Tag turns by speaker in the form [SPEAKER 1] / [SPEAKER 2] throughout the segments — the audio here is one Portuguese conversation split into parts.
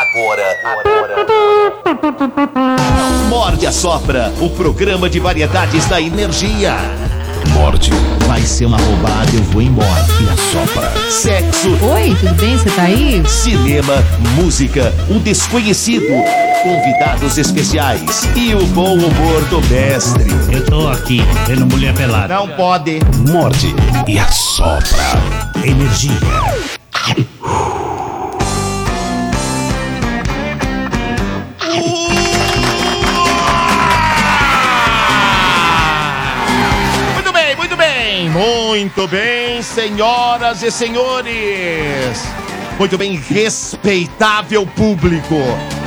[SPEAKER 1] Agora, agora,
[SPEAKER 2] Morde a Sopra, o programa de variedades da energia.
[SPEAKER 3] Morde,
[SPEAKER 2] Vai ser uma roubada, eu vou embora. E a Sopra. Sexo,
[SPEAKER 4] Oi, tudo bem? Você tá aí?
[SPEAKER 2] cinema, música, o desconhecido, convidados especiais e o bom humor do mestre.
[SPEAKER 5] Eu tô aqui, vendo mulher pelada.
[SPEAKER 2] Não pode.
[SPEAKER 3] morde e assopra.
[SPEAKER 5] Energia.
[SPEAKER 2] Muito bem, muito bem, muito bem, senhoras e senhores. Muito bem, respeitável público.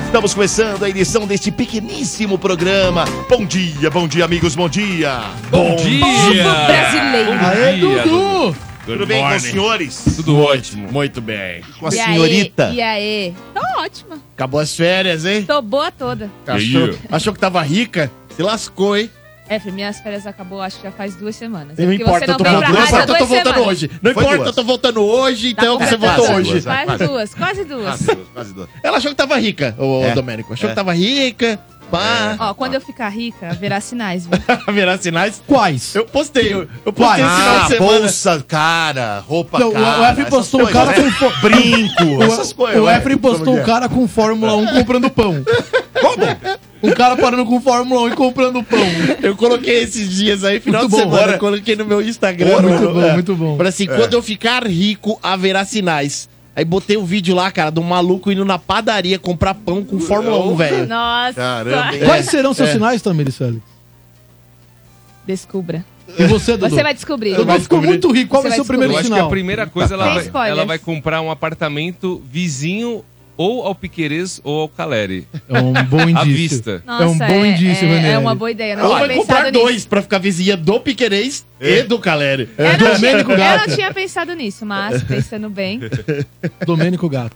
[SPEAKER 2] Estamos começando a edição deste pequeníssimo programa. Bom dia, bom dia, amigos, bom dia.
[SPEAKER 3] Bom
[SPEAKER 4] Povo brasileiro.
[SPEAKER 3] Aê, Dudu!
[SPEAKER 2] Tudo bem com os senhores?
[SPEAKER 3] Tudo ótimo. Muito bem.
[SPEAKER 2] Com a senhorita?
[SPEAKER 4] E aí? Tô ótima.
[SPEAKER 6] Acabou as férias, hein?
[SPEAKER 4] Tô boa toda.
[SPEAKER 6] Achou,
[SPEAKER 3] aí?
[SPEAKER 6] achou que tava rica? Se lascou, hein?
[SPEAKER 4] É, Fê, minhas férias acabou, acho que já faz duas semanas.
[SPEAKER 6] Não
[SPEAKER 4] É porque
[SPEAKER 6] importa,
[SPEAKER 4] você
[SPEAKER 6] eu tô,
[SPEAKER 4] vem pra
[SPEAKER 6] voltando- não
[SPEAKER 4] rádio
[SPEAKER 6] importa,
[SPEAKER 4] há
[SPEAKER 6] eu tô
[SPEAKER 4] duas
[SPEAKER 6] voltando
[SPEAKER 4] semanas.
[SPEAKER 6] hoje. Não
[SPEAKER 2] Foi
[SPEAKER 6] importa,
[SPEAKER 2] duas.
[SPEAKER 6] eu tô voltando hoje,
[SPEAKER 4] Tá
[SPEAKER 6] então
[SPEAKER 4] bom,
[SPEAKER 6] você
[SPEAKER 4] tá
[SPEAKER 6] voltou
[SPEAKER 4] bom.
[SPEAKER 6] hoje.
[SPEAKER 4] Quase duas, quase duas.
[SPEAKER 2] Quase duas.
[SPEAKER 6] Ela achou que tava rica, ô
[SPEAKER 2] É.
[SPEAKER 6] Domênico. Achou
[SPEAKER 2] É.
[SPEAKER 6] que tava rica. Pá.
[SPEAKER 4] Ó, quando eu ficar rica, haverá sinais, viu?
[SPEAKER 6] Virar sinais.
[SPEAKER 7] Quais?
[SPEAKER 6] Eu postei, eu, eu postei esse final
[SPEAKER 2] É. Ah,
[SPEAKER 6] de semana.
[SPEAKER 2] bolsa, cara, roupa,
[SPEAKER 7] Não, o-
[SPEAKER 2] cara.
[SPEAKER 7] o Efraim
[SPEAKER 2] essas
[SPEAKER 7] postou o cara
[SPEAKER 2] coisas, né?
[SPEAKER 7] com fo-
[SPEAKER 2] Brinco,
[SPEAKER 7] O-
[SPEAKER 2] essas coisas. né?
[SPEAKER 7] O
[SPEAKER 2] ué.
[SPEAKER 7] Efraim postou
[SPEAKER 2] é?
[SPEAKER 7] um cara com Fórmula 1 comprando pão. Como? Um cara parando com Fórmula 1 e comprando pão.
[SPEAKER 6] Eu coloquei esses dias aí, final
[SPEAKER 7] Muito
[SPEAKER 6] de
[SPEAKER 7] bom,
[SPEAKER 6] semana.
[SPEAKER 7] né?
[SPEAKER 6] Eu coloquei no meu Instagram.
[SPEAKER 7] Muito
[SPEAKER 6] mano.
[SPEAKER 7] bom,
[SPEAKER 6] É.
[SPEAKER 7] muito bom.
[SPEAKER 6] Falei assim, quando eu ficar rico, haverá sinais. Aí botei o vídeo lá, cara, de um maluco indo na padaria comprar pão com Fórmula 1, velho.
[SPEAKER 4] Nossa.
[SPEAKER 2] Caramba, hein? É.
[SPEAKER 7] Quais serão seus sinais, Tamiris Félix?
[SPEAKER 4] Descubra.
[SPEAKER 7] E você, Dudu?
[SPEAKER 4] Você vai descobrir.
[SPEAKER 7] Dudu ficou muito rico. Qual
[SPEAKER 4] Você
[SPEAKER 7] vai ser o
[SPEAKER 4] vai Tá.
[SPEAKER 7] primeiro
[SPEAKER 8] Eu acho que a
[SPEAKER 7] sinal?
[SPEAKER 8] primeira coisa ela
[SPEAKER 4] Sem
[SPEAKER 8] vai,
[SPEAKER 4] spoilers.
[SPEAKER 8] ela vai comprar um apartamento vizinho ou ao Piqueires ou ao Caleri.
[SPEAKER 7] É um bom indício.
[SPEAKER 8] À vista.
[SPEAKER 4] Nossa,
[SPEAKER 7] é um bom indício,
[SPEAKER 4] é,
[SPEAKER 7] Ranieri.
[SPEAKER 4] é uma boa ideia. Não
[SPEAKER 6] Ela
[SPEAKER 4] tinha
[SPEAKER 6] vai comprar
[SPEAKER 4] pensado
[SPEAKER 6] dois
[SPEAKER 4] nisso.
[SPEAKER 6] pra ficar vizinha do Piquerez e do Caleri.
[SPEAKER 7] É
[SPEAKER 4] Eu não, tinha,
[SPEAKER 7] Domênico
[SPEAKER 4] eu
[SPEAKER 7] Gato.
[SPEAKER 4] não tinha pensado nisso, mas pensando bem.
[SPEAKER 7] Domênico Gato.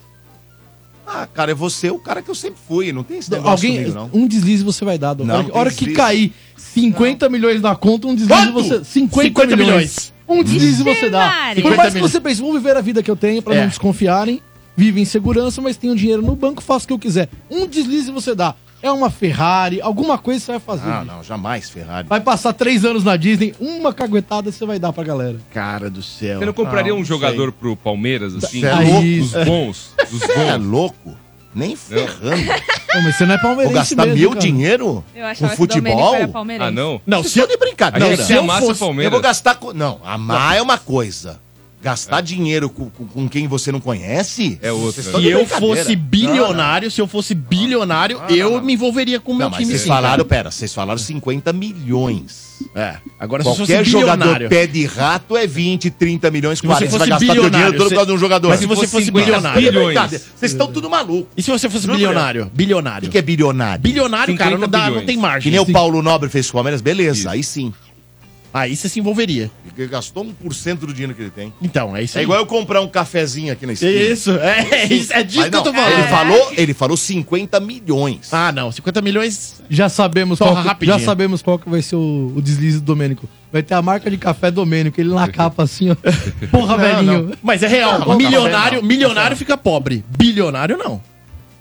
[SPEAKER 2] Ah, cara, eu vou ser o cara que eu sempre fui. Não tem esse negócio
[SPEAKER 7] Alguém,
[SPEAKER 2] comigo, não.
[SPEAKER 7] um deslize você vai dar, Dom.
[SPEAKER 2] Não,
[SPEAKER 7] hora, hora que
[SPEAKER 2] deslize.
[SPEAKER 7] cair 50 milhões na conta, um deslize
[SPEAKER 6] Quanto?
[SPEAKER 7] você. 50,
[SPEAKER 6] 50
[SPEAKER 7] milhões.
[SPEAKER 6] milhões.
[SPEAKER 7] Um deslize você dá.
[SPEAKER 4] Maria.
[SPEAKER 7] Por mais que
[SPEAKER 6] 50
[SPEAKER 7] você pense, vou viver a vida que eu tenho pra
[SPEAKER 6] É.
[SPEAKER 7] não desconfiarem, vivo em segurança, mas tenho dinheiro no banco, faço o que eu quiser. Um deslize você dá. É uma Ferrari, alguma coisa você vai fazer.
[SPEAKER 2] Ah, não, jamais, Ferrari.
[SPEAKER 7] Vai passar três anos na Disney, uma caguetada você vai dar pra galera.
[SPEAKER 6] Cara do céu.
[SPEAKER 8] Você não compraria
[SPEAKER 2] Não,
[SPEAKER 8] um
[SPEAKER 2] não
[SPEAKER 8] jogador pro Palmeiras, assim?
[SPEAKER 2] Cê é
[SPEAKER 8] Dos
[SPEAKER 7] louco.
[SPEAKER 8] Dos bons. Dos
[SPEAKER 2] Você é
[SPEAKER 8] bons.
[SPEAKER 2] louco? Nem ferrando.
[SPEAKER 7] Não, mas você não é
[SPEAKER 2] Vou
[SPEAKER 7] palmeirense
[SPEAKER 2] gastar
[SPEAKER 7] mesmo,
[SPEAKER 2] meu
[SPEAKER 7] cara.
[SPEAKER 2] dinheiro
[SPEAKER 4] Eu
[SPEAKER 2] com
[SPEAKER 4] achava que o Domênico
[SPEAKER 2] futebol?
[SPEAKER 4] era palmeirense.
[SPEAKER 8] Ah, não?
[SPEAKER 2] Não, se eu de
[SPEAKER 8] A
[SPEAKER 2] brincadeira.
[SPEAKER 8] gente
[SPEAKER 2] Não,
[SPEAKER 8] se
[SPEAKER 2] se eu,
[SPEAKER 8] amassa o
[SPEAKER 2] eu vou
[SPEAKER 8] Palmeiras.
[SPEAKER 2] gastar com... Não, amar é uma coisa. Gastar
[SPEAKER 6] É.
[SPEAKER 2] dinheiro com, com, com quem você não conhece?
[SPEAKER 8] É outra.
[SPEAKER 2] Vocês
[SPEAKER 8] Se
[SPEAKER 2] estão
[SPEAKER 6] Se
[SPEAKER 2] de
[SPEAKER 6] eu
[SPEAKER 2] brincadeira.
[SPEAKER 6] fosse bilionário, se eu fosse bilionário, eu me envolveria com o
[SPEAKER 2] Não,
[SPEAKER 6] meu
[SPEAKER 2] mas
[SPEAKER 6] time.
[SPEAKER 2] vocês
[SPEAKER 6] sim,
[SPEAKER 2] falaram, pera, vocês falaram 50 milhões.
[SPEAKER 6] cara. É. Agora, se
[SPEAKER 2] Qualquer
[SPEAKER 6] eu fosse
[SPEAKER 2] jogador
[SPEAKER 6] bilionário...
[SPEAKER 2] pé de rato é 20, 30 milhões,
[SPEAKER 6] você
[SPEAKER 2] 40. Você vai
[SPEAKER 6] fosse
[SPEAKER 2] gastar teu dinheiro
[SPEAKER 6] bilionário,
[SPEAKER 2] todo por
[SPEAKER 6] você-
[SPEAKER 2] causa de um jogador.
[SPEAKER 6] Mas se você fosse bilionário?
[SPEAKER 8] bilhões.
[SPEAKER 2] Vocês estão tudo maluco.
[SPEAKER 6] E se você fosse
[SPEAKER 2] Juro,
[SPEAKER 6] bilionário?
[SPEAKER 2] O
[SPEAKER 6] Bilionário.
[SPEAKER 2] é que é bilionário?
[SPEAKER 6] Bilionário, cara,
[SPEAKER 8] 50
[SPEAKER 6] não, dá, não
[SPEAKER 8] bilhões.
[SPEAKER 6] tem
[SPEAKER 2] Que
[SPEAKER 6] margem.
[SPEAKER 2] nem o
[SPEAKER 6] Assim,
[SPEAKER 2] Paulo Nobre fez com o Palmeiras, beleza, aí sim.
[SPEAKER 6] Aí você se envolveria.
[SPEAKER 2] Porque gastou 1% do dinheiro que ele tem.
[SPEAKER 6] Então, é isso
[SPEAKER 2] É
[SPEAKER 6] aí.
[SPEAKER 2] igual eu comprar um cafezinho aqui na
[SPEAKER 6] É
[SPEAKER 2] esquina.
[SPEAKER 6] isso, é, é isso, é disso
[SPEAKER 2] Mas
[SPEAKER 6] que eu tô
[SPEAKER 2] não, Ele
[SPEAKER 6] falando.
[SPEAKER 2] falou, ele falou 50 milhões.
[SPEAKER 6] Ah, não, 50 milhões.
[SPEAKER 7] Já sabemos,
[SPEAKER 6] Só
[SPEAKER 7] qual, que-
[SPEAKER 6] rapidinho.
[SPEAKER 7] já sabemos qual que vai ser o, o deslize do Domênico. Vai ter a marca de café Domênico, ele na capa assim, ó. Porra, velhinho.
[SPEAKER 6] Mas é real,
[SPEAKER 2] Não, não,
[SPEAKER 6] milionário,
[SPEAKER 2] não.
[SPEAKER 6] milionário fica pobre. Bilionário não.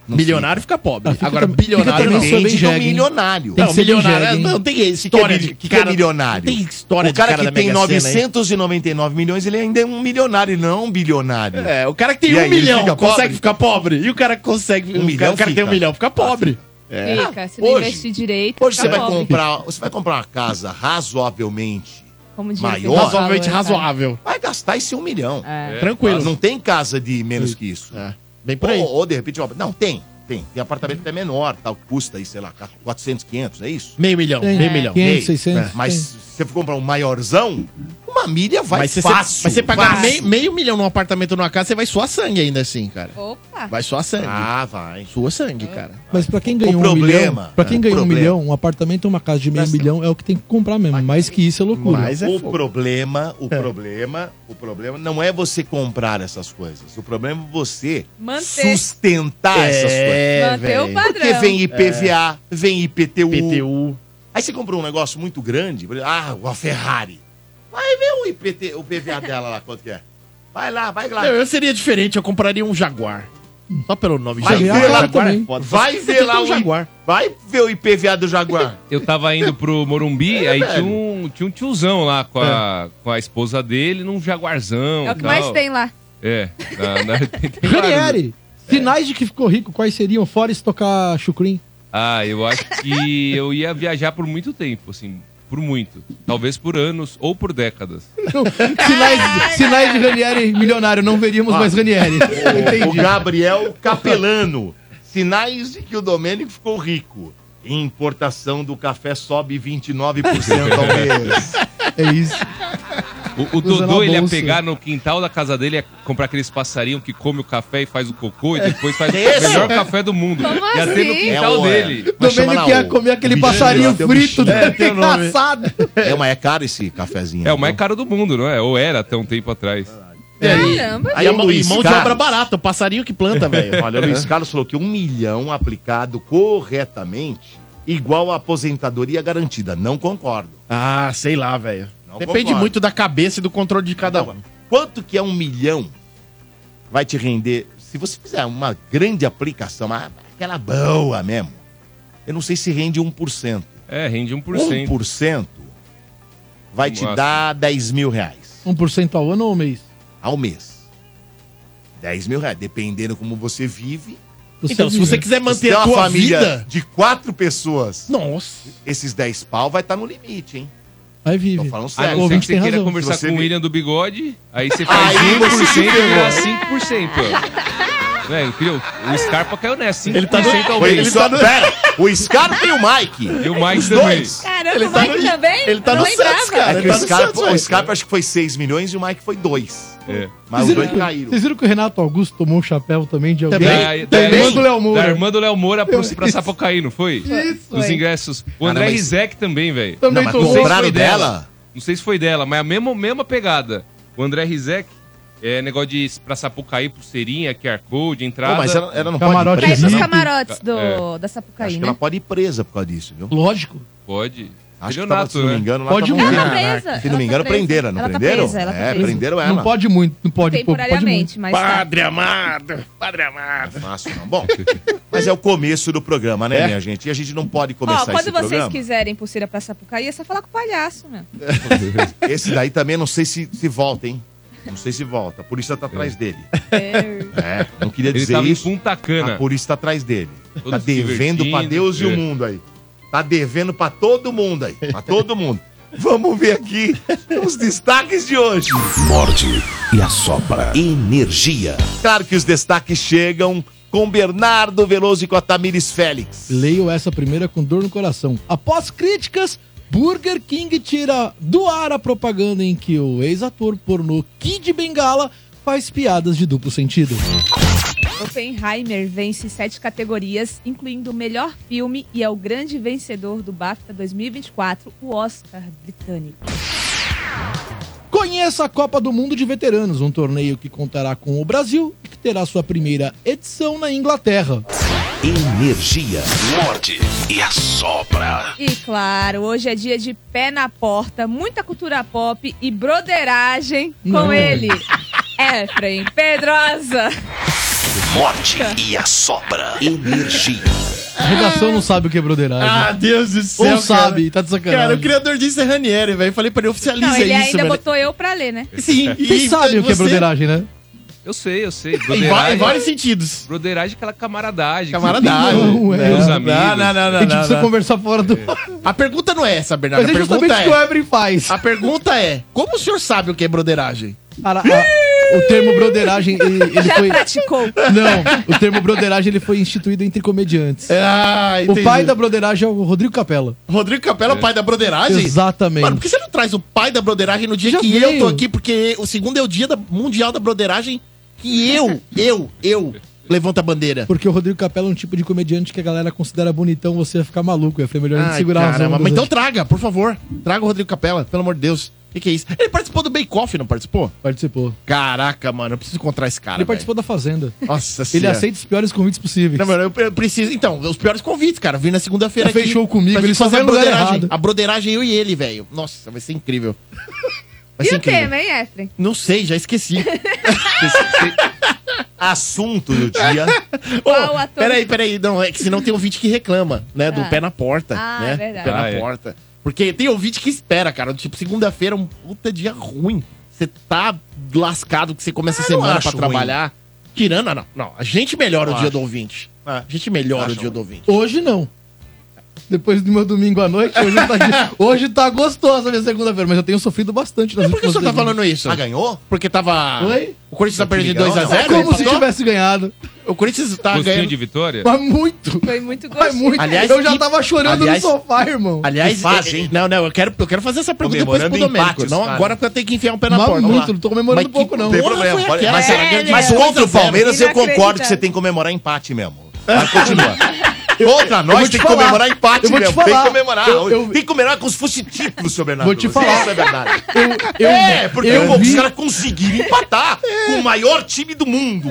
[SPEAKER 6] milionário fica pobre.
[SPEAKER 7] fica
[SPEAKER 6] Agora,
[SPEAKER 7] também- fica
[SPEAKER 6] bilionário
[SPEAKER 7] também
[SPEAKER 6] não.
[SPEAKER 7] sou bem
[SPEAKER 2] Depende do
[SPEAKER 7] jegue, hein?
[SPEAKER 2] milionário.
[SPEAKER 7] é Tem
[SPEAKER 6] Não,
[SPEAKER 7] que ser
[SPEAKER 6] milionário é,
[SPEAKER 7] ligeiro, hein?
[SPEAKER 6] não tem história
[SPEAKER 2] História
[SPEAKER 6] de
[SPEAKER 2] que, é milionário.
[SPEAKER 6] Não tem história
[SPEAKER 2] o cara
[SPEAKER 6] de cara
[SPEAKER 2] que tem
[SPEAKER 6] da Mega Sena, hein?
[SPEAKER 2] 999 milhões, ele ainda é um milionário, não um bilionário.
[SPEAKER 6] É, o cara que tem
[SPEAKER 2] E
[SPEAKER 6] um
[SPEAKER 2] aí, ele
[SPEAKER 6] milhão
[SPEAKER 2] fica
[SPEAKER 6] consegue
[SPEAKER 2] pobre?
[SPEAKER 6] ficar pobre. E o cara que consegue.
[SPEAKER 2] Um
[SPEAKER 6] o
[SPEAKER 2] milhão
[SPEAKER 6] cara, o cara que tem um
[SPEAKER 2] fica. assim.
[SPEAKER 6] milhão fica pobre. É.
[SPEAKER 4] Fica, se não
[SPEAKER 2] É. hoje-
[SPEAKER 4] investir direito, tá
[SPEAKER 2] Hoje você
[SPEAKER 4] fica
[SPEAKER 2] vai
[SPEAKER 4] pobre.
[SPEAKER 2] comprar, você vai comprar uma casa razoavelmente,
[SPEAKER 4] Como diz o
[SPEAKER 2] maior,
[SPEAKER 4] Fê, valor, né?
[SPEAKER 6] Razoavelmente
[SPEAKER 4] cara.
[SPEAKER 6] razoável.
[SPEAKER 2] vai gastar esse um milhão.
[SPEAKER 4] É.
[SPEAKER 6] Tranquilo.
[SPEAKER 2] Não tem casa de menos que isso.
[SPEAKER 6] É, Bem por aí.
[SPEAKER 2] Ou, ou, de repente, uma- não, tem, tem. Tem apartamento até menor, tal, que custa aí, sei lá, 400, 500, é isso?
[SPEAKER 6] Meio milhão,
[SPEAKER 7] Tem
[SPEAKER 6] meio
[SPEAKER 4] É,
[SPEAKER 6] milhão.
[SPEAKER 7] 500,
[SPEAKER 2] Meio. É.
[SPEAKER 7] 600.
[SPEAKER 2] Mas se você for comprar um maiorzão, uma milha vai
[SPEAKER 6] mas se você,
[SPEAKER 2] fácil.
[SPEAKER 6] mas você pagar
[SPEAKER 2] fácil.
[SPEAKER 6] meio, meio milhão num apartamento numa casa, você vai suar sangue ainda assim, cara.
[SPEAKER 4] Opa! É.
[SPEAKER 6] Vai suar sangue.
[SPEAKER 2] Ah, vai.
[SPEAKER 6] Sua sangue, cara.
[SPEAKER 7] Mas pra quem ganhou um
[SPEAKER 2] problema-
[SPEAKER 7] milhão, pra quem
[SPEAKER 2] é,
[SPEAKER 7] ganhou um
[SPEAKER 2] problema.
[SPEAKER 7] milhão, um apartamento, uma casa de meio
[SPEAKER 2] Presta-
[SPEAKER 7] milhão é o que tem que comprar mesmo. Mais que isso é loucura.
[SPEAKER 6] Mas é
[SPEAKER 2] o
[SPEAKER 6] fogo. É.
[SPEAKER 2] problema, o problema, o problema não é você comprar essas coisas. O problema é você
[SPEAKER 4] Manter.
[SPEAKER 2] sustentar
[SPEAKER 7] É,
[SPEAKER 2] essas coisas.
[SPEAKER 4] Manter o
[SPEAKER 6] velho.
[SPEAKER 4] padrão.
[SPEAKER 2] Porque vem IPVA, vem IPTU.
[SPEAKER 6] PTU.
[SPEAKER 2] Aí você comprou um negócio muito grande, por exemplo, ah, uma Ferrari. Vai ver o IPT, o PVA dela lá, quanto que é. Vai lá, vai lá.
[SPEAKER 6] Não, eu seria diferente, eu compraria um Jaguar. Só pelo nome
[SPEAKER 2] Vai
[SPEAKER 6] Jaguar.
[SPEAKER 2] ver lá
[SPEAKER 6] Jaguar é
[SPEAKER 7] também.
[SPEAKER 6] foda.
[SPEAKER 2] Vai
[SPEAKER 6] Você
[SPEAKER 2] ver
[SPEAKER 6] tem
[SPEAKER 2] lá
[SPEAKER 6] um
[SPEAKER 2] o
[SPEAKER 6] Jaguar.
[SPEAKER 2] Vai ver o IPVA do Jaguar. É,
[SPEAKER 8] Eu tava indo pro Morumbi, aí tinha um, tinha um tiozão lá com a, com a esposa dele num jaguarzão.
[SPEAKER 4] É o que
[SPEAKER 8] tal.
[SPEAKER 4] mais tem lá.
[SPEAKER 8] É. Na, na, tem- tem vários.
[SPEAKER 7] Ranieri, sinais de que ficou rico, quais seriam? Fora estocar chucrim?
[SPEAKER 8] Ah, eu acho que eu ia viajar por muito tempo, assim, por muito. Talvez por anos ou por décadas.
[SPEAKER 7] Sinais, sinais de Ranieri milionário, não veríamos mais Ranieri.
[SPEAKER 2] O, o Gabriel Capelano. Sinais de que o Domênico ficou rico. Importação do café sobe 29% ao mês.
[SPEAKER 7] É isso.
[SPEAKER 8] O, o
[SPEAKER 7] Usa
[SPEAKER 8] Dodô,
[SPEAKER 7] na
[SPEAKER 8] ele ia
[SPEAKER 7] bolsa.
[SPEAKER 8] pegar no quintal da casa dele, ia comprar aqueles passarinhos que come o café e faz o cocô e depois faz
[SPEAKER 2] É
[SPEAKER 8] o
[SPEAKER 2] isso?
[SPEAKER 8] melhor café do mundo.
[SPEAKER 4] Como
[SPEAKER 8] ia ter no
[SPEAKER 4] assim?
[SPEAKER 8] quintal
[SPEAKER 2] É o-
[SPEAKER 8] dele.
[SPEAKER 2] Vai chamar lá
[SPEAKER 7] Domênico ia
[SPEAKER 2] o-
[SPEAKER 7] comer aquele
[SPEAKER 2] o bichinho,
[SPEAKER 7] passarinho
[SPEAKER 2] tem o
[SPEAKER 7] frito,
[SPEAKER 2] bichinho.
[SPEAKER 7] né?
[SPEAKER 2] É, tem o nome.
[SPEAKER 7] Engraçado.
[SPEAKER 2] É, mas é caro esse cafezinho.
[SPEAKER 8] É o mais caro do mundo, não é? Ou era até um tempo atrás.
[SPEAKER 4] Caramba.
[SPEAKER 2] Aí o
[SPEAKER 6] é mão
[SPEAKER 2] Luiz
[SPEAKER 6] mão de obra
[SPEAKER 2] Carlos.
[SPEAKER 6] barata, o passarinho que planta, velho.
[SPEAKER 2] Olha, o Luiz Carlos falou que um milhão aplicado corretamente igual a aposentadoria garantida. Não concordo.
[SPEAKER 6] Ah, sei lá, velho.
[SPEAKER 2] Não
[SPEAKER 6] Depende
[SPEAKER 2] concordo.
[SPEAKER 6] muito da cabeça e do controle de cada um.
[SPEAKER 2] Quanto que é um milhão vai te render? Se você fizer uma grande aplicação, ah, uma- aquela boa mesmo, eu não sei se rende 1%.
[SPEAKER 8] É, rende 1%.
[SPEAKER 2] 1% vai te
[SPEAKER 8] Nossa.
[SPEAKER 2] dar 10 mil reais
[SPEAKER 7] 1% ao ano ou mês?
[SPEAKER 2] ao mês. 10 mil reais, dependendo como você vive.
[SPEAKER 6] Então, se
[SPEAKER 7] vive.
[SPEAKER 6] você quiser
[SPEAKER 2] Se
[SPEAKER 6] manter
[SPEAKER 2] tem
[SPEAKER 6] a
[SPEAKER 2] uma
[SPEAKER 6] tua
[SPEAKER 2] família
[SPEAKER 6] vida...
[SPEAKER 2] de quatro pessoas,
[SPEAKER 6] Nossa.
[SPEAKER 2] esses 10 pal vai estar no limite, hein?
[SPEAKER 7] Aí
[SPEAKER 2] Tô
[SPEAKER 7] vive.
[SPEAKER 2] falando
[SPEAKER 8] A
[SPEAKER 2] sério.
[SPEAKER 8] Ah, não ser que
[SPEAKER 7] ouvinte
[SPEAKER 8] você
[SPEAKER 7] tem
[SPEAKER 8] queira
[SPEAKER 7] razão.
[SPEAKER 8] conversar
[SPEAKER 2] Se você
[SPEAKER 8] com o
[SPEAKER 2] me-
[SPEAKER 8] William do bigode, aí você faz
[SPEAKER 2] Aí você se
[SPEAKER 8] 1% e
[SPEAKER 2] ferrou.
[SPEAKER 8] dá 5%. ó. Velho, filho, o Scarpa caiu nessa. 5% ele tá ao
[SPEAKER 2] Foi
[SPEAKER 8] mês.
[SPEAKER 2] ele só- Pera, o Scarpa e o Mike.
[SPEAKER 8] E o Mike
[SPEAKER 2] Os
[SPEAKER 8] também.
[SPEAKER 2] dois.
[SPEAKER 4] Caramba,
[SPEAKER 6] Ele
[SPEAKER 4] o
[SPEAKER 6] tá
[SPEAKER 4] Mike
[SPEAKER 6] no-
[SPEAKER 4] também?
[SPEAKER 6] ele tá
[SPEAKER 4] Eu
[SPEAKER 6] no
[SPEAKER 4] não lembrava.
[SPEAKER 6] Santos, cara.
[SPEAKER 2] É que
[SPEAKER 6] Ele tá
[SPEAKER 2] o
[SPEAKER 6] no
[SPEAKER 2] Scarpa,
[SPEAKER 6] Santos, velho.
[SPEAKER 2] o Scarpa acho que foi 6 milhões e o Mike foi 2.
[SPEAKER 8] É.
[SPEAKER 2] Mas tá, os
[SPEAKER 7] Vocês
[SPEAKER 2] dois
[SPEAKER 7] viram,
[SPEAKER 2] caíram.
[SPEAKER 7] vocês viram que o Renato Augusto tomou um chapéu também de alguém?
[SPEAKER 8] Da, da,
[SPEAKER 7] Da irmã
[SPEAKER 8] irmã-
[SPEAKER 7] do Léo Moura.
[SPEAKER 8] da irmã do Léo Moura pro, pra Sapucaí, não foi?
[SPEAKER 4] Isso,
[SPEAKER 8] Os
[SPEAKER 4] foi.
[SPEAKER 8] ingressos. O
[SPEAKER 2] Cara,
[SPEAKER 8] André
[SPEAKER 2] Ah, mas-
[SPEAKER 8] Rizek também, velho.
[SPEAKER 7] Também
[SPEAKER 2] mas
[SPEAKER 7] tomou.
[SPEAKER 8] sei se
[SPEAKER 2] compraram
[SPEAKER 8] foi
[SPEAKER 2] dela?
[SPEAKER 8] Não sei se foi dela, mas é a mesma, mesma pegada. O André Rizek é negócio de ir pra Sapucaí, pulseirinha, QR Code, entrada. É,
[SPEAKER 2] Pô, mas ela, ela não
[SPEAKER 7] Camarote
[SPEAKER 2] pode ir
[SPEAKER 4] Cai
[SPEAKER 2] presa.
[SPEAKER 4] pros
[SPEAKER 7] Sim.
[SPEAKER 2] Não. é,
[SPEAKER 4] camarotes do, da
[SPEAKER 2] Acho
[SPEAKER 4] Sapucaí,
[SPEAKER 2] que
[SPEAKER 4] né?
[SPEAKER 2] ela pode ir presa por causa disso, viu?
[SPEAKER 7] Lógico.
[SPEAKER 8] Pode.
[SPEAKER 2] Acho que tava,
[SPEAKER 8] Estelionato,
[SPEAKER 2] se não me engano, lá
[SPEAKER 7] Pode
[SPEAKER 2] tava
[SPEAKER 7] um-
[SPEAKER 2] um-
[SPEAKER 4] Ela tá
[SPEAKER 7] Caraca.
[SPEAKER 4] presa.
[SPEAKER 2] Se não me
[SPEAKER 4] ela
[SPEAKER 2] engano,
[SPEAKER 4] tá presa.
[SPEAKER 2] prenderam, não
[SPEAKER 4] ela
[SPEAKER 2] prenderam?
[SPEAKER 4] Tá presa, ela tá
[SPEAKER 2] é,
[SPEAKER 4] presa.
[SPEAKER 2] prenderam ela.
[SPEAKER 7] Não pode muito, não pode pouco, pode muito.
[SPEAKER 4] Temporariamente, mas tá.
[SPEAKER 6] amado, padre amado.
[SPEAKER 2] Não é fácil, não. Bom, mas é o começo do programa,
[SPEAKER 6] É.
[SPEAKER 2] né, minha gente? E a gente não pode começar
[SPEAKER 4] Ó, quando
[SPEAKER 2] esse
[SPEAKER 4] vocês
[SPEAKER 2] programa.
[SPEAKER 4] quiserem pulseira pra Sapucaí, é só falar com o palhaço, meu.
[SPEAKER 2] Esse daí também não sei se, se volta, hein? Não sei se volta. A polícia tá atrás dele. É, não queria
[SPEAKER 8] Ele
[SPEAKER 2] dizer
[SPEAKER 8] tava
[SPEAKER 2] isso.
[SPEAKER 8] em Punta Cana.
[SPEAKER 2] A polícia tá atrás dele.
[SPEAKER 8] Todo
[SPEAKER 2] tá
[SPEAKER 8] se
[SPEAKER 2] devendo pra
[SPEAKER 8] divertindo.
[SPEAKER 2] Deus e o
[SPEAKER 8] É.
[SPEAKER 2] mundo aí. Tá devendo pra todo mundo aí. Pra todo mundo. Vamos ver aqui os destaques de hoje.
[SPEAKER 3] Morde e assopra.
[SPEAKER 2] Energia. Claro que os destaques chegam com Bernardo Veloso e com a Tamires Félix.
[SPEAKER 7] Leio essa primeira com dor no coração. Após críticas, Burger King tira do ar a propaganda em que o ex-ator pornô Kid Bengala faz piadas de duplo sentido.
[SPEAKER 4] Oppenheimer vence sete categorias, incluindo o melhor filme e é o grande vencedor do BAFTA 2024, o Oscar britânico.
[SPEAKER 7] Conheça a Copa do Mundo de Veteranos, um torneio que contará com o Brasil e que terá sua primeira edição na Inglaterra.
[SPEAKER 3] Energia. Morde e assopra.
[SPEAKER 4] E claro, hoje é dia de pé na porta, muita cultura pop e broderagem com
[SPEAKER 7] Não.
[SPEAKER 4] ele, Efraim Pedrosa.
[SPEAKER 3] Morde e assopra. Energia.
[SPEAKER 7] A redação não sabe o que é broderagem.
[SPEAKER 6] Ah, Deus do
[SPEAKER 7] Ou
[SPEAKER 6] céu.
[SPEAKER 7] sabe,
[SPEAKER 6] cara.
[SPEAKER 7] tá de sacanagem.
[SPEAKER 6] Cara, o criador disso é Ranieri, velho. Falei pra ele, oficializa
[SPEAKER 4] Não, ele
[SPEAKER 6] é isso,
[SPEAKER 4] ainda
[SPEAKER 6] velho.
[SPEAKER 4] botou eu pra ler, né?
[SPEAKER 6] Sim,
[SPEAKER 7] Vocês sabem o que é broderagem, né?
[SPEAKER 8] Eu sei, eu sei.
[SPEAKER 6] Em, va- em
[SPEAKER 8] Broderagem,
[SPEAKER 6] vários sentidos.
[SPEAKER 8] broderagem é aquela camaradagem. que
[SPEAKER 6] Camaradagem.
[SPEAKER 7] Não, é.
[SPEAKER 8] tem os
[SPEAKER 6] Não,
[SPEAKER 8] amigos.
[SPEAKER 6] não, não, não,
[SPEAKER 7] A gente
[SPEAKER 6] não,
[SPEAKER 7] precisa
[SPEAKER 6] não.
[SPEAKER 7] conversar fora do...
[SPEAKER 6] A pergunta não é essa, Bernardo.
[SPEAKER 7] Mas
[SPEAKER 6] A
[SPEAKER 7] é
[SPEAKER 6] pergunta
[SPEAKER 7] justamente o que o
[SPEAKER 6] é...
[SPEAKER 7] Evelyn faz.
[SPEAKER 6] A pergunta é, como o senhor sabe o que é broderagem?
[SPEAKER 7] Cara, a- o termo broderagem, ele, ele
[SPEAKER 4] Já
[SPEAKER 7] foi...
[SPEAKER 4] praticou.
[SPEAKER 7] Não, o termo broderagem ele foi instituído entre comediantes.
[SPEAKER 6] Ah,
[SPEAKER 7] O pai da broderagem é o Rodrigo Capella.
[SPEAKER 6] Rodrigo Capela, é o pai da broderagem?
[SPEAKER 7] Exatamente.
[SPEAKER 6] Mano, por que você não traz o pai da broderagem no dia
[SPEAKER 7] Já
[SPEAKER 6] que eu
[SPEAKER 7] veio.
[SPEAKER 6] tô aqui? Porque o segundo é o dia da- mundial da broderagem que eu, eu, eu levanto a bandeira.
[SPEAKER 7] Porque o Rodrigo Capella é um tipo de comediante que a galera considera bonitão, você ia ficar maluco. É melhor a gente
[SPEAKER 6] Ai,
[SPEAKER 7] segurar as
[SPEAKER 6] caramba.
[SPEAKER 7] ondas.
[SPEAKER 6] Mas então
[SPEAKER 7] acho.
[SPEAKER 6] traga, por favor. Traga o Rodrigo Capela, pelo amor de Deus. O que, que é isso? Ele participou do Bake Off, não participou?
[SPEAKER 7] Participou.
[SPEAKER 6] Caraca, mano, eu preciso encontrar esse cara.
[SPEAKER 7] ele participou da Fazenda.
[SPEAKER 6] velho. Nossa
[SPEAKER 7] Ele
[SPEAKER 6] senhora.
[SPEAKER 7] aceita os piores convites possíveis.
[SPEAKER 6] Não, mano, eu, eu preciso. Então, os piores convites, cara. Vim na segunda-feira
[SPEAKER 7] Já fez show comigo,
[SPEAKER 6] pra
[SPEAKER 7] ele
[SPEAKER 6] gente
[SPEAKER 7] só vai
[SPEAKER 6] fazer a
[SPEAKER 7] no lugar
[SPEAKER 6] broderagem.
[SPEAKER 7] errado.
[SPEAKER 6] A broderagem, é eu e ele, velho. Nossa, vai ser incrível. Vai
[SPEAKER 4] E
[SPEAKER 6] ser
[SPEAKER 4] o
[SPEAKER 6] incrível.
[SPEAKER 4] tema, hein, Efraim?
[SPEAKER 6] Não sei, já esqueci.
[SPEAKER 8] Você- você-
[SPEAKER 2] assunto do dia.
[SPEAKER 4] Qual
[SPEAKER 6] Ô,
[SPEAKER 4] ator?
[SPEAKER 6] Peraí, peraí. Não, é que senão tem ouvinte que reclama, né? Do
[SPEAKER 4] Ah.
[SPEAKER 6] pé na porta.
[SPEAKER 4] Ah,
[SPEAKER 6] né? Do
[SPEAKER 4] verdade.
[SPEAKER 6] pé na
[SPEAKER 8] Ah, é.
[SPEAKER 6] porta. Porque tem ouvinte que espera, cara. Tipo, segunda-feira é um puta dia ruim. Você tá lascado que você começa a
[SPEAKER 2] Ah, eu não
[SPEAKER 6] semana pra
[SPEAKER 2] acho
[SPEAKER 6] trabalhar. Tirando, ah, não, não. A gente melhora
[SPEAKER 2] Eu
[SPEAKER 6] o dia
[SPEAKER 2] acho.
[SPEAKER 6] do ouvinte.
[SPEAKER 2] É.
[SPEAKER 6] A gente melhora
[SPEAKER 2] Acho
[SPEAKER 6] o dia do ouvinte.
[SPEAKER 7] Hoje não. Depois do meu domingo à noite, hoje tá, hoje tá gostosa a minha segunda-feira, mas eu tenho sofrido bastante nas
[SPEAKER 6] Por que o
[SPEAKER 7] últimas
[SPEAKER 6] senhor tá
[SPEAKER 7] duas
[SPEAKER 6] falando isso?
[SPEAKER 2] Ah, ganhou?
[SPEAKER 6] Porque tava.
[SPEAKER 7] Oi?
[SPEAKER 6] O Corinthians tá perdendo
[SPEAKER 2] Não, não.
[SPEAKER 7] semanas. É
[SPEAKER 6] 2x0?
[SPEAKER 7] como se tivesse ganhado.
[SPEAKER 6] O Corinthians tá
[SPEAKER 8] Gostinho
[SPEAKER 6] ganhando.
[SPEAKER 8] de vitória?
[SPEAKER 7] Mas muito,
[SPEAKER 4] Foi muito
[SPEAKER 7] mas
[SPEAKER 4] gostoso.
[SPEAKER 7] muito.
[SPEAKER 6] Aliás,
[SPEAKER 7] eu já
[SPEAKER 6] que-
[SPEAKER 7] tava chorando
[SPEAKER 6] aliás-
[SPEAKER 7] no sofá, irmão.
[SPEAKER 6] Aliás,
[SPEAKER 2] Que fase,
[SPEAKER 6] é- é-
[SPEAKER 2] hein?
[SPEAKER 6] não, não, eu quero, eu quero fazer essa pergunta depois pro
[SPEAKER 2] Comemorando
[SPEAKER 6] Domênico.
[SPEAKER 2] empates,
[SPEAKER 6] Não,
[SPEAKER 2] cara.
[SPEAKER 6] agora porque eu tenho que enfiar um pé na
[SPEAKER 7] Mas
[SPEAKER 6] porta. vamos
[SPEAKER 7] muito,
[SPEAKER 6] lá.
[SPEAKER 7] não tô comemorando
[SPEAKER 6] Mas
[SPEAKER 7] pouco,
[SPEAKER 6] que-
[SPEAKER 7] não.
[SPEAKER 2] Tem
[SPEAKER 6] Porra,
[SPEAKER 2] problema.
[SPEAKER 6] foi
[SPEAKER 2] pode-
[SPEAKER 6] aquela.
[SPEAKER 2] mas,
[SPEAKER 4] É,
[SPEAKER 2] mas
[SPEAKER 4] né?
[SPEAKER 2] contra o Palmeiras eu
[SPEAKER 4] Inacreditável.
[SPEAKER 2] concordo que tá- você tem que comemorar empate mesmo. Mas continua. Contra
[SPEAKER 7] vou
[SPEAKER 2] nós
[SPEAKER 7] te
[SPEAKER 2] tem que
[SPEAKER 7] falar.
[SPEAKER 2] comemorar empate
[SPEAKER 7] Eu vou te
[SPEAKER 2] mesmo. Tem que
[SPEAKER 7] falar.
[SPEAKER 2] comemorar.
[SPEAKER 7] Eu- eu-
[SPEAKER 2] Tem que comemorar com os fugitivos, seu Bernardo.
[SPEAKER 7] Vou te
[SPEAKER 2] Isso
[SPEAKER 7] falar.
[SPEAKER 2] é verdade.
[SPEAKER 7] Eu, eu,
[SPEAKER 2] é, porque
[SPEAKER 7] eu
[SPEAKER 2] pô, os
[SPEAKER 7] vi- É.
[SPEAKER 2] caras conseguiram empatar com o maior time do mundo.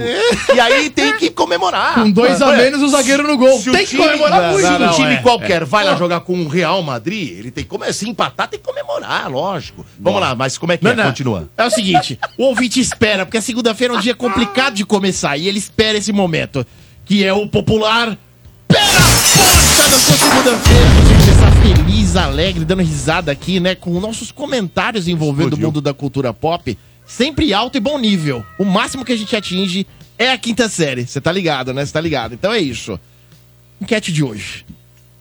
[SPEAKER 2] E aí tem que comemorar.
[SPEAKER 7] com dois a
[SPEAKER 2] Olha,
[SPEAKER 7] menos o zagueiro no gol.
[SPEAKER 2] se o
[SPEAKER 7] Tem que
[SPEAKER 2] time-
[SPEAKER 7] comemorar né?
[SPEAKER 2] Se
[SPEAKER 7] muito.
[SPEAKER 2] um
[SPEAKER 6] não,
[SPEAKER 2] time
[SPEAKER 6] é,
[SPEAKER 2] qualquer vai lá jogar com o Real Madrid, ele tem que come- é, se empatar, tem que comemorar, lógico. Vamos lá, mas como é que
[SPEAKER 6] Não,
[SPEAKER 2] é?
[SPEAKER 6] não.
[SPEAKER 2] Continua.
[SPEAKER 6] É o seguinte, o ouvinte espera, porque a segunda-feira é um dia complicado de começar, e ele espera esse momento, que é o popular Pé na Porta da sua segunda-feira. A gente está feliz, alegre, dando risada aqui, né, com nossos comentários envolvendo o
[SPEAKER 2] Explodiu.
[SPEAKER 6] mundo da cultura pop, sempre alto e bom nível. O máximo que a gente atinge é a quinta série, você tá ligado, né, você tá ligado. Então é isso. Enquete de hoje.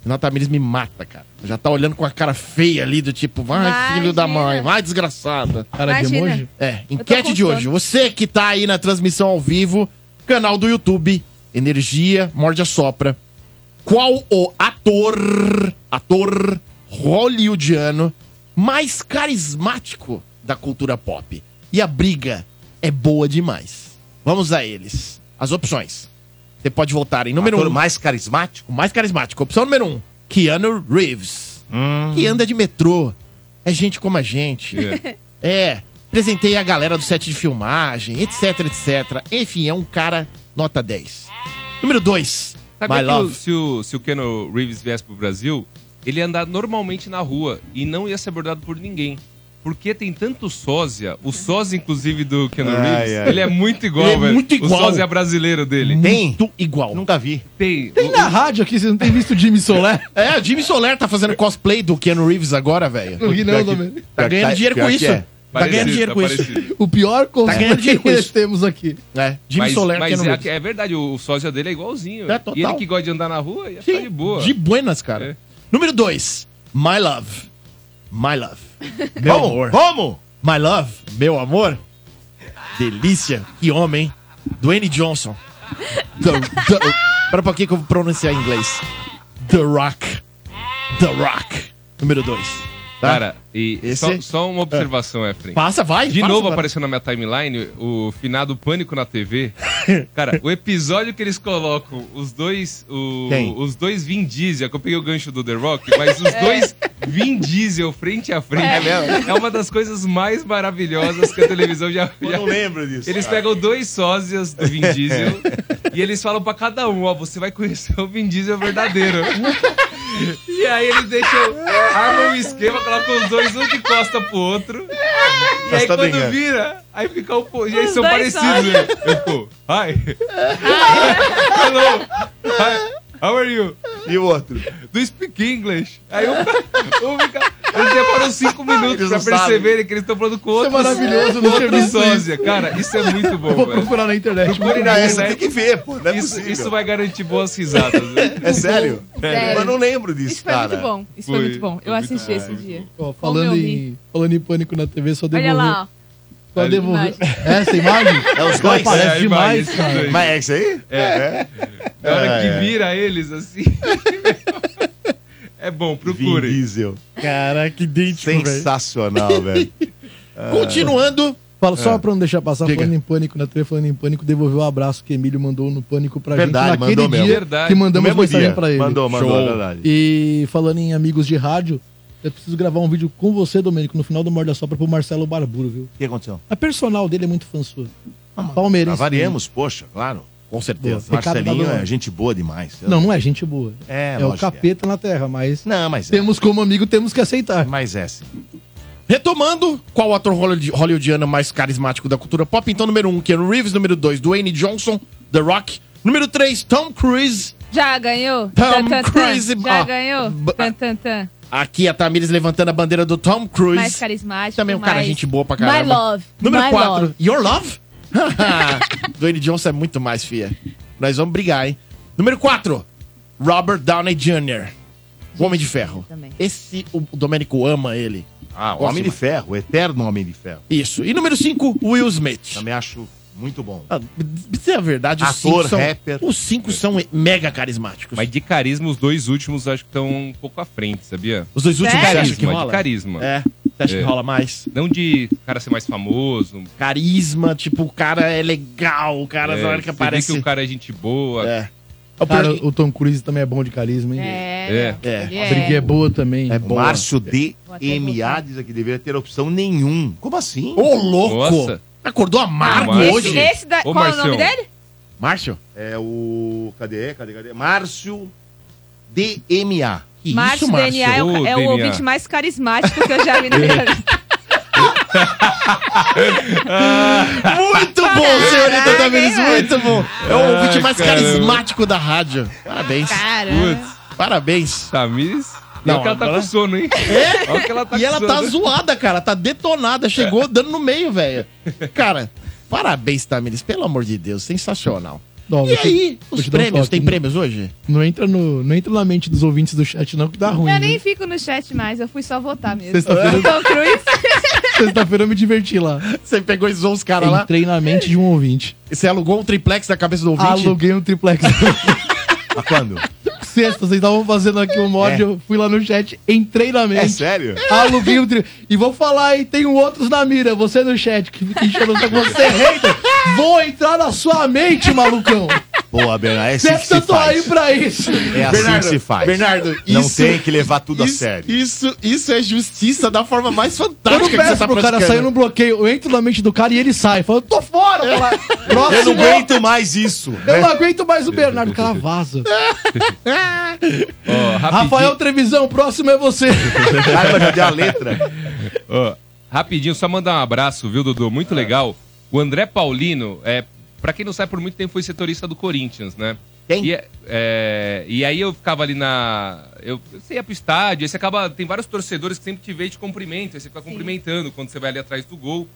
[SPEAKER 6] Renata Tamires me mata, cara. Já tá olhando com a cara feia ali, do tipo, vai, filho da
[SPEAKER 4] Imagina.
[SPEAKER 6] mãe, vai, desgraçada.
[SPEAKER 7] Cara de
[SPEAKER 4] Imagina.
[SPEAKER 7] emoji?
[SPEAKER 6] É,
[SPEAKER 4] tô
[SPEAKER 6] enquete de
[SPEAKER 4] contando.
[SPEAKER 6] hoje. Você que tá aí na transmissão ao vivo, canal do YouTube, Energia Morde a Sopra. Qual o ator, ator hollywoodiano mais carismático da cultura pop? E a briga é boa demais. Vamos a eles. As opções. Você pode votar em número
[SPEAKER 2] Ator
[SPEAKER 6] um,
[SPEAKER 2] mais carismático?
[SPEAKER 6] o mais carismático. Opção número um, Keanu Reeves.
[SPEAKER 2] Hum.
[SPEAKER 6] Que anda de metrô. É gente como a gente.
[SPEAKER 8] É.
[SPEAKER 6] É, apresentei a galera do set de filmagem, etc, etc. Enfim, é um cara nota 10. Número 2, My
[SPEAKER 8] Sabe que o-
[SPEAKER 6] Love.
[SPEAKER 8] se, o, se o Keanu Reeves viesse pro Brasil, ele ia andar normalmente na rua e não ia ser abordado por ninguém. Porque tem tanto sósia, o sósia, inclusive, do Keanu
[SPEAKER 2] Ai,
[SPEAKER 8] Reeves,
[SPEAKER 2] ai.
[SPEAKER 8] ele é muito igual,
[SPEAKER 6] Ele é
[SPEAKER 8] velho.
[SPEAKER 6] muito igual.
[SPEAKER 8] O sósia brasileiro dele.
[SPEAKER 2] Tem?
[SPEAKER 6] Muito igual.
[SPEAKER 2] Nunca vi.
[SPEAKER 8] Tem.
[SPEAKER 7] Tem
[SPEAKER 8] o-
[SPEAKER 7] na rádio aqui, vocês não têm visto o Jimmy Soler?
[SPEAKER 6] É, o Jimmy Soler tá fazendo cosplay do Keanu Reeves agora, velho.
[SPEAKER 7] Não ri não, Domênico.
[SPEAKER 6] Tá ganhando dinheiro com
[SPEAKER 2] pior que
[SPEAKER 6] isso.
[SPEAKER 2] é.
[SPEAKER 6] Tá
[SPEAKER 8] parecido,
[SPEAKER 6] ganhando dinheiro
[SPEAKER 8] tá
[SPEAKER 6] com isso.
[SPEAKER 8] parecido.
[SPEAKER 7] O pior
[SPEAKER 6] ganhando
[SPEAKER 7] conceito
[SPEAKER 6] dinheiro
[SPEAKER 7] que
[SPEAKER 6] com
[SPEAKER 7] nós
[SPEAKER 6] isso.
[SPEAKER 7] temos aqui.
[SPEAKER 6] É, Jimmy
[SPEAKER 8] Mas,
[SPEAKER 6] Soler,
[SPEAKER 8] mas
[SPEAKER 6] Keanu
[SPEAKER 8] é,
[SPEAKER 6] Reeves.
[SPEAKER 8] é verdade, o, o sósia dele é igualzinho.
[SPEAKER 6] É,
[SPEAKER 8] E ele
[SPEAKER 6] total.
[SPEAKER 8] que gosta de andar na rua, ia ficar
[SPEAKER 6] Sim,
[SPEAKER 8] de boa.
[SPEAKER 6] De buenas, cara.
[SPEAKER 8] É.
[SPEAKER 6] Número 2, My Love. My Love. Meu amor.
[SPEAKER 2] Vamos, vamos!
[SPEAKER 6] My Love, meu amor. Delícia, que homem. hein? Dwayne Johnson. The, the, para pra que que eu vou pronunciar em inglês? The Rock. The Rock. Número Tá? 2.
[SPEAKER 8] Cara, e só,
[SPEAKER 6] Esse- é- Ah.
[SPEAKER 8] só uma observação, Efren.
[SPEAKER 6] Passa, vai.
[SPEAKER 8] De
[SPEAKER 6] passa,
[SPEAKER 8] novo
[SPEAKER 6] vai.
[SPEAKER 8] apareceu na minha timeline o finado Pânico na TV. Cara, o episódio que eles colocam, os dois. o-
[SPEAKER 6] Quem?
[SPEAKER 8] os dois Vin Diesel, que eu peguei o gancho do The Rock, mas os dois Vin Diesel frente a frente. É, uma das coisas mais maravilhosas que a televisão já.
[SPEAKER 2] Eu
[SPEAKER 8] já-
[SPEAKER 2] não lembro disso.
[SPEAKER 8] Eles pegam dois sósias do Vin Diesel e eles falam pra cada um, ó, você vai conhecer o Vin Diesel verdadeiro. E aí eles deixam, armam um esquema, colocam os dois um de costa pro outro. E aí
[SPEAKER 2] tá
[SPEAKER 8] quando
[SPEAKER 2] brincando.
[SPEAKER 8] vira, aí fica o po... E aí
[SPEAKER 4] Os
[SPEAKER 8] são
[SPEAKER 4] dois
[SPEAKER 8] parecidos,
[SPEAKER 4] sósias.
[SPEAKER 8] né? Eu fico, hi. Hello. Hi. How are you?
[SPEAKER 2] E o outro?
[SPEAKER 8] Do speak English. Aí um, um fica... Eles demoram cinco
[SPEAKER 2] Eles
[SPEAKER 8] minutos pra
[SPEAKER 2] não sabem.
[SPEAKER 8] perceberem que eles estão falando com
[SPEAKER 7] Isso é
[SPEAKER 8] outro,
[SPEAKER 7] maravilhoso, não tinha
[SPEAKER 8] outro
[SPEAKER 7] visto isso.
[SPEAKER 8] sósia. Cara, isso é muito bom,
[SPEAKER 7] Eu vou
[SPEAKER 8] velho.
[SPEAKER 7] procurar na internet.
[SPEAKER 8] Procure na
[SPEAKER 2] Essa
[SPEAKER 8] internet.
[SPEAKER 2] tem que ver, pô. Não é
[SPEAKER 8] Isso,
[SPEAKER 2] possível.
[SPEAKER 8] isso vai garantir boas risadas. Né?
[SPEAKER 2] É sério?
[SPEAKER 4] Sério.
[SPEAKER 2] Eu não lembro disso,
[SPEAKER 4] Isso foi
[SPEAKER 2] cara.
[SPEAKER 4] muito bom. Isso foi,
[SPEAKER 8] Foi.
[SPEAKER 4] muito bom. Eu
[SPEAKER 8] Foi
[SPEAKER 4] assisti esse dia.
[SPEAKER 7] Ó,
[SPEAKER 4] Como
[SPEAKER 7] falando,
[SPEAKER 4] eu ri.
[SPEAKER 7] em, falando em pânico na TV, só
[SPEAKER 4] Olha
[SPEAKER 7] devolveu.
[SPEAKER 4] lá, ó.
[SPEAKER 7] Só
[SPEAKER 8] Ali.
[SPEAKER 7] devolveu.
[SPEAKER 4] Imagem.
[SPEAKER 7] Essa imagem?
[SPEAKER 2] É os
[SPEAKER 7] Ela
[SPEAKER 2] dois?
[SPEAKER 7] aparece
[SPEAKER 8] É, a
[SPEAKER 7] demais,
[SPEAKER 8] imagem,
[SPEAKER 7] cara.
[SPEAKER 8] os dois.
[SPEAKER 2] Mas é isso aí? É.
[SPEAKER 8] Na hora
[SPEAKER 2] É.
[SPEAKER 8] que vira eles, assim. é bom,
[SPEAKER 2] Vin
[SPEAKER 8] procure.
[SPEAKER 2] Diesel.
[SPEAKER 6] Cara, que idêntico, velho.
[SPEAKER 2] Sensacional, velho.
[SPEAKER 6] Ah. Continuando.
[SPEAKER 7] Fala,
[SPEAKER 6] Ah.
[SPEAKER 2] É.
[SPEAKER 7] só pra não deixar passar,
[SPEAKER 6] Diga.
[SPEAKER 7] falando em pânico na TV, falando em pânico, devolveu o abraço que Emílio mandou no pânico pra
[SPEAKER 2] Verdade,
[SPEAKER 7] gente naquele
[SPEAKER 2] mandou mesmo.
[SPEAKER 7] dia
[SPEAKER 8] Verdade.
[SPEAKER 7] que
[SPEAKER 2] No
[SPEAKER 7] mandamos
[SPEAKER 2] mesmo
[SPEAKER 7] mensagem
[SPEAKER 2] dia.
[SPEAKER 7] pra ele.
[SPEAKER 2] Mandou, mandou,
[SPEAKER 6] Show.
[SPEAKER 2] é verdade.
[SPEAKER 7] E falando em amigos de rádio, eu preciso gravar um vídeo com você, Domênico, no final do Morda Sopra pro Marcelo Barburo, viu?
[SPEAKER 2] O que aconteceu?
[SPEAKER 7] A personal dele é muito fã sua.
[SPEAKER 2] Ah,
[SPEAKER 7] Palmeirense.
[SPEAKER 2] variemos,
[SPEAKER 6] né?
[SPEAKER 2] poxa, claro.
[SPEAKER 6] Com
[SPEAKER 7] certeza. Boa. Recado
[SPEAKER 2] Marcelinho
[SPEAKER 7] da Luana.
[SPEAKER 2] é gente boa demais.
[SPEAKER 7] Não, não é gente boa.
[SPEAKER 2] É,
[SPEAKER 7] o
[SPEAKER 2] lógico que é.
[SPEAKER 7] capeta na terra, mas
[SPEAKER 2] Não, mas é.
[SPEAKER 7] temos como amigo, temos que aceitar.
[SPEAKER 2] Mas é sim.
[SPEAKER 6] Retomando, qual ator hollywood- hollywoodiano mais carismático da cultura pop? Então, número 1, um, Keanu Reeves. Número 2, Dwayne Johnson, The Rock. Número 3, Tom Cruise.
[SPEAKER 4] Já ganhou?
[SPEAKER 6] Tom
[SPEAKER 4] Tan, tan, tan.
[SPEAKER 6] Cruise,
[SPEAKER 4] Já
[SPEAKER 6] ó.
[SPEAKER 4] ganhou?
[SPEAKER 6] Tá um Ba-
[SPEAKER 4] Tan, tan, tan.
[SPEAKER 6] Aqui a Tamires levantando a bandeira do Tom Cruise.
[SPEAKER 4] Mais carismático.
[SPEAKER 6] Também um cara
[SPEAKER 4] mais-
[SPEAKER 6] gente boa pra caramba.
[SPEAKER 4] My love.
[SPEAKER 6] Número
[SPEAKER 4] my
[SPEAKER 6] 4,
[SPEAKER 4] love.
[SPEAKER 6] Your Love. Dwayne Johnson é muito mais, fia. Nós vamos brigar, hein? Número 4, Robert Downey Jr. O Homem de Ferro.
[SPEAKER 4] também.
[SPEAKER 6] Esse, o Domênico ama ele.
[SPEAKER 2] Ah, o
[SPEAKER 6] Gosto
[SPEAKER 2] Homem de
[SPEAKER 6] demais.
[SPEAKER 2] Ferro, o eterno Homem de Ferro.
[SPEAKER 6] Isso. E número 5, Will Smith.
[SPEAKER 2] Também acho muito bom.
[SPEAKER 6] Ah, Isso é a verdade. os
[SPEAKER 2] Ator,
[SPEAKER 6] cinco são,
[SPEAKER 2] rapper.
[SPEAKER 6] Os cinco são mega carismáticos.
[SPEAKER 8] Mas de carisma, os dois últimos acho que estão um pouco à frente, sabia?
[SPEAKER 6] os dois últimos
[SPEAKER 4] Sério?
[SPEAKER 6] você acha que
[SPEAKER 8] Carisma,
[SPEAKER 6] rola?
[SPEAKER 8] de carisma.
[SPEAKER 6] É, você acha
[SPEAKER 8] É.
[SPEAKER 6] que rola mais?
[SPEAKER 8] Não de cara ser mais famoso.
[SPEAKER 6] Carisma, tipo, o cara é legal, o cara na hora
[SPEAKER 8] você
[SPEAKER 6] que
[SPEAKER 8] vê
[SPEAKER 6] aparece...
[SPEAKER 8] que o cara é gente boa.
[SPEAKER 6] É. O pior
[SPEAKER 7] Cara,
[SPEAKER 6] que-
[SPEAKER 7] o Tom Cruise também é bom de carisma, hein?
[SPEAKER 4] É.
[SPEAKER 8] É.
[SPEAKER 6] É.
[SPEAKER 4] ele
[SPEAKER 7] A briga é boa também.
[SPEAKER 6] É
[SPEAKER 2] O
[SPEAKER 6] boa.
[SPEAKER 2] Márcio
[SPEAKER 4] Vou até voltar.
[SPEAKER 2] DMA diz aqui, deveria ter opção nenhum. Como assim?
[SPEAKER 6] Ô, louco!
[SPEAKER 8] Nossa.
[SPEAKER 6] Acordou amargo
[SPEAKER 8] Márcio.
[SPEAKER 6] hoje?
[SPEAKER 4] Esse, esse da...
[SPEAKER 8] Ô,
[SPEAKER 4] Qual é o
[SPEAKER 8] Marcião.
[SPEAKER 4] nome dele?
[SPEAKER 6] Márcio?
[SPEAKER 2] É o... Cadê? Cadê? Cadê? Márcio DMA.
[SPEAKER 6] Que
[SPEAKER 4] Márcio DNA é
[SPEAKER 8] Ô,
[SPEAKER 4] o, é o
[SPEAKER 8] DNA.
[SPEAKER 4] ouvinte mais carismático que eu já vi na minha vida.
[SPEAKER 6] Muito bom, senhorita
[SPEAKER 4] Caraca,
[SPEAKER 6] Damiris,
[SPEAKER 4] hein,
[SPEAKER 6] muito bom. É o
[SPEAKER 8] Ai,
[SPEAKER 6] ouvinte mais
[SPEAKER 8] caramba.
[SPEAKER 6] carismático da rádio. Parabéns,
[SPEAKER 4] Cara.
[SPEAKER 8] Putz,
[SPEAKER 6] parabéns.
[SPEAKER 8] Tamires.
[SPEAKER 6] Não,
[SPEAKER 8] Não, que ela tá
[SPEAKER 6] agora-
[SPEAKER 8] com sono, hein?
[SPEAKER 6] É?
[SPEAKER 8] Olha que ela tá
[SPEAKER 6] E ela
[SPEAKER 8] com
[SPEAKER 6] tá
[SPEAKER 8] sono.
[SPEAKER 6] zoada, cara, tá detonada, chegou dando no meio, velho. Cara, parabéns, Damiris, pelo amor de Deus, sensacional.
[SPEAKER 7] Não,
[SPEAKER 6] E
[SPEAKER 7] vou te-
[SPEAKER 6] aí,
[SPEAKER 7] vou
[SPEAKER 6] os
[SPEAKER 7] te dar um
[SPEAKER 6] prêmios,
[SPEAKER 7] toque.
[SPEAKER 6] tem prêmios hoje?
[SPEAKER 7] Não entra, no, não entra na mente dos ouvintes do chat, não, que dá ruim.
[SPEAKER 4] Eu
[SPEAKER 7] né?
[SPEAKER 4] nem fico no chat mais, eu fui só votar mesmo.
[SPEAKER 7] Sexta-feira-
[SPEAKER 4] Tom Cruise.
[SPEAKER 7] Sexta-feira eu me diverti lá.
[SPEAKER 6] Você pegou e zoou os caras lá,
[SPEAKER 7] Entrei na mente de um ouvinte.
[SPEAKER 6] você alugou um triplex na cabeça do ouvinte?
[SPEAKER 7] Aluguei um triplex.
[SPEAKER 2] Mas Ah, quando?
[SPEAKER 7] Sexta, vocês estavam fazendo aqui um mod, eu fui lá no chat, entrei na
[SPEAKER 2] É
[SPEAKER 7] mente.
[SPEAKER 2] sério?
[SPEAKER 7] Aluguei um triplex. E vou falar, hein? Tem outros na mira, você no chat, que fica enchendo o saco, você é hater. Vou entrar na sua mente, malucão.
[SPEAKER 2] Boa, Bernardo, é assim que
[SPEAKER 7] Sexta,
[SPEAKER 2] se
[SPEAKER 7] eu tô aí
[SPEAKER 2] faz.
[SPEAKER 7] pra isso.
[SPEAKER 2] É assim que se faz.
[SPEAKER 6] Bernardo, isso...
[SPEAKER 2] Não tem que levar tudo a
[SPEAKER 6] isso,
[SPEAKER 2] sério.
[SPEAKER 6] Isso, isso é justiça da forma mais
[SPEAKER 7] Eu não
[SPEAKER 6] fantástica que você
[SPEAKER 7] peço
[SPEAKER 6] tá
[SPEAKER 7] pro cara
[SPEAKER 6] praticando.
[SPEAKER 7] sair no bloqueio, eu entro na mente do cara e ele sai. Fala, eu tô fora, eu falo,
[SPEAKER 2] Eu não
[SPEAKER 7] próximo.
[SPEAKER 2] aguento mais isso. né?
[SPEAKER 7] Eu não aguento mais o Bernardo, o cara vaza.
[SPEAKER 8] Ó, rapidinho-
[SPEAKER 7] Rafael Trevisão, próximo é você.
[SPEAKER 2] Ai, mas cadê a letra?
[SPEAKER 8] Ó, rapidinho, só mandar um abraço, viu, Dudu? Muito legal. O André Paulino, é, pra quem não sabe, por muito tempo foi setorista do Corinthians, né?
[SPEAKER 2] Quem?
[SPEAKER 8] E, é- é, e aí eu ficava ali na. Eu, você ia pro estádio, aí você acaba. Tem vários torcedores que sempre te veem e te cumprimentam, aí você fica cumprimentando quando você vai ali atrás do gol.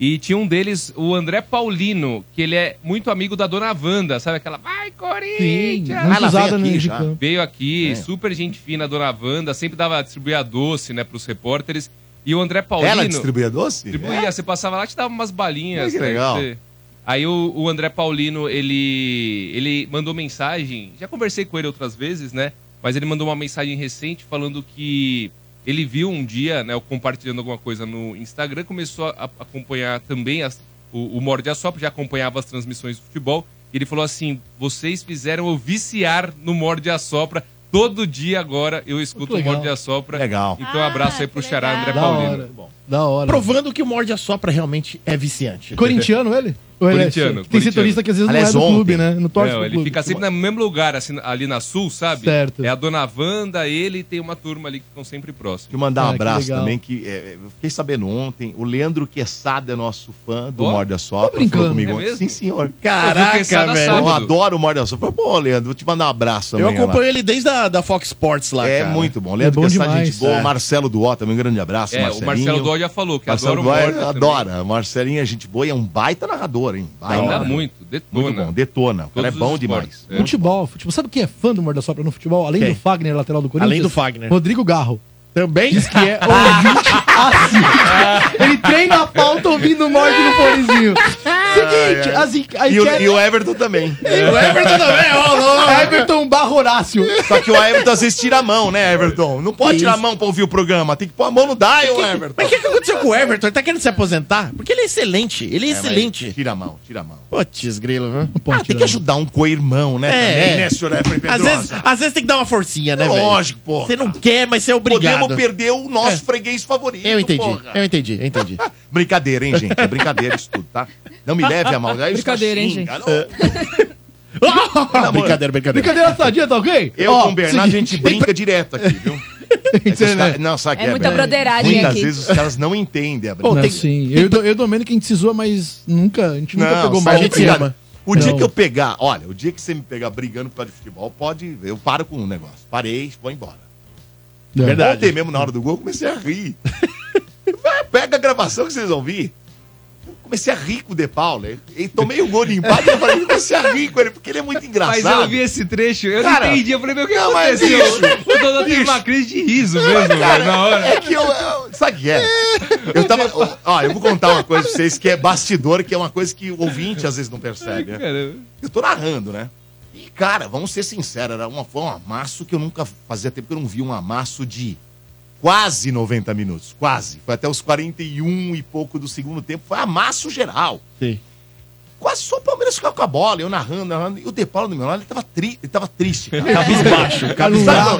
[SPEAKER 8] E tinha um deles, o André Paulino, que ele é muito amigo da dona Wanda, sabe? Aquela. Vai, Corinthians!
[SPEAKER 7] muito
[SPEAKER 2] vem
[SPEAKER 7] usada
[SPEAKER 2] aqui
[SPEAKER 7] no né? É. de
[SPEAKER 2] já.
[SPEAKER 7] campo.
[SPEAKER 8] Veio aqui, super gente fina, a dona Wanda, sempre dava distribuía doce, né, pros repórteres. E o André Paulino.
[SPEAKER 2] Ela distribuía doce? É?
[SPEAKER 8] Distribuía, você passava lá, te dava umas balinhas.
[SPEAKER 2] Olha que
[SPEAKER 8] né,
[SPEAKER 2] legal.
[SPEAKER 8] você- Aí o, o André Paulino, ele, ele mandou mensagem, já conversei com ele outras vezes, né? Mas ele mandou uma mensagem recente falando que ele viu um dia, né, eu compartilhando alguma coisa no Instagram, começou a a- acompanhar também as, o, o Morde a Sopra, já acompanhava as transmissões de futebol, e ele falou assim, vocês fizeram eu viciar no Morde a Sopra, todo dia agora eu escuto o
[SPEAKER 7] legal.
[SPEAKER 8] Morde a Sopra.
[SPEAKER 2] Legal.
[SPEAKER 8] Então
[SPEAKER 4] Ah,
[SPEAKER 8] abraço aí
[SPEAKER 4] que
[SPEAKER 8] pro Xará
[SPEAKER 4] legal.
[SPEAKER 8] André
[SPEAKER 7] Da
[SPEAKER 8] Paulino.
[SPEAKER 7] hora. Da hora.
[SPEAKER 6] Provando que o morde a sopra realmente é viciante.
[SPEAKER 7] Corintiano ele? Ou ele é-
[SPEAKER 8] Corintiano,
[SPEAKER 7] Tem
[SPEAKER 8] corintiano.
[SPEAKER 7] setorista que às vezes
[SPEAKER 2] Aliás,
[SPEAKER 7] não é do clube,
[SPEAKER 2] ontem.
[SPEAKER 7] né? Não torce
[SPEAKER 8] Não,
[SPEAKER 7] pro
[SPEAKER 8] ele
[SPEAKER 7] clube.
[SPEAKER 8] fica sempre no mesmo lugar, assim, ali na Sul, sabe?
[SPEAKER 7] Certo.
[SPEAKER 8] É a dona Wanda, ele e tem uma turma ali que estão sempre próximos.
[SPEAKER 2] Deixa eu mandar um
[SPEAKER 7] Ah, que
[SPEAKER 2] abraço
[SPEAKER 7] legal.
[SPEAKER 2] também, que é, eu fiquei sabendo ontem, o Leandro Quesada é nosso fã do
[SPEAKER 8] Ó,
[SPEAKER 2] Morde a Sopra,
[SPEAKER 7] tá brincando,
[SPEAKER 2] falou comigo
[SPEAKER 8] é
[SPEAKER 2] ontem.
[SPEAKER 8] mesmo?
[SPEAKER 2] Sim, senhor.
[SPEAKER 8] Eu vi o
[SPEAKER 6] Caraca,
[SPEAKER 8] Quesada
[SPEAKER 6] velho.
[SPEAKER 8] sábado.
[SPEAKER 2] Eu adoro o Morde a Sopra. Pô, Leandro, vou te mandar um abraço
[SPEAKER 6] Eu
[SPEAKER 2] amanhã lá.
[SPEAKER 6] acompanho ele desde a da Fox Sports lá,
[SPEAKER 2] É
[SPEAKER 6] cara.
[SPEAKER 2] muito bom. Leandro
[SPEAKER 7] É bom
[SPEAKER 2] Quesada,
[SPEAKER 7] demais,
[SPEAKER 2] gente boa.
[SPEAKER 6] é.
[SPEAKER 2] Marcelo Duó também, um grande abraço,
[SPEAKER 8] É, o Marcelo Dó já falou que é um
[SPEAKER 2] Marcelo
[SPEAKER 8] adora o
[SPEAKER 2] Duó
[SPEAKER 8] Morda.
[SPEAKER 2] adora. Marcelinho é gente boa e é um baita narrador, hein? Baita
[SPEAKER 8] Ainda
[SPEAKER 2] narrador.
[SPEAKER 8] muito,
[SPEAKER 2] Muito
[SPEAKER 8] detona.
[SPEAKER 2] bom, detona. O cara é
[SPEAKER 8] Todos
[SPEAKER 2] bom
[SPEAKER 8] os
[SPEAKER 2] demais.
[SPEAKER 8] esportes, é.
[SPEAKER 2] Muito bom.
[SPEAKER 7] Futebol, futebol. Sabe quem é fã do Morda Sopra no futebol? Além
[SPEAKER 6] Quem?
[SPEAKER 7] do Fagner, lateral do Corinthians?
[SPEAKER 6] Além do Fagner.
[SPEAKER 7] Rodrigo Garro.
[SPEAKER 6] Também diz que é.
[SPEAKER 7] Ouvinte assíduo. Ele treina a pauta ouvindo o morde no fonezinho.
[SPEAKER 6] Ah,
[SPEAKER 7] Seguinte, assim, aí
[SPEAKER 2] Ah, é. E o,
[SPEAKER 7] quer...
[SPEAKER 2] e o Everton também.
[SPEAKER 6] o Everton também, ó, louco.
[SPEAKER 7] Everton Barro Horácio.
[SPEAKER 2] Só que o Everton às vezes tira a mão, né, Everton? Não pode tirar a mão pra ouvir o programa. Tem que pôr a mão no dial, Everton.
[SPEAKER 6] Mas o que, que aconteceu com o Everton? Ele tá querendo se aposentar? Porque ele é excelente. Ele é,
[SPEAKER 2] É, mas
[SPEAKER 6] excelente.
[SPEAKER 2] Tira a mão, tira a mão.
[SPEAKER 6] Putz, grilo, viu?
[SPEAKER 7] Pode
[SPEAKER 2] Ah, tem que ajudar um co-irmão, né?
[SPEAKER 6] É,
[SPEAKER 2] também,
[SPEAKER 6] é.
[SPEAKER 2] né, senhor Everton
[SPEAKER 6] Às
[SPEAKER 2] Pedrosa? É
[SPEAKER 6] vezes, às vezes tem que dar uma forcinha, né, velho?
[SPEAKER 2] Lógico, pô.
[SPEAKER 6] Você não quer, mas você é obrigado.
[SPEAKER 2] Podemos perder o nosso
[SPEAKER 6] É.
[SPEAKER 2] freguês favorito,
[SPEAKER 6] Eu entendi,
[SPEAKER 2] porra.
[SPEAKER 6] eu entendi, eu entendi.
[SPEAKER 2] Brincadeira, hein, gente? É brincadeira isso tudo, tá? Não me leve a tá mal. É Aí os
[SPEAKER 4] Brincadeira, hein,
[SPEAKER 2] caras xingam.
[SPEAKER 6] brincadeira, brincadeira.
[SPEAKER 7] Brincadeira sadia, tá ok?
[SPEAKER 2] Eu
[SPEAKER 7] Ó,
[SPEAKER 2] com o Bernardo,
[SPEAKER 7] seguinte,
[SPEAKER 2] a gente brinca direto aqui, viu? que os
[SPEAKER 7] Entendeu? né?
[SPEAKER 2] caras- Não, sabe o
[SPEAKER 4] É
[SPEAKER 2] que
[SPEAKER 4] muita
[SPEAKER 2] Breno?
[SPEAKER 4] broderagem
[SPEAKER 2] Muitas
[SPEAKER 4] aqui.
[SPEAKER 2] vezes os caras não entendem, Breno.
[SPEAKER 7] Pô,
[SPEAKER 2] Não,
[SPEAKER 7] tem... sim. Eu, e do- eu e o Domênico, a gente se zoa, mas nunca. A gente nunca pegou
[SPEAKER 2] sai
[SPEAKER 7] mal.
[SPEAKER 6] a gente
[SPEAKER 2] do
[SPEAKER 6] ama.
[SPEAKER 2] brigado. O dia
[SPEAKER 7] Não.
[SPEAKER 2] que eu pegar, olha, o dia que você me pegar brigando por causa de futebol, pode. Eu paro com um negócio. Parei, vou embora.
[SPEAKER 7] É.
[SPEAKER 2] Verdade. Ontem mesmo, na hora do gol, eu comecei a rir. Vai, Pega a gravação que vocês vão ouvir. Eu comecei a rir com o De Paula. E tomei o gol de empate e eu falei, eu comecei a rir com ele, porque ele é muito engraçado.
[SPEAKER 8] Mas eu vi esse trecho, eu
[SPEAKER 2] Cara,
[SPEAKER 8] não entendi. Eu falei, meu, o que
[SPEAKER 2] não, mas
[SPEAKER 8] aconteceu?
[SPEAKER 2] bicho,
[SPEAKER 8] o Dodô teve uma crise de riso mesmo, velho, na hora.
[SPEAKER 2] É que eu. eu- sabe o que é? Eu tava. ó, Ó, eu vou contar uma coisa pra vocês que é bastidor, que é uma coisa que o ouvinte às vezes não percebe. Né?
[SPEAKER 8] Cara,
[SPEAKER 2] Eu tô narrando, né? E, cara, vamos ser sinceros, era uma, foi um amasso que eu nunca fazia tempo que eu não vi um amasso de quase 90 minutos. Quase. Foi até os 41 e pouco do segundo tempo. Foi amasso geral.
[SPEAKER 6] Sim.
[SPEAKER 2] Quase só o Palmeiras ficava com a bola, eu narrando, narrando. E o De Paulo do meu lado, ele tava, tri... ele tava triste, cara. Cabisbaixo, cabisbaixo.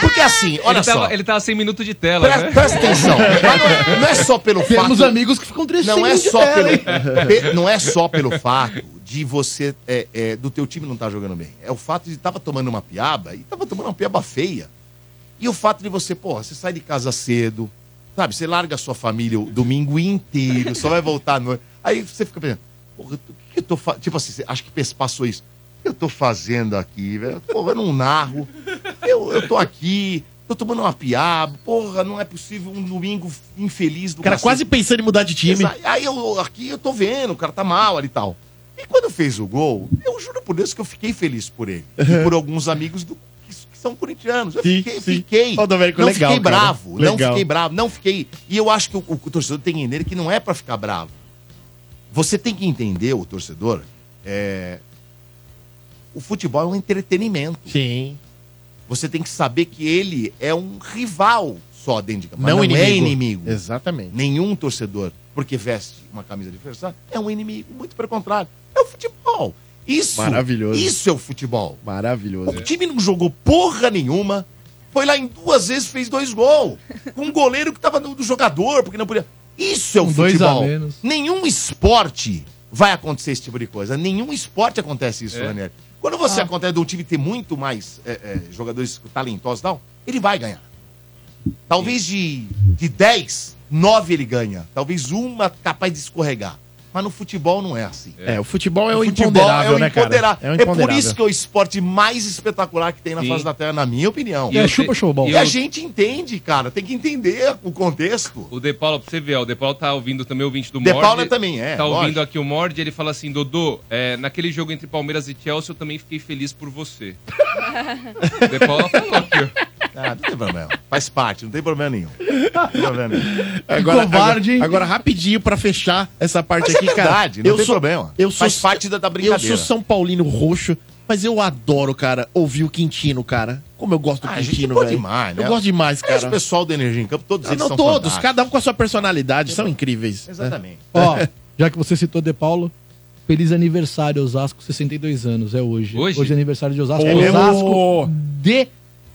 [SPEAKER 2] Porque assim, olha
[SPEAKER 8] ele,
[SPEAKER 2] só.
[SPEAKER 8] tava, ele tava sem minuto de tela,
[SPEAKER 2] Pre-
[SPEAKER 8] né?
[SPEAKER 2] Presta atenção. Mas não, é, não é só pelo
[SPEAKER 7] Temos
[SPEAKER 2] fato.
[SPEAKER 7] amigos que ficam tristes.
[SPEAKER 2] Não é,
[SPEAKER 7] sem
[SPEAKER 2] só
[SPEAKER 7] tela,
[SPEAKER 2] pelo,
[SPEAKER 7] hein?
[SPEAKER 2] pe- não é só pelo fato de você. é, é, do teu time não estar jogando bem. É o fato de tava tomando uma piaba e tava tomando uma piaba feia. E o fato de você, porra, você sai de casa cedo, sabe? Você larga a sua família o domingo inteiro, só vai voltar à noite. Aí você fica pensando, porra, o que eu tô fazendo? Tipo assim, você acho que pes- passou isso. O que eu tô fazendo aqui, velho? Porra, eu não narro. Eu, eu tô aqui, tô tomando uma piaba. Porra, não é possível um domingo infeliz do
[SPEAKER 6] O cara
[SPEAKER 2] cacete.
[SPEAKER 6] quase pensando em mudar de time.
[SPEAKER 2] Exa- Aí eu, aqui eu tô vendo, o cara tá mal ali e tal. E quando fez o gol, eu juro por Deus que eu fiquei feliz por ele. E por alguns amigos do, que, que são corintianos. Eu
[SPEAKER 6] Sim,
[SPEAKER 2] fiquei,
[SPEAKER 6] sim.
[SPEAKER 2] fiquei.
[SPEAKER 6] Ó, Domênico,
[SPEAKER 2] não
[SPEAKER 6] legal,
[SPEAKER 2] fiquei
[SPEAKER 6] cara.
[SPEAKER 2] bravo, não
[SPEAKER 6] Legal.
[SPEAKER 2] fiquei bravo, não fiquei. E eu acho que o, o torcedor tem que entender que não é pra ficar bravo. Você tem que entender, o torcedor, é, o futebol é um entretenimento.
[SPEAKER 6] Sim.
[SPEAKER 2] Você tem que saber que ele é um rival só dentro de campo. mas
[SPEAKER 6] Não, inimigo.
[SPEAKER 2] é inimigo
[SPEAKER 6] Exatamente.
[SPEAKER 2] nenhum torcedor, porque veste uma camisa de adversário, é um inimigo. Muito pelo contrário. É o futebol. Isso,
[SPEAKER 6] Maravilhoso.
[SPEAKER 2] isso é o futebol.
[SPEAKER 6] Maravilhoso.
[SPEAKER 2] O time não jogou porra nenhuma. Foi lá em duas vezes, fez dois gols. Com um goleiro que tava no do jogador, porque não podia. Isso é o
[SPEAKER 7] Com dois
[SPEAKER 2] futebol.
[SPEAKER 7] a menos.
[SPEAKER 2] Nenhum esporte vai acontecer esse tipo de coisa. Nenhum esporte acontece
[SPEAKER 7] É.
[SPEAKER 2] isso, Ranieri. Quando você acontece de um time ter muito mais é, é, jogadores talentosos e tal, ele vai ganhar. Talvez de, de 10, 9 ele ganha. Talvez uma capaz de escorregar. Mas no futebol não é assim.
[SPEAKER 6] É, o futebol é o,
[SPEAKER 2] Futebol
[SPEAKER 6] imponderável,
[SPEAKER 2] é o
[SPEAKER 6] né, cara?
[SPEAKER 2] imponderável.
[SPEAKER 6] É o
[SPEAKER 2] É por
[SPEAKER 6] imponderável.
[SPEAKER 2] isso que é o esporte mais espetacular que tem na
[SPEAKER 8] Sim.
[SPEAKER 2] face da Terra, na minha opinião.
[SPEAKER 8] E
[SPEAKER 2] E,
[SPEAKER 7] É
[SPEAKER 8] eu-
[SPEAKER 7] chupa showball.
[SPEAKER 8] e
[SPEAKER 2] a
[SPEAKER 8] eu-
[SPEAKER 2] gente entende, cara. Tem que entender o contexto.
[SPEAKER 8] O De Paula, pra você ver, ó, o De Paula tá ouvindo também, ouvinte do
[SPEAKER 2] De
[SPEAKER 8] Mord.
[SPEAKER 2] Paula também é,
[SPEAKER 8] Tá ouvindo
[SPEAKER 2] lógico.
[SPEAKER 8] aqui o Mord, ele fala assim, Dodô, é, naquele jogo entre Palmeiras e Chelsea eu também fiquei feliz por você. o De Paula falou aqui, ó.
[SPEAKER 2] Ah, não tem problema. Faz parte, não tem problema nenhum. Não tem problema nenhum.
[SPEAKER 6] Agora,
[SPEAKER 7] covarde, hein?
[SPEAKER 6] agora, agora, rapidinho, pra fechar essa parte
[SPEAKER 2] Mas é
[SPEAKER 6] aqui,
[SPEAKER 2] verdade,
[SPEAKER 6] cara.
[SPEAKER 2] não tem problema.
[SPEAKER 6] Eu sou,
[SPEAKER 2] Faz parte da- da brincadeira.
[SPEAKER 6] Eu sou um São Paulino roxo, mas eu adoro, cara, ouvir o Quintino, cara. Como eu gosto do
[SPEAKER 2] Ah, a gente
[SPEAKER 6] Quintino,
[SPEAKER 2] boa
[SPEAKER 6] velho.
[SPEAKER 2] demais, né?
[SPEAKER 6] Eu gosto demais,
[SPEAKER 2] Mas o
[SPEAKER 6] cara.
[SPEAKER 2] pessoal do Energia em Campo, todos
[SPEAKER 6] Ah,
[SPEAKER 2] eles
[SPEAKER 6] não
[SPEAKER 2] são
[SPEAKER 6] todos,
[SPEAKER 2] fantásticos.
[SPEAKER 6] cada um com a sua personalidade, são incríveis. né?
[SPEAKER 2] Exatamente. É.
[SPEAKER 7] Ó, já que você citou De Paulo, feliz aniversário, Osasco, 62 anos, é hoje.
[SPEAKER 8] Hoje?
[SPEAKER 7] é aniversário de Osasco.
[SPEAKER 6] É mesmo?
[SPEAKER 7] Osasco de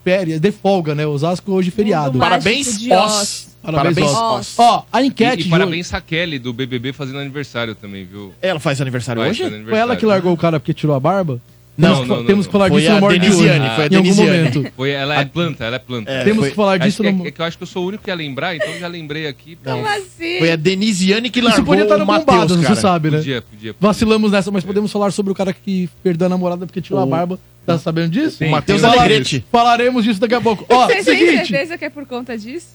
[SPEAKER 7] férias, de folga, né? Osasco hoje feriado.
[SPEAKER 4] Mundo mágico
[SPEAKER 6] Parabéns,
[SPEAKER 4] de
[SPEAKER 6] Os.
[SPEAKER 7] Parabéns,
[SPEAKER 6] Parabéns,
[SPEAKER 4] Os.
[SPEAKER 6] Os.
[SPEAKER 7] Ó, a enquete
[SPEAKER 8] E, e
[SPEAKER 7] de hoje-
[SPEAKER 8] parabéns Raquel do BBB fazendo aniversário também, viu?
[SPEAKER 6] Ela faz aniversário
[SPEAKER 8] Vai, fazendo
[SPEAKER 6] hoje?
[SPEAKER 7] Foi ela
[SPEAKER 8] aniversário.
[SPEAKER 7] que largou o cara porque tirou a barba?
[SPEAKER 6] Não,
[SPEAKER 7] temos que,
[SPEAKER 8] não, não,
[SPEAKER 7] temos que falar
[SPEAKER 6] não.
[SPEAKER 7] disso
[SPEAKER 6] Foi
[SPEAKER 7] no
[SPEAKER 6] a
[SPEAKER 7] Morte de hoje,
[SPEAKER 6] Denisiane, foi a
[SPEAKER 7] em algum
[SPEAKER 6] Denisiane.
[SPEAKER 7] momento.
[SPEAKER 8] Foi, ela é planta, ela é planta.
[SPEAKER 6] É,
[SPEAKER 7] temos
[SPEAKER 6] foi-
[SPEAKER 7] que falar disso
[SPEAKER 8] Acho, é,
[SPEAKER 7] no...
[SPEAKER 8] é que eu acho que eu sou o único que ia lembrar, então já lembrei aqui.
[SPEAKER 4] Como assim?
[SPEAKER 6] Foi a Denisiane que largou
[SPEAKER 7] Isso
[SPEAKER 2] tá
[SPEAKER 7] podia estar
[SPEAKER 6] o
[SPEAKER 7] no
[SPEAKER 6] Matheus,
[SPEAKER 7] Bombadas, você
[SPEAKER 6] cara.
[SPEAKER 7] sabe, né?
[SPEAKER 8] Podia, podia.
[SPEAKER 7] Vacilamos nessa, mas podemos falar sobre o cara que perdeu a namorada porque tirou a
[SPEAKER 6] O-
[SPEAKER 7] barba. Tá sabendo disso?
[SPEAKER 6] O é Matheus
[SPEAKER 7] Fala-
[SPEAKER 6] Alegrete.
[SPEAKER 7] Falaremos disso daqui a pouco. Ó,
[SPEAKER 4] Vocês têm
[SPEAKER 7] seguinte.
[SPEAKER 4] certeza que é por conta disso?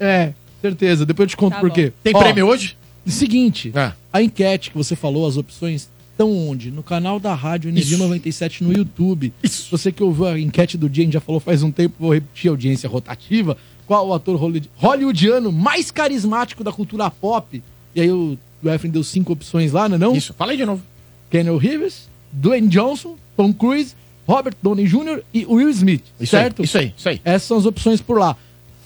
[SPEAKER 7] É, certeza. Depois eu te conto
[SPEAKER 4] Tá
[SPEAKER 7] por
[SPEAKER 4] bom.
[SPEAKER 7] quê.
[SPEAKER 6] Tem
[SPEAKER 7] Ó,
[SPEAKER 6] prêmio hoje?
[SPEAKER 7] Seguinte,
[SPEAKER 6] Ah.
[SPEAKER 7] a enquete que você falou, as opções, estão onde? No canal da Rádio Energia
[SPEAKER 6] Isso.
[SPEAKER 7] 97 no YouTube.
[SPEAKER 6] Isso.
[SPEAKER 7] Você que ouviu a enquete do dia, a gente já falou faz um tempo, vou repetir a audiência rotativa. Qual o ator holly- hollywoodiano mais carismático da cultura pop? E aí o o Efren deu cinco opções lá, não é não?
[SPEAKER 6] Isso, fala aí de novo.
[SPEAKER 7] Kenny Reeves, Dwayne Johnson, Tom Cruise, Robert Downey Jr. e Will Smith,
[SPEAKER 6] Isso
[SPEAKER 7] certo?
[SPEAKER 6] aí, isso aí, isso aí.
[SPEAKER 7] Essas são as opções por lá.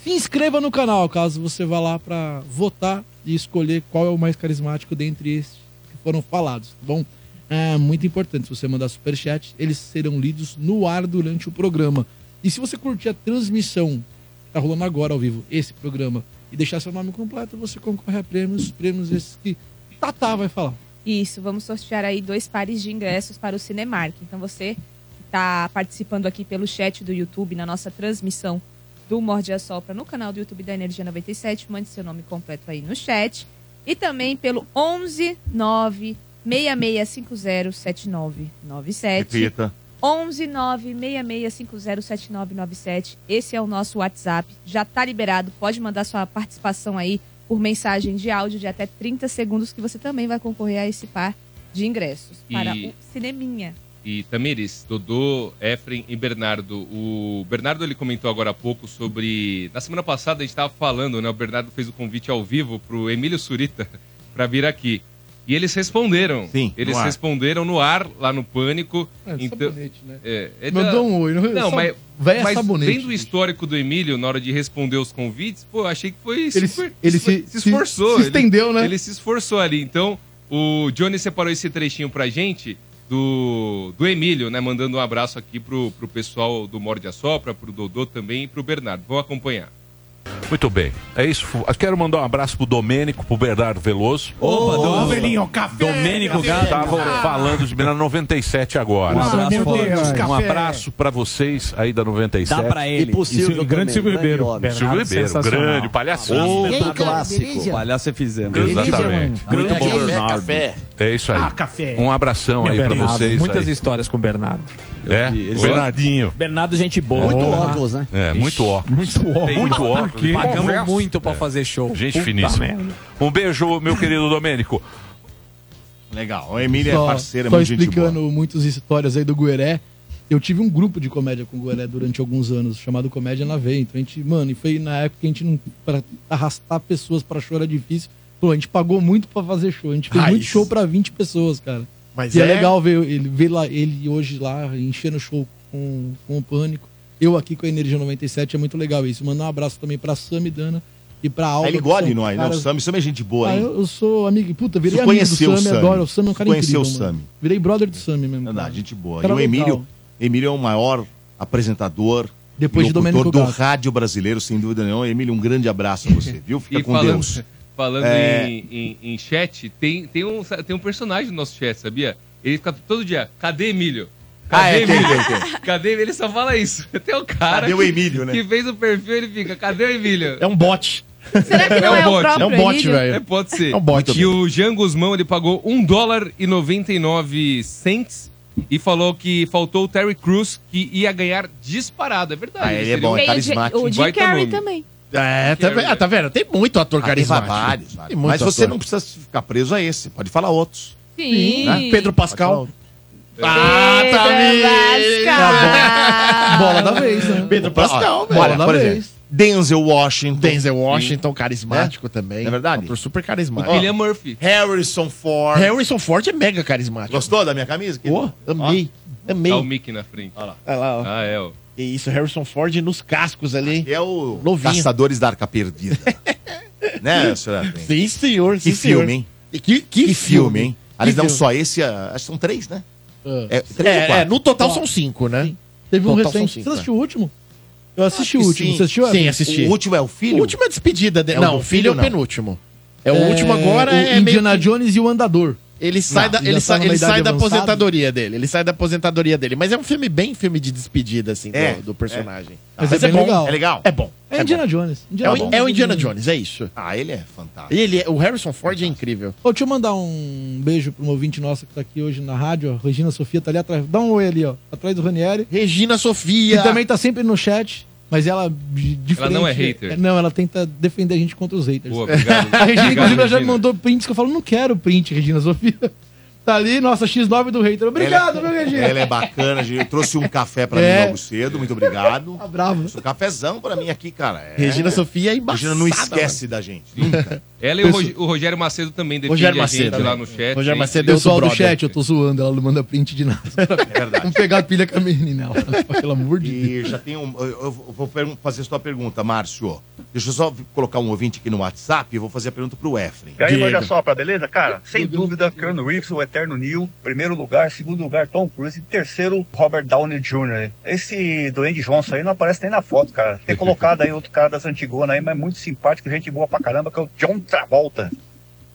[SPEAKER 7] Se inscreva no canal, caso você vá lá pra votar e escolher qual é o mais carismático dentre estes que foram falados, tá bom? É muito importante, se você mandar superchat, eles serão lidos no ar durante o programa. E se você curtir a transmissão que tá rolando agora ao vivo, esse programa, e deixar seu nome completo, você concorre a prêmios, prêmios esses que Tatá vai falar.
[SPEAKER 4] Isso, vamos sortear aí dois pares de ingressos para o tá Cinemark. Então você que está participando aqui pelo chat do YouTube na nossa transmissão do Morde a Sopra no canal do YouTube da Energia 97. Mande seu nome completo aí no chat. E também pelo 11 9 66507997.
[SPEAKER 2] Repita.
[SPEAKER 4] 11 966507997. Esse é o nosso WhatsApp. Já tá liberado. Pode mandar sua participação aí por mensagem de áudio de até 30 segundos, que você também vai concorrer a esse par de ingressos para
[SPEAKER 8] E-
[SPEAKER 4] o Cineminha.
[SPEAKER 8] e Tamires, Dodô, Efren e Bernardo. O Bernardo ele comentou agora há pouco sobre. Na semana passada a gente estava falando, né? O Bernardo fez o convite ao vivo pro Emílio Surita para vir aqui. E eles responderam.
[SPEAKER 2] Sim,
[SPEAKER 8] Eles
[SPEAKER 2] no ar.
[SPEAKER 8] responderam no ar, lá no Pânico.
[SPEAKER 7] É,
[SPEAKER 8] então,
[SPEAKER 7] sabonete, né?
[SPEAKER 8] é, é da-
[SPEAKER 7] Mandou um oi.
[SPEAKER 8] Não,
[SPEAKER 7] Sab-
[SPEAKER 8] mas,
[SPEAKER 7] Véia
[SPEAKER 8] mas
[SPEAKER 7] sabonete.
[SPEAKER 8] vendo o histórico do Emílio na hora de responder os convites, pô, eu achei que foi.
[SPEAKER 7] Ele,
[SPEAKER 8] super-
[SPEAKER 7] se, ele se,
[SPEAKER 8] se esforçou.
[SPEAKER 7] Se,
[SPEAKER 8] ele-
[SPEAKER 7] estendeu, né?
[SPEAKER 8] ele se esforçou ali. Então, o Johnny separou esse trechinho pra gente do, do Emílio, né? Mandando um abraço aqui pro, pro pessoal do Morde a Sopra, pro Dodô também e pro Bernardo. Vamos acompanhar.
[SPEAKER 1] Muito bem, é isso. Eu Quero mandar um abraço pro Domênico, pro Bernardo Veloso.
[SPEAKER 9] Opa,
[SPEAKER 5] Ô,
[SPEAKER 9] Dodô.
[SPEAKER 5] velhinho, café!
[SPEAKER 9] Domênico
[SPEAKER 5] café.
[SPEAKER 9] Gato.
[SPEAKER 1] Estavam falando de Minas 97 agora.
[SPEAKER 9] Um abraço,
[SPEAKER 5] meu
[SPEAKER 9] forte.
[SPEAKER 5] Deus,
[SPEAKER 1] Um abraço pra vocês aí da 97.
[SPEAKER 9] Dá pra ele.
[SPEAKER 5] Impossível
[SPEAKER 9] Isso é
[SPEAKER 5] grande
[SPEAKER 3] né?
[SPEAKER 5] Silvio Ribeiro.
[SPEAKER 1] Silvio Ribeiro,
[SPEAKER 5] Sensacional.
[SPEAKER 1] grande, palhacinho.
[SPEAKER 9] Outro
[SPEAKER 5] E aí, cara,
[SPEAKER 9] clássico.
[SPEAKER 5] beleza?
[SPEAKER 9] Palhaço fizemos.
[SPEAKER 1] Exatamente.
[SPEAKER 9] Muito
[SPEAKER 5] Grande
[SPEAKER 9] bom,
[SPEAKER 5] café,
[SPEAKER 9] Bernardo.
[SPEAKER 1] É isso aí.
[SPEAKER 5] é Ah, café.
[SPEAKER 1] Um abração aí pra
[SPEAKER 5] Bernardo,
[SPEAKER 1] vocês.
[SPEAKER 5] Muitas
[SPEAKER 1] aí.
[SPEAKER 5] histórias com o Bernardo.
[SPEAKER 1] É,
[SPEAKER 9] vi, eles-
[SPEAKER 1] Bernardinho.
[SPEAKER 5] Bernardo, gente boa.
[SPEAKER 9] Muito óculos, né?
[SPEAKER 1] É, muito óculos.
[SPEAKER 5] Muito óculos.
[SPEAKER 1] Muito óculos.
[SPEAKER 5] Porque Pagamos
[SPEAKER 1] Conversa. É,
[SPEAKER 5] muito pra fazer show.
[SPEAKER 1] Gente
[SPEAKER 5] Puta
[SPEAKER 1] finíssima.
[SPEAKER 5] merda.
[SPEAKER 1] Um beijo, meu querido Domênico.
[SPEAKER 2] Legal. A Emília é
[SPEAKER 7] Só,
[SPEAKER 2] parceira, é
[SPEAKER 7] só
[SPEAKER 2] muito gente boa.
[SPEAKER 7] explicando muitas histórias aí do Gueré. Eu tive um grupo de comédia com o Gueré durante alguns anos, chamado Comédia na Veia. Então a gente, mano, e foi na época que a gente não. Pra arrastar pessoas pra show era difícil. Pô, a gente pagou muito pra fazer show. A gente fez
[SPEAKER 6] Raiz.
[SPEAKER 7] muito show pra 20 pessoas, cara.
[SPEAKER 6] Mas
[SPEAKER 7] e é, legal ver ele, ver lá, ele hoje lá, enchendo o show com, com o pânico. Eu aqui com a Energia 97, é muito legal isso. Mandar um abraço também pra Sam e Dana e pra Alba.
[SPEAKER 2] Aí ele
[SPEAKER 7] que
[SPEAKER 2] gole
[SPEAKER 7] são
[SPEAKER 2] nós, né? O
[SPEAKER 7] caras-
[SPEAKER 2] Sami, Sami é gente boa,
[SPEAKER 7] ah,
[SPEAKER 2] hein?
[SPEAKER 7] eu, eu sou amigo. Puta, virei
[SPEAKER 2] Tu
[SPEAKER 7] amigo do
[SPEAKER 2] conheceu o
[SPEAKER 7] Sammy,
[SPEAKER 2] Sammy.
[SPEAKER 7] adoro. O Sammy é um
[SPEAKER 2] Tu
[SPEAKER 7] cara incrível,
[SPEAKER 2] conheceu o
[SPEAKER 7] mano.
[SPEAKER 2] Sammy.
[SPEAKER 7] Virei brother do Sammy mesmo.
[SPEAKER 2] Verdade,
[SPEAKER 7] cara.
[SPEAKER 2] gente boa.
[SPEAKER 7] Cara
[SPEAKER 2] e o
[SPEAKER 7] legal.
[SPEAKER 2] Emílio, Emílio é o maior apresentador
[SPEAKER 7] Depois
[SPEAKER 2] e
[SPEAKER 7] de
[SPEAKER 2] locutor
[SPEAKER 7] Domênico
[SPEAKER 2] do
[SPEAKER 7] Gato.
[SPEAKER 2] rádio brasileiro, sem dúvida nenhuma. Emílio, um grande abraço a você, viu? Fica
[SPEAKER 8] e
[SPEAKER 2] com
[SPEAKER 8] falando,
[SPEAKER 2] Deus.
[SPEAKER 8] falando
[SPEAKER 2] É.
[SPEAKER 8] em, em- em chat, tem, tem, um, tem um personagem no nosso chat, sabia? Ele fica todo dia, cadê Emílio? Cadê
[SPEAKER 2] Ah, é, tem,
[SPEAKER 8] Emílio?
[SPEAKER 2] tem,
[SPEAKER 8] Cadê Emílio? Ele só fala isso. Tem um cara
[SPEAKER 2] Cadê o Emílio, né?
[SPEAKER 8] que fez o perfil, ele fica, cadê o Emílio?
[SPEAKER 6] É um bot.
[SPEAKER 4] Será que não é,
[SPEAKER 8] É um
[SPEAKER 4] o
[SPEAKER 8] bote.
[SPEAKER 4] próprio
[SPEAKER 6] É um bot,
[SPEAKER 4] Emílio?
[SPEAKER 8] É,
[SPEAKER 6] velho.
[SPEAKER 8] pode ser.
[SPEAKER 6] É um bot.
[SPEAKER 8] E o Jean Guzmão, ele pagou 1 dólar e 99 cents e falou que faltou o Terry Crews, que ia ganhar disparado. É verdade.
[SPEAKER 2] Ah, ele é
[SPEAKER 8] seria
[SPEAKER 2] bom,
[SPEAKER 8] um-
[SPEAKER 2] hein?
[SPEAKER 4] Tem o, Jim-
[SPEAKER 2] Carismático.
[SPEAKER 4] o Jim
[SPEAKER 8] Vai
[SPEAKER 4] Carrey
[SPEAKER 8] tomando.
[SPEAKER 4] também.
[SPEAKER 6] É, tá, ve- ah, tá vendo? Tem muito ator
[SPEAKER 2] Ah, tem
[SPEAKER 6] carismático.
[SPEAKER 2] vários, vários.
[SPEAKER 6] Tem muito
[SPEAKER 2] Mas você
[SPEAKER 6] ator.
[SPEAKER 2] não precisa ficar preso a é esse. Pode falar outros.
[SPEAKER 4] Sim.
[SPEAKER 6] Né? Pedro Pascal. Ah, tá
[SPEAKER 4] Pedro Pascal.
[SPEAKER 7] Bola da vez, né?
[SPEAKER 6] Pedro Pascal, velho.
[SPEAKER 2] Olha,
[SPEAKER 7] Bola
[SPEAKER 2] por
[SPEAKER 7] da
[SPEAKER 2] exemplo,
[SPEAKER 7] vez.
[SPEAKER 2] Denzel Washington,
[SPEAKER 6] Denzel Washington, carismático também.
[SPEAKER 2] Não é verdade?
[SPEAKER 6] Ator super
[SPEAKER 8] O
[SPEAKER 6] carismático.
[SPEAKER 8] William Murphy.
[SPEAKER 2] Harrison Ford.
[SPEAKER 6] Harrison Ford é mega carismático.
[SPEAKER 2] Gostou da minha camisa? querido?
[SPEAKER 6] Pô, amei. Amei.
[SPEAKER 2] É
[SPEAKER 8] Tá o Mickey na frente.
[SPEAKER 6] Olha lá, ó.
[SPEAKER 8] Ah, é, ó.
[SPEAKER 6] Que isso, Harrison Ford nos cascos ali. hein?
[SPEAKER 2] É o
[SPEAKER 6] Novinho.
[SPEAKER 2] Caçadores da Arca Perdida. né, senhora? Bem?
[SPEAKER 6] Sim, senhor.
[SPEAKER 2] Que
[SPEAKER 6] sim, senhor.
[SPEAKER 2] filme, hein?
[SPEAKER 6] E Que, que
[SPEAKER 2] Que filme, hein? Aliás,
[SPEAKER 6] Que
[SPEAKER 2] não
[SPEAKER 6] filme.
[SPEAKER 2] só esse, ah, acho que são três, né? É, três ou
[SPEAKER 6] É, é,
[SPEAKER 2] quatro.
[SPEAKER 6] no total são cinco, né?
[SPEAKER 7] Teve um
[SPEAKER 6] Total são
[SPEAKER 7] recente.
[SPEAKER 6] cinco, né? Ah,
[SPEAKER 7] Você assistiu o último? Eu assisti
[SPEAKER 2] Acho
[SPEAKER 7] o
[SPEAKER 2] que
[SPEAKER 7] último.
[SPEAKER 2] sim.
[SPEAKER 7] Você assistiu?
[SPEAKER 6] Sim,
[SPEAKER 7] Evelyn?
[SPEAKER 6] assisti.
[SPEAKER 2] O último é o filho?
[SPEAKER 6] O último é a despedida dele.
[SPEAKER 2] É o
[SPEAKER 6] não,
[SPEAKER 2] do
[SPEAKER 6] o filho é
[SPEAKER 2] filho,
[SPEAKER 6] o
[SPEAKER 2] não.
[SPEAKER 6] penúltimo. É, o último agora
[SPEAKER 7] o
[SPEAKER 6] é meio
[SPEAKER 7] Indiana
[SPEAKER 6] que-
[SPEAKER 7] Jones e o Andador.
[SPEAKER 6] Ele sai, da,
[SPEAKER 7] já
[SPEAKER 6] ele
[SPEAKER 7] tá
[SPEAKER 6] sai,
[SPEAKER 7] numa
[SPEAKER 6] ele
[SPEAKER 7] idade
[SPEAKER 6] sai da
[SPEAKER 7] avançada.
[SPEAKER 6] aposentadoria dele. Ele sai da aposentadoria dele. Mas é um filme bem filme de despedida, assim, do-
[SPEAKER 2] É,
[SPEAKER 6] do, personagem.
[SPEAKER 7] Mas é bem legal.
[SPEAKER 2] É legal?
[SPEAKER 6] É bom.
[SPEAKER 7] É Indiana Jones.
[SPEAKER 6] É
[SPEAKER 7] Indiana
[SPEAKER 6] o,
[SPEAKER 7] Jones.
[SPEAKER 6] é o Indiana Jones, é isso.
[SPEAKER 2] Ah, ele é fantástico.
[SPEAKER 6] E Ele, é- o Harrison Ford é incrível.
[SPEAKER 7] Ô, deixa eu mandar um beijo pra uma ouvinte nossa que tá aqui hoje na rádio, ó. Regina Sofia tá ali atrás. Dá um oi ali, ó. Atrás do Ranieri.
[SPEAKER 6] Regina Sofia.
[SPEAKER 7] E também tá sempre no chat, mas ela. de- diferente-
[SPEAKER 8] não é hater.
[SPEAKER 7] Não, ela tenta defender a gente contra os haters.
[SPEAKER 8] Boa, obrigado.
[SPEAKER 7] A Regina,
[SPEAKER 8] Obrigado,
[SPEAKER 7] inclusive, ela já me
[SPEAKER 8] Regina.
[SPEAKER 7] mandou prints que eu falo, não quero print, Regina Sofia. Tá ali, nossa, X9 do hater. Obrigado,
[SPEAKER 2] Ela
[SPEAKER 7] meu
[SPEAKER 2] é-
[SPEAKER 7] Regina.
[SPEAKER 2] Ela é bacana, gente. Eu trouxe um café pra
[SPEAKER 7] É.
[SPEAKER 2] mim logo cedo, muito obrigado.
[SPEAKER 7] Tá
[SPEAKER 6] né?
[SPEAKER 7] bravo.
[SPEAKER 2] Um cafezão pra mim aqui, cara. É.
[SPEAKER 6] Regina Sofia é
[SPEAKER 2] Regina
[SPEAKER 6] embaçada.
[SPEAKER 2] não esquece da gente. Nunca.
[SPEAKER 8] Ela e o, Rog- o Rogério Macedo também defende
[SPEAKER 6] Rogério
[SPEAKER 8] a gente
[SPEAKER 6] Macedo,
[SPEAKER 8] tá lá
[SPEAKER 6] né?
[SPEAKER 8] no chat.
[SPEAKER 6] Rogério
[SPEAKER 8] hein?
[SPEAKER 6] Macedo é o
[SPEAKER 7] Pessoal do
[SPEAKER 6] brother.
[SPEAKER 7] chat, eu tô zoando, ela não manda print de nada.
[SPEAKER 2] É verdade.
[SPEAKER 7] Vamos pegar a pilha com a menina, ela, pelo amor de Deus.
[SPEAKER 2] E já tem um. Eu eu vou pergun- fazer sua pergunta, Márcio. Deixa eu só colocar um ouvinte aqui no WhatsApp e vou fazer a pergunta pro Efren.
[SPEAKER 10] E aí, manda só pra beleza? Cara, sem dúvida, Keanu Reeves, o Eterno Neil. Primeiro lugar, segundo lugar, Tom Cruise. E terceiro, Robert Downey Jr. Esse Dwayne Johnson aí não aparece nem na foto, cara. Tem colocado aí outro cara das antigonas aí, mas muito simpático, gente boa pra caramba, que é o John Travolta.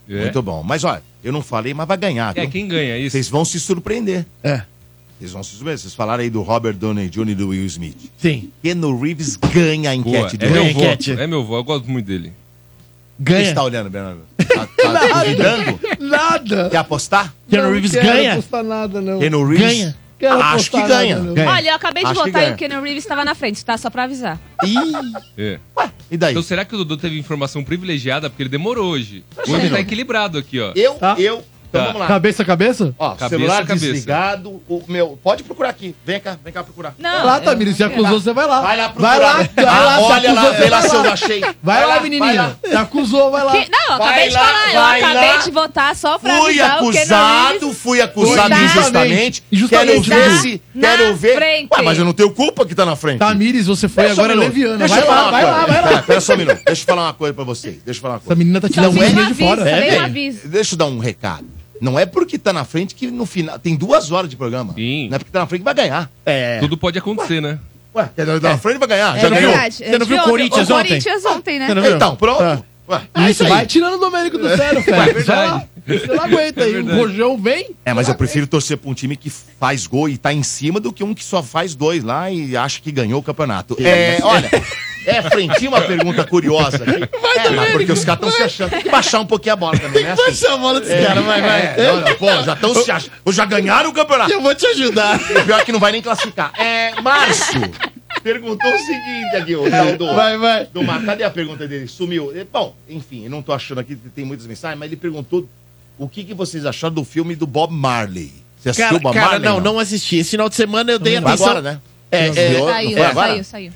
[SPEAKER 8] É.
[SPEAKER 2] Muito bom. Mas olha, eu não falei, mas vai ganhar.
[SPEAKER 8] É,
[SPEAKER 2] viu?
[SPEAKER 8] quem ganha isso?
[SPEAKER 2] Vocês vão se surpreender.
[SPEAKER 6] É.
[SPEAKER 2] Vocês vão se zoar, vocês falaram aí do Robert Downey Jr. e do Will Smith.
[SPEAKER 6] Sim.
[SPEAKER 2] Keanu Reeves ganha a
[SPEAKER 8] Boa,
[SPEAKER 2] enquete
[SPEAKER 8] é
[SPEAKER 2] dele.
[SPEAKER 8] meu voto. É meu voto. Eu gosto muito dele.
[SPEAKER 2] Ganha. Você tá olhando, Bernardo? Tá, tá duvidando?
[SPEAKER 7] Nada.
[SPEAKER 2] Quer apostar?
[SPEAKER 6] Keanu Reeves ganha?
[SPEAKER 7] Não custa nada, não.
[SPEAKER 2] Keanu Reeves?
[SPEAKER 6] Ganha.
[SPEAKER 7] Quero
[SPEAKER 2] Acho que
[SPEAKER 7] apostar nada,
[SPEAKER 2] ganha.
[SPEAKER 7] não.
[SPEAKER 6] Ganha.
[SPEAKER 4] Olha, eu acabei de
[SPEAKER 2] Acho que
[SPEAKER 4] votar e
[SPEAKER 2] ganha.
[SPEAKER 4] o Kenan Reeves estava na frente, tá? Só pra avisar.
[SPEAKER 6] Ih,
[SPEAKER 8] É.
[SPEAKER 2] E daí?
[SPEAKER 8] Então será que o Dodô teve informação privilegiada? Porque ele demorou hoje. Hoje
[SPEAKER 2] Imagina.
[SPEAKER 8] tá equilibrado aqui, ó.
[SPEAKER 2] Eu,
[SPEAKER 7] Tá.
[SPEAKER 2] eu. Então
[SPEAKER 8] Tá.
[SPEAKER 2] vamos lá.
[SPEAKER 7] Cabeça a cabeça?
[SPEAKER 2] Ó,
[SPEAKER 8] Cabeça,
[SPEAKER 2] celular
[SPEAKER 8] cabeça.
[SPEAKER 2] desligado. O meu, pode procurar aqui. Vem cá, vem cá procurar.
[SPEAKER 4] Não.
[SPEAKER 7] lá,
[SPEAKER 4] eu-
[SPEAKER 7] Tamires, se acusou, você vai lá.
[SPEAKER 2] Vai lá
[SPEAKER 7] Vai
[SPEAKER 2] procurar.
[SPEAKER 7] lá, vai lá,
[SPEAKER 2] Ah,
[SPEAKER 7] se
[SPEAKER 2] Olha lá,
[SPEAKER 7] acusou, você
[SPEAKER 2] vê lá
[SPEAKER 7] vai
[SPEAKER 2] se eu
[SPEAKER 7] lá.
[SPEAKER 2] achei.
[SPEAKER 7] Vai lá,
[SPEAKER 2] lá.
[SPEAKER 7] menininha. Se acusou, vai lá.
[SPEAKER 4] Que- não, eu acabei
[SPEAKER 2] Vai
[SPEAKER 4] de
[SPEAKER 2] lá,
[SPEAKER 4] falar.
[SPEAKER 2] vai
[SPEAKER 4] Eu acabei
[SPEAKER 2] lá.
[SPEAKER 4] de votar só pra
[SPEAKER 2] Fui
[SPEAKER 4] avisar o Kenan Reeves.
[SPEAKER 2] acusado, fui acusado
[SPEAKER 4] Exatamente.
[SPEAKER 2] injustamente.
[SPEAKER 7] Injustamente,
[SPEAKER 2] Quero ver
[SPEAKER 4] Dudu.
[SPEAKER 2] se.
[SPEAKER 4] Na
[SPEAKER 2] Quero ver.
[SPEAKER 4] frente.
[SPEAKER 2] Ué, mas eu não tenho culpa que tá na frente.
[SPEAKER 7] Tamires, você foi
[SPEAKER 2] Pera só um
[SPEAKER 7] agora
[SPEAKER 2] minuto.
[SPEAKER 7] leviana.
[SPEAKER 2] Deixa
[SPEAKER 7] Vai
[SPEAKER 2] eu falar
[SPEAKER 7] lá,
[SPEAKER 2] uma
[SPEAKER 7] vai lá,
[SPEAKER 2] coisa.
[SPEAKER 7] vai lá.
[SPEAKER 2] Tá, Pera só um minuto. Deixa eu falar uma coisa pra vocês. Deixa eu falar uma
[SPEAKER 7] Essa
[SPEAKER 2] coisa.
[SPEAKER 7] menina tá
[SPEAKER 4] Só
[SPEAKER 7] tirando um
[SPEAKER 4] veio um
[SPEAKER 7] dinheiro de
[SPEAKER 4] aviso, só
[SPEAKER 7] fora.
[SPEAKER 4] veio um
[SPEAKER 2] velho.
[SPEAKER 4] aviso.
[SPEAKER 2] Deixa eu dar um recado. Não é porque tá na frente que no final. Tem duas horas de programa.
[SPEAKER 8] Sim.
[SPEAKER 2] Não é porque tá na frente que vai ganhar.
[SPEAKER 6] É.
[SPEAKER 8] Tudo pode acontecer, né?
[SPEAKER 2] Ué, quer dar na frente vai ganhar.
[SPEAKER 4] É
[SPEAKER 2] Já ganhou.
[SPEAKER 4] verdade.
[SPEAKER 6] Você não viu o
[SPEAKER 4] De ontem.
[SPEAKER 6] Corinthians
[SPEAKER 4] o
[SPEAKER 6] ontem?
[SPEAKER 4] Corinthians ontem, né?
[SPEAKER 6] Você não viu?
[SPEAKER 2] Então, pronto.
[SPEAKER 6] Ah.
[SPEAKER 2] Ué, é
[SPEAKER 7] Isso, vai tirando o Domênico do sério, velho.
[SPEAKER 8] verdade.
[SPEAKER 7] Você não aguenta aí. O rojão vem.
[SPEAKER 2] É, mas eu prefiro torcer pra um time que faz gol e tá em cima do que um que só faz dois lá e acha que ganhou o campeonato. É, olha, é frentinho uma pergunta curiosa aqui. é, mas porque os caras estão se achando. Tem que baixar um pouquinho a bola também, né? Assim.
[SPEAKER 6] Baixa a bola desse cara, vai, vai.
[SPEAKER 2] É, olha, pô, já estão se achando. Já ganharam o campeonato.
[SPEAKER 6] Eu vou te ajudar.
[SPEAKER 2] O pior é que não vai nem classificar. É, Márcio perguntou o seguinte aqui, o tal do,
[SPEAKER 6] Vai, vai.
[SPEAKER 2] do Mar. Cadê a pergunta dele? Sumiu. E, Bom, enfim, eu não tô achando aqui, tem muitas mensagens, mas ele perguntou o que, que vocês acharam do filme do Bob Marley. Você assistiu
[SPEAKER 6] Cara,
[SPEAKER 2] o Bob
[SPEAKER 6] cara
[SPEAKER 2] Marley?
[SPEAKER 6] não, não assisti. Esse final de semana eu dei
[SPEAKER 2] Foi
[SPEAKER 6] atenção.
[SPEAKER 2] agora, né?
[SPEAKER 6] É,
[SPEAKER 2] Não
[SPEAKER 6] é,
[SPEAKER 2] foi
[SPEAKER 4] Saiu,
[SPEAKER 2] agora?
[SPEAKER 4] saiu, saiu.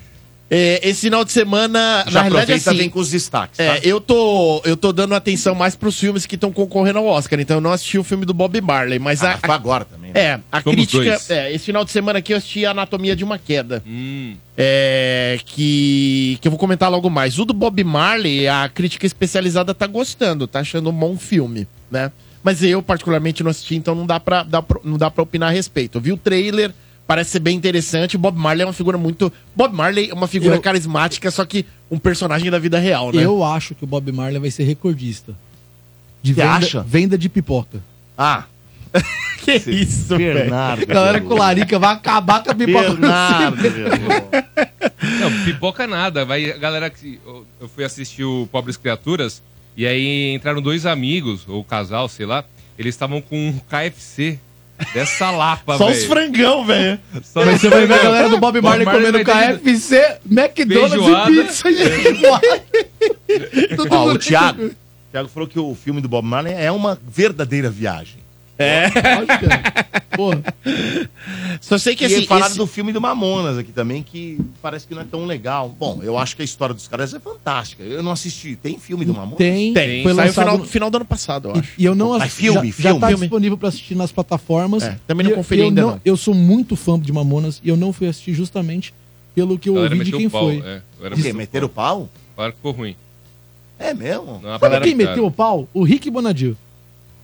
[SPEAKER 6] é, esse final de semana,
[SPEAKER 2] Já
[SPEAKER 6] na realidade,
[SPEAKER 2] aproveita
[SPEAKER 6] assim,
[SPEAKER 2] vem com os destaques, tá?
[SPEAKER 6] É, eu tô, eu tô dando atenção mais pros filmes que estão concorrendo ao Oscar, então eu não assisti o filme do Bob Marley, mas
[SPEAKER 2] Ah,
[SPEAKER 6] a,
[SPEAKER 2] mas foi agora também. né?
[SPEAKER 6] é, a
[SPEAKER 8] Somos
[SPEAKER 6] crítica.
[SPEAKER 8] dois.
[SPEAKER 6] É, esse final de semana aqui eu assisti a Anatomia de uma Queda.
[SPEAKER 8] Hum.
[SPEAKER 6] É, que, que eu vou comentar logo mais. O do Bob Marley, a crítica especializada tá gostando, tá achando um bom filme, né? Mas eu, particularmente, não assisti, então não dá pra, dá pra- não dá pra opinar a respeito. Eu vi o trailer, parece ser bem interessante. O Bob Marley é uma figura muito. Bob Marley é uma figura
[SPEAKER 7] Eu-
[SPEAKER 6] carismática, só que um personagem da vida real, né?
[SPEAKER 7] Eu acho que o Bob Marley vai ser recordista. De
[SPEAKER 2] Você
[SPEAKER 7] venda,
[SPEAKER 2] acha?
[SPEAKER 7] venda de pipoca.
[SPEAKER 2] Ah,
[SPEAKER 6] Que isso, velho.
[SPEAKER 7] A galera com larica vai acabar com a pipoca.
[SPEAKER 2] Bernardo, meu irmão.
[SPEAKER 8] Não, pipoca nada. Vai, a galera que. Eu eu fui assistir o Pobres Criaturas e aí entraram dois amigos, ou casal, sei lá. Eles estavam com um KFC dessa lapa,
[SPEAKER 6] Só
[SPEAKER 8] velho.
[SPEAKER 6] os frangão, velho.
[SPEAKER 8] Só
[SPEAKER 7] Mas você vai ver a galera do Bob
[SPEAKER 8] Bob
[SPEAKER 7] Marley
[SPEAKER 8] Marley
[SPEAKER 7] comendo
[SPEAKER 8] vai ter-
[SPEAKER 7] KFC, McDonald's
[SPEAKER 8] Feijoada.
[SPEAKER 7] e pizza. Todo
[SPEAKER 2] Ó, o
[SPEAKER 7] mundo-
[SPEAKER 2] Thiago, o Thiago falou que o filme do Bob Marley é uma verdadeira viagem.
[SPEAKER 7] Olha, Porra.
[SPEAKER 6] É. Só sei que
[SPEAKER 2] E
[SPEAKER 6] assim,
[SPEAKER 2] falaram
[SPEAKER 6] esse-
[SPEAKER 2] do filme do Mamonas aqui também, que parece que não é tão legal. Bom, eu acho que a história dos caras é fantástica. Eu não assisti. Tem filme do Mamonas?
[SPEAKER 7] Tem,
[SPEAKER 6] Tem,
[SPEAKER 7] foi
[SPEAKER 6] saiu
[SPEAKER 7] lançado
[SPEAKER 6] final,
[SPEAKER 7] no-
[SPEAKER 6] final do ano passado, eu acho.
[SPEAKER 7] E, e eu não
[SPEAKER 2] Mas
[SPEAKER 7] assisti.
[SPEAKER 2] filme,
[SPEAKER 7] já,
[SPEAKER 2] filme,
[SPEAKER 7] já tá
[SPEAKER 6] filme.
[SPEAKER 7] disponível pra assistir nas plataformas.
[SPEAKER 6] É, também não
[SPEAKER 7] E eu-
[SPEAKER 6] conferi
[SPEAKER 7] eu
[SPEAKER 6] ainda, não.
[SPEAKER 7] Eu sou muito fã de Mamonas e eu não fui assistir justamente pelo que eu
[SPEAKER 8] A galera
[SPEAKER 7] ouvi de
[SPEAKER 8] meteu
[SPEAKER 7] quem
[SPEAKER 8] o pau.
[SPEAKER 7] foi.
[SPEAKER 8] É, a galera
[SPEAKER 2] O quê?
[SPEAKER 8] meteu o
[SPEAKER 2] Meter o
[SPEAKER 8] pau.
[SPEAKER 2] pau?
[SPEAKER 8] Claro que ficou ruim.
[SPEAKER 2] É mesmo?
[SPEAKER 8] Não, a tá-
[SPEAKER 7] Sabe
[SPEAKER 8] galera-
[SPEAKER 7] quem meteu o pau? O Rick Bonadil.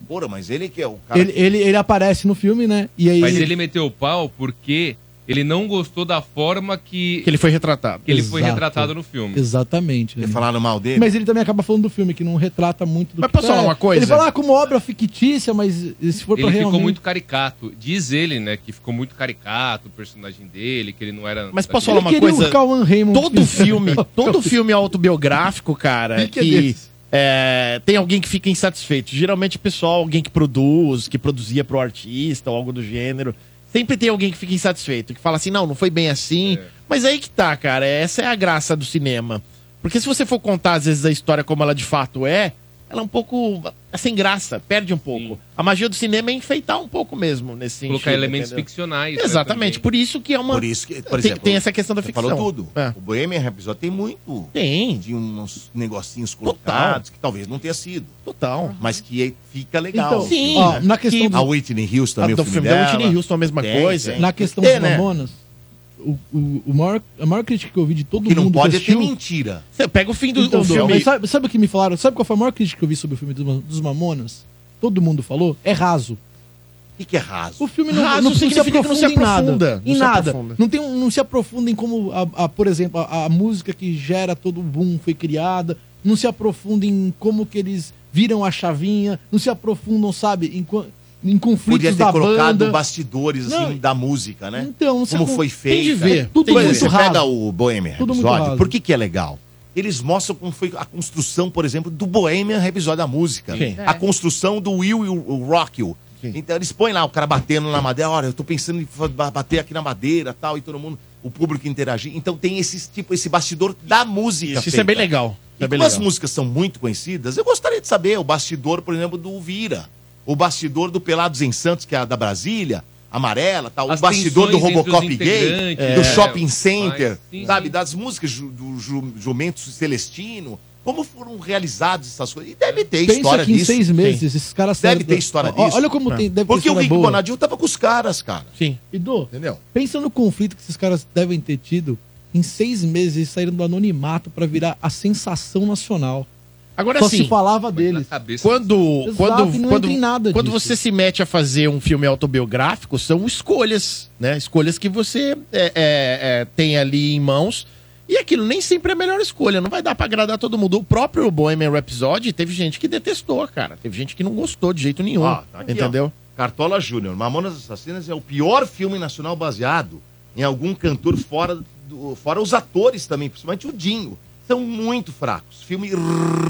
[SPEAKER 2] Porra, mas ele que é o cara.
[SPEAKER 7] Ele, ele, ele aparece no filme, né? E aí
[SPEAKER 8] Mas ele meteu o pau porque ele não gostou da forma que,
[SPEAKER 6] Que ele foi retratado.
[SPEAKER 8] que ele foi
[SPEAKER 7] Exato.
[SPEAKER 8] retratado no filme.
[SPEAKER 7] Exatamente. né?
[SPEAKER 2] que falaram mal dele.
[SPEAKER 7] Mas ele também acaba falando do filme, que não retrata muito do
[SPEAKER 6] Mas
[SPEAKER 7] que
[SPEAKER 6] posso falar uma coisa?
[SPEAKER 7] Ele fala ah, como obra fictícia, mas se for
[SPEAKER 8] Ele
[SPEAKER 7] pra
[SPEAKER 8] ficou
[SPEAKER 7] realmente...
[SPEAKER 8] muito caricato. Diz ele, né, que ficou muito caricato o personagem dele, que ele não era.
[SPEAKER 6] Mas posso
[SPEAKER 8] daquele-
[SPEAKER 6] falar uma
[SPEAKER 7] Ele queria
[SPEAKER 6] coisa?
[SPEAKER 7] o Cauan Raymond.
[SPEAKER 6] Todo filme, todo filme autobiográfico, cara,
[SPEAKER 7] Que que é
[SPEAKER 6] que
[SPEAKER 7] desse?
[SPEAKER 6] é, tem alguém que fica insatisfeito. Geralmente, pessoal, alguém que produz, que produzia pro artista ou algo do gênero. Sempre tem alguém que fica insatisfeito, que fala assim, não, não foi bem assim. Mas aí que tá, cara, essa é a graça do cinema. Porque se você for contar, às vezes, a história como ela de fato é, ela é um pouco é sem graça, perde um pouco. A magia do cinema é enfeitar um pouco mesmo nesse sentido.
[SPEAKER 8] Colocar elementos
[SPEAKER 6] entendeu?
[SPEAKER 8] ficcionais. né,
[SPEAKER 6] Exatamente,
[SPEAKER 8] também.
[SPEAKER 6] por isso que é uma...
[SPEAKER 2] Por isso que, por
[SPEAKER 6] Tem-
[SPEAKER 2] exemplo.
[SPEAKER 6] tem essa questão da
[SPEAKER 2] você
[SPEAKER 6] ficção.
[SPEAKER 2] Falou tudo.
[SPEAKER 6] É.
[SPEAKER 2] O Bohemian Rhapsody tem muito.
[SPEAKER 6] Tem,
[SPEAKER 2] De uns negocinhos colocados que talvez não tenha sido.
[SPEAKER 6] total.
[SPEAKER 2] Mas que é- fica legal.
[SPEAKER 7] Então,
[SPEAKER 2] o filme,
[SPEAKER 7] ó,
[SPEAKER 2] né?
[SPEAKER 7] na questão
[SPEAKER 2] A
[SPEAKER 7] do,
[SPEAKER 2] Whitney Houston também,
[SPEAKER 6] Ah, do
[SPEAKER 2] o filme
[SPEAKER 6] filme da
[SPEAKER 2] dela.
[SPEAKER 6] Whitney Houston, a mesma
[SPEAKER 2] Tem,
[SPEAKER 6] coisa.
[SPEAKER 2] tem.
[SPEAKER 7] na questão
[SPEAKER 2] Tem,
[SPEAKER 7] dos
[SPEAKER 2] né?
[SPEAKER 7] Mamonas, o, o, o maior, a maior crítica que eu ouvi de todo
[SPEAKER 2] Que
[SPEAKER 7] mundo
[SPEAKER 2] não pode é
[SPEAKER 7] assistiu-
[SPEAKER 2] ter mentira.
[SPEAKER 6] Você pega o fim do
[SPEAKER 7] Então,
[SPEAKER 6] o
[SPEAKER 7] Dom,
[SPEAKER 6] filme.
[SPEAKER 7] mas sabe, sabe o que me falaram? Sabe qual foi a maior crítica que eu vi sobre o filme dos, Ma- dos Mamonas? Todo mundo falou? É raso.
[SPEAKER 2] O que, que é raso?
[SPEAKER 7] O filme não,
[SPEAKER 6] Raso
[SPEAKER 7] não, não se
[SPEAKER 6] significa que não se
[SPEAKER 7] aprofunda em nada.
[SPEAKER 6] aprofunda.
[SPEAKER 7] Em
[SPEAKER 6] Não se
[SPEAKER 7] nada.
[SPEAKER 6] aprofunda.
[SPEAKER 7] Não, tem, um- não se aprofunda em como, a, a, por exemplo, a, a música que gera todo o boom foi criada. Não se aprofunda em como que eles viram a chavinha. Não se aprofundam, sabe? Em, qua- em conflitos
[SPEAKER 2] Podia ter
[SPEAKER 7] da
[SPEAKER 2] colocado
[SPEAKER 7] banda.
[SPEAKER 2] bastidores assim, da música, né?
[SPEAKER 7] Então, você
[SPEAKER 2] Como
[SPEAKER 7] não-
[SPEAKER 2] foi
[SPEAKER 7] tem
[SPEAKER 2] feito.
[SPEAKER 7] de ver.
[SPEAKER 2] né?
[SPEAKER 7] Tudo
[SPEAKER 2] Por exemplo,
[SPEAKER 7] muito
[SPEAKER 2] você
[SPEAKER 7] raso.
[SPEAKER 2] pega o Bohemian
[SPEAKER 7] Tudo muito
[SPEAKER 2] Rhapsody,
[SPEAKER 7] raso.
[SPEAKER 2] por que que é legal? Eles mostram como foi a construção, por exemplo, do Bohemian Rhapsody da música. né?
[SPEAKER 6] Sim.
[SPEAKER 2] A construção do Will e o- o Rock You. Então eles põem lá o cara batendo na madeira, olha, eu tô pensando em fa- ba- bater aqui na madeira, tal, e todo mundo, o público interagir. Então tem esse tipo, esse bastidor da música.
[SPEAKER 6] Isso é bem
[SPEAKER 2] feita.
[SPEAKER 6] legal. Isso
[SPEAKER 2] E
[SPEAKER 6] é bem
[SPEAKER 2] como as
[SPEAKER 6] legal.
[SPEAKER 2] músicas são muito conhecidas, eu gostaria de saber o bastidor, por exemplo, do Vira, o bastidor do Pelados em Santos, que é a da Brasília, Amarela, tal,
[SPEAKER 6] As
[SPEAKER 2] o bastidor do
[SPEAKER 6] tensões entre os
[SPEAKER 2] Robocop Gay,
[SPEAKER 6] integrantes,
[SPEAKER 2] do
[SPEAKER 6] né?
[SPEAKER 2] Shopping
[SPEAKER 6] Mas,
[SPEAKER 2] Center,
[SPEAKER 6] sim,
[SPEAKER 2] sabe, das músicas ju- do ju- Jumento Celestino, como foram realizadas essas coisas. E deve ter
[SPEAKER 7] Pensa
[SPEAKER 2] história
[SPEAKER 7] que em
[SPEAKER 2] disso.
[SPEAKER 7] seis meses
[SPEAKER 2] Tem.
[SPEAKER 7] esses caras
[SPEAKER 2] Deve
[SPEAKER 7] saíram
[SPEAKER 2] ter
[SPEAKER 7] da-
[SPEAKER 2] história
[SPEAKER 7] Ó,
[SPEAKER 2] disso.
[SPEAKER 7] Olha como tem, deve ter
[SPEAKER 2] Porque o
[SPEAKER 7] história
[SPEAKER 2] Rick
[SPEAKER 7] boa.
[SPEAKER 2] Bonadil tava com os caras, cara.
[SPEAKER 6] É. Sim.
[SPEAKER 7] Edu,
[SPEAKER 2] Entendeu?
[SPEAKER 7] pensa no conflito que esses caras devem ter tido em seis meses eles saíram do anonimato pra virar a sensação nacional.
[SPEAKER 6] Agora
[SPEAKER 7] Só
[SPEAKER 6] sim.
[SPEAKER 7] se falava deles.
[SPEAKER 6] Quando,
[SPEAKER 7] Exato, e
[SPEAKER 6] quando,
[SPEAKER 7] não
[SPEAKER 6] quando,
[SPEAKER 7] entra em nada
[SPEAKER 6] quando
[SPEAKER 7] disso.
[SPEAKER 6] você se mete a fazer um filme autobiográfico, são escolhas, né? Escolhas que você é, é, é, tem ali em mãos. E aquilo nem sempre é a melhor escolha. Não vai dar pra agradar todo mundo. O próprio Bohemian Rhapsody teve gente que detestou, cara. Teve gente que não gostou de jeito nenhum.
[SPEAKER 2] Ó, tá aqui,
[SPEAKER 6] entendeu?
[SPEAKER 2] ó. Cartola Júnior, Mamonas Assassinas é o pior filme nacional baseado em algum cantor fora, do- fora os atores também, principalmente o Dinho. São muito fracos. Filme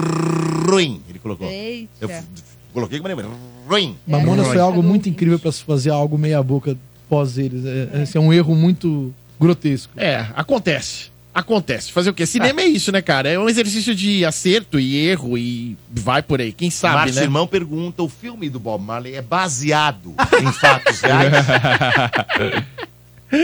[SPEAKER 2] ruim, ele colocou. Eu f-
[SPEAKER 4] Eita.
[SPEAKER 2] f- coloquei como ele ruim.
[SPEAKER 6] É,
[SPEAKER 7] Mamonas foi
[SPEAKER 2] Ruim.
[SPEAKER 7] é algo muito incrível pra se fazer algo meia boca pós eles. É, Esse é um erro muito grotesco.
[SPEAKER 6] É, acontece. Acontece. Fazer o quê? Cinema é isso, né, cara? É um exercício de acerto e erro e vai por aí. Quem sabe,
[SPEAKER 2] Márcio
[SPEAKER 6] né?
[SPEAKER 2] Irmão pergunta: o filme do Bob Marley é baseado em fatos reais?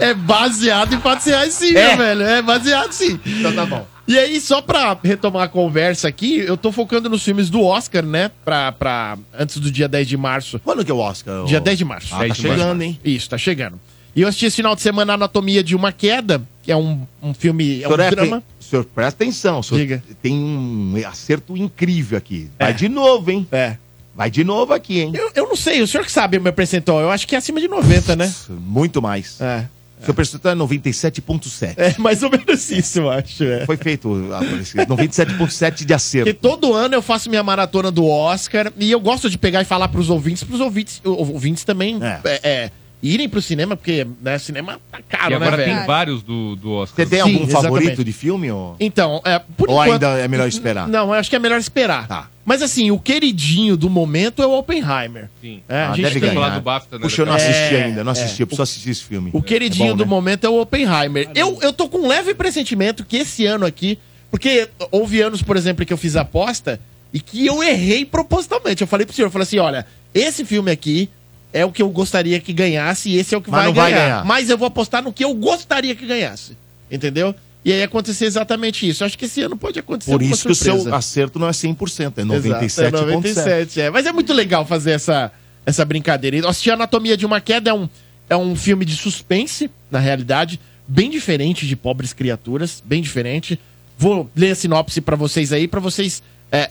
[SPEAKER 6] É baseado em fatos reais, sim,
[SPEAKER 2] É.
[SPEAKER 6] né, velho. É baseado, sim.
[SPEAKER 2] Então tá bom.
[SPEAKER 6] E aí, só pra retomar a conversa aqui, eu tô focando nos filmes do Oscar, né? Pra, pra antes do dia 10 de março.
[SPEAKER 2] Quando que é o Oscar?
[SPEAKER 6] Dia 10 de março.
[SPEAKER 2] Ah, tá chegando, hein?
[SPEAKER 6] Isso, tá chegando. E eu assisti esse final de semana a Anatomia de uma Queda, que é um, um filme, é um
[SPEAKER 2] senhor, é,
[SPEAKER 6] drama.
[SPEAKER 2] tem- senhor, presta atenção. senhor Tem um acerto incrível aqui. Vai de novo, hein?
[SPEAKER 6] É.
[SPEAKER 2] Vai de novo aqui, hein?
[SPEAKER 6] Eu, eu não sei, o senhor que sabe o meu percentual. Eu acho que é acima de 90, né?
[SPEAKER 2] Muito mais.
[SPEAKER 6] É.
[SPEAKER 2] Seu percentual é 97,7.
[SPEAKER 6] É mais ou menos isso, eu acho. É.
[SPEAKER 2] Foi feito ah, por isso, 97,7 de acerto.
[SPEAKER 6] Porque todo ano eu faço minha maratona do Oscar e eu gosto de pegar e falar pros ouvintes, pros ouvintes, o- ouvintes também
[SPEAKER 2] É.
[SPEAKER 6] é, é, irem pro cinema, porque né, cinema tá caro,
[SPEAKER 8] E agora
[SPEAKER 6] né,
[SPEAKER 8] tem
[SPEAKER 6] velho?
[SPEAKER 8] vários do, do Oscar.
[SPEAKER 2] Você tem
[SPEAKER 6] Sim,
[SPEAKER 2] algum favorito
[SPEAKER 6] exatamente.
[SPEAKER 2] de filme? Ou,
[SPEAKER 6] Então, é, por
[SPEAKER 2] ou
[SPEAKER 6] enquanto-
[SPEAKER 2] ainda é melhor esperar?
[SPEAKER 6] Não, eu acho que é melhor esperar.
[SPEAKER 2] Tá.
[SPEAKER 6] Mas assim, o queridinho do momento é o Oppenheimer.
[SPEAKER 8] Sim.
[SPEAKER 6] É,
[SPEAKER 2] Ah,
[SPEAKER 6] a gente
[SPEAKER 2] deve
[SPEAKER 6] tem-
[SPEAKER 8] falar
[SPEAKER 2] ganhar.
[SPEAKER 8] do BAFTA, né,
[SPEAKER 2] Puxa, eu não
[SPEAKER 6] daquela-
[SPEAKER 2] assisti
[SPEAKER 6] É,
[SPEAKER 2] ainda, não
[SPEAKER 6] é.
[SPEAKER 2] assisti. Eu preciso assistir esse filme.
[SPEAKER 6] O queridinho
[SPEAKER 2] É bom,
[SPEAKER 6] do
[SPEAKER 2] né?
[SPEAKER 6] momento é o Oppenheimer. Eu, eu tô com um leve pressentimento que esse ano aqui. Porque houve anos, por exemplo, que eu fiz aposta e que eu errei propositalmente. Eu falei pro senhor, eu falei assim: olha, esse filme aqui é o que eu gostaria que ganhasse e esse é o que
[SPEAKER 2] Mas
[SPEAKER 6] vai
[SPEAKER 2] não
[SPEAKER 6] ganhar,
[SPEAKER 2] vai ganhar.
[SPEAKER 6] Mas eu vou apostar no que eu gostaria que ganhasse. Entendeu? E aí aconteceu exatamente isso. Acho que esse ano pode acontecer
[SPEAKER 2] Por
[SPEAKER 6] alguma
[SPEAKER 2] isso que o
[SPEAKER 6] surpresa.
[SPEAKER 2] seu acerto não é 100%, é
[SPEAKER 6] Exato,
[SPEAKER 2] 97,7%.
[SPEAKER 6] é 97, é. Mas é muito legal fazer essa, essa brincadeira. E Assistir Anatomia de uma Queda é um, é um filme de suspense, na realidade, bem diferente de Pobres Criaturas, bem diferente. Vou ler a sinopse pra vocês aí, pra vocês é,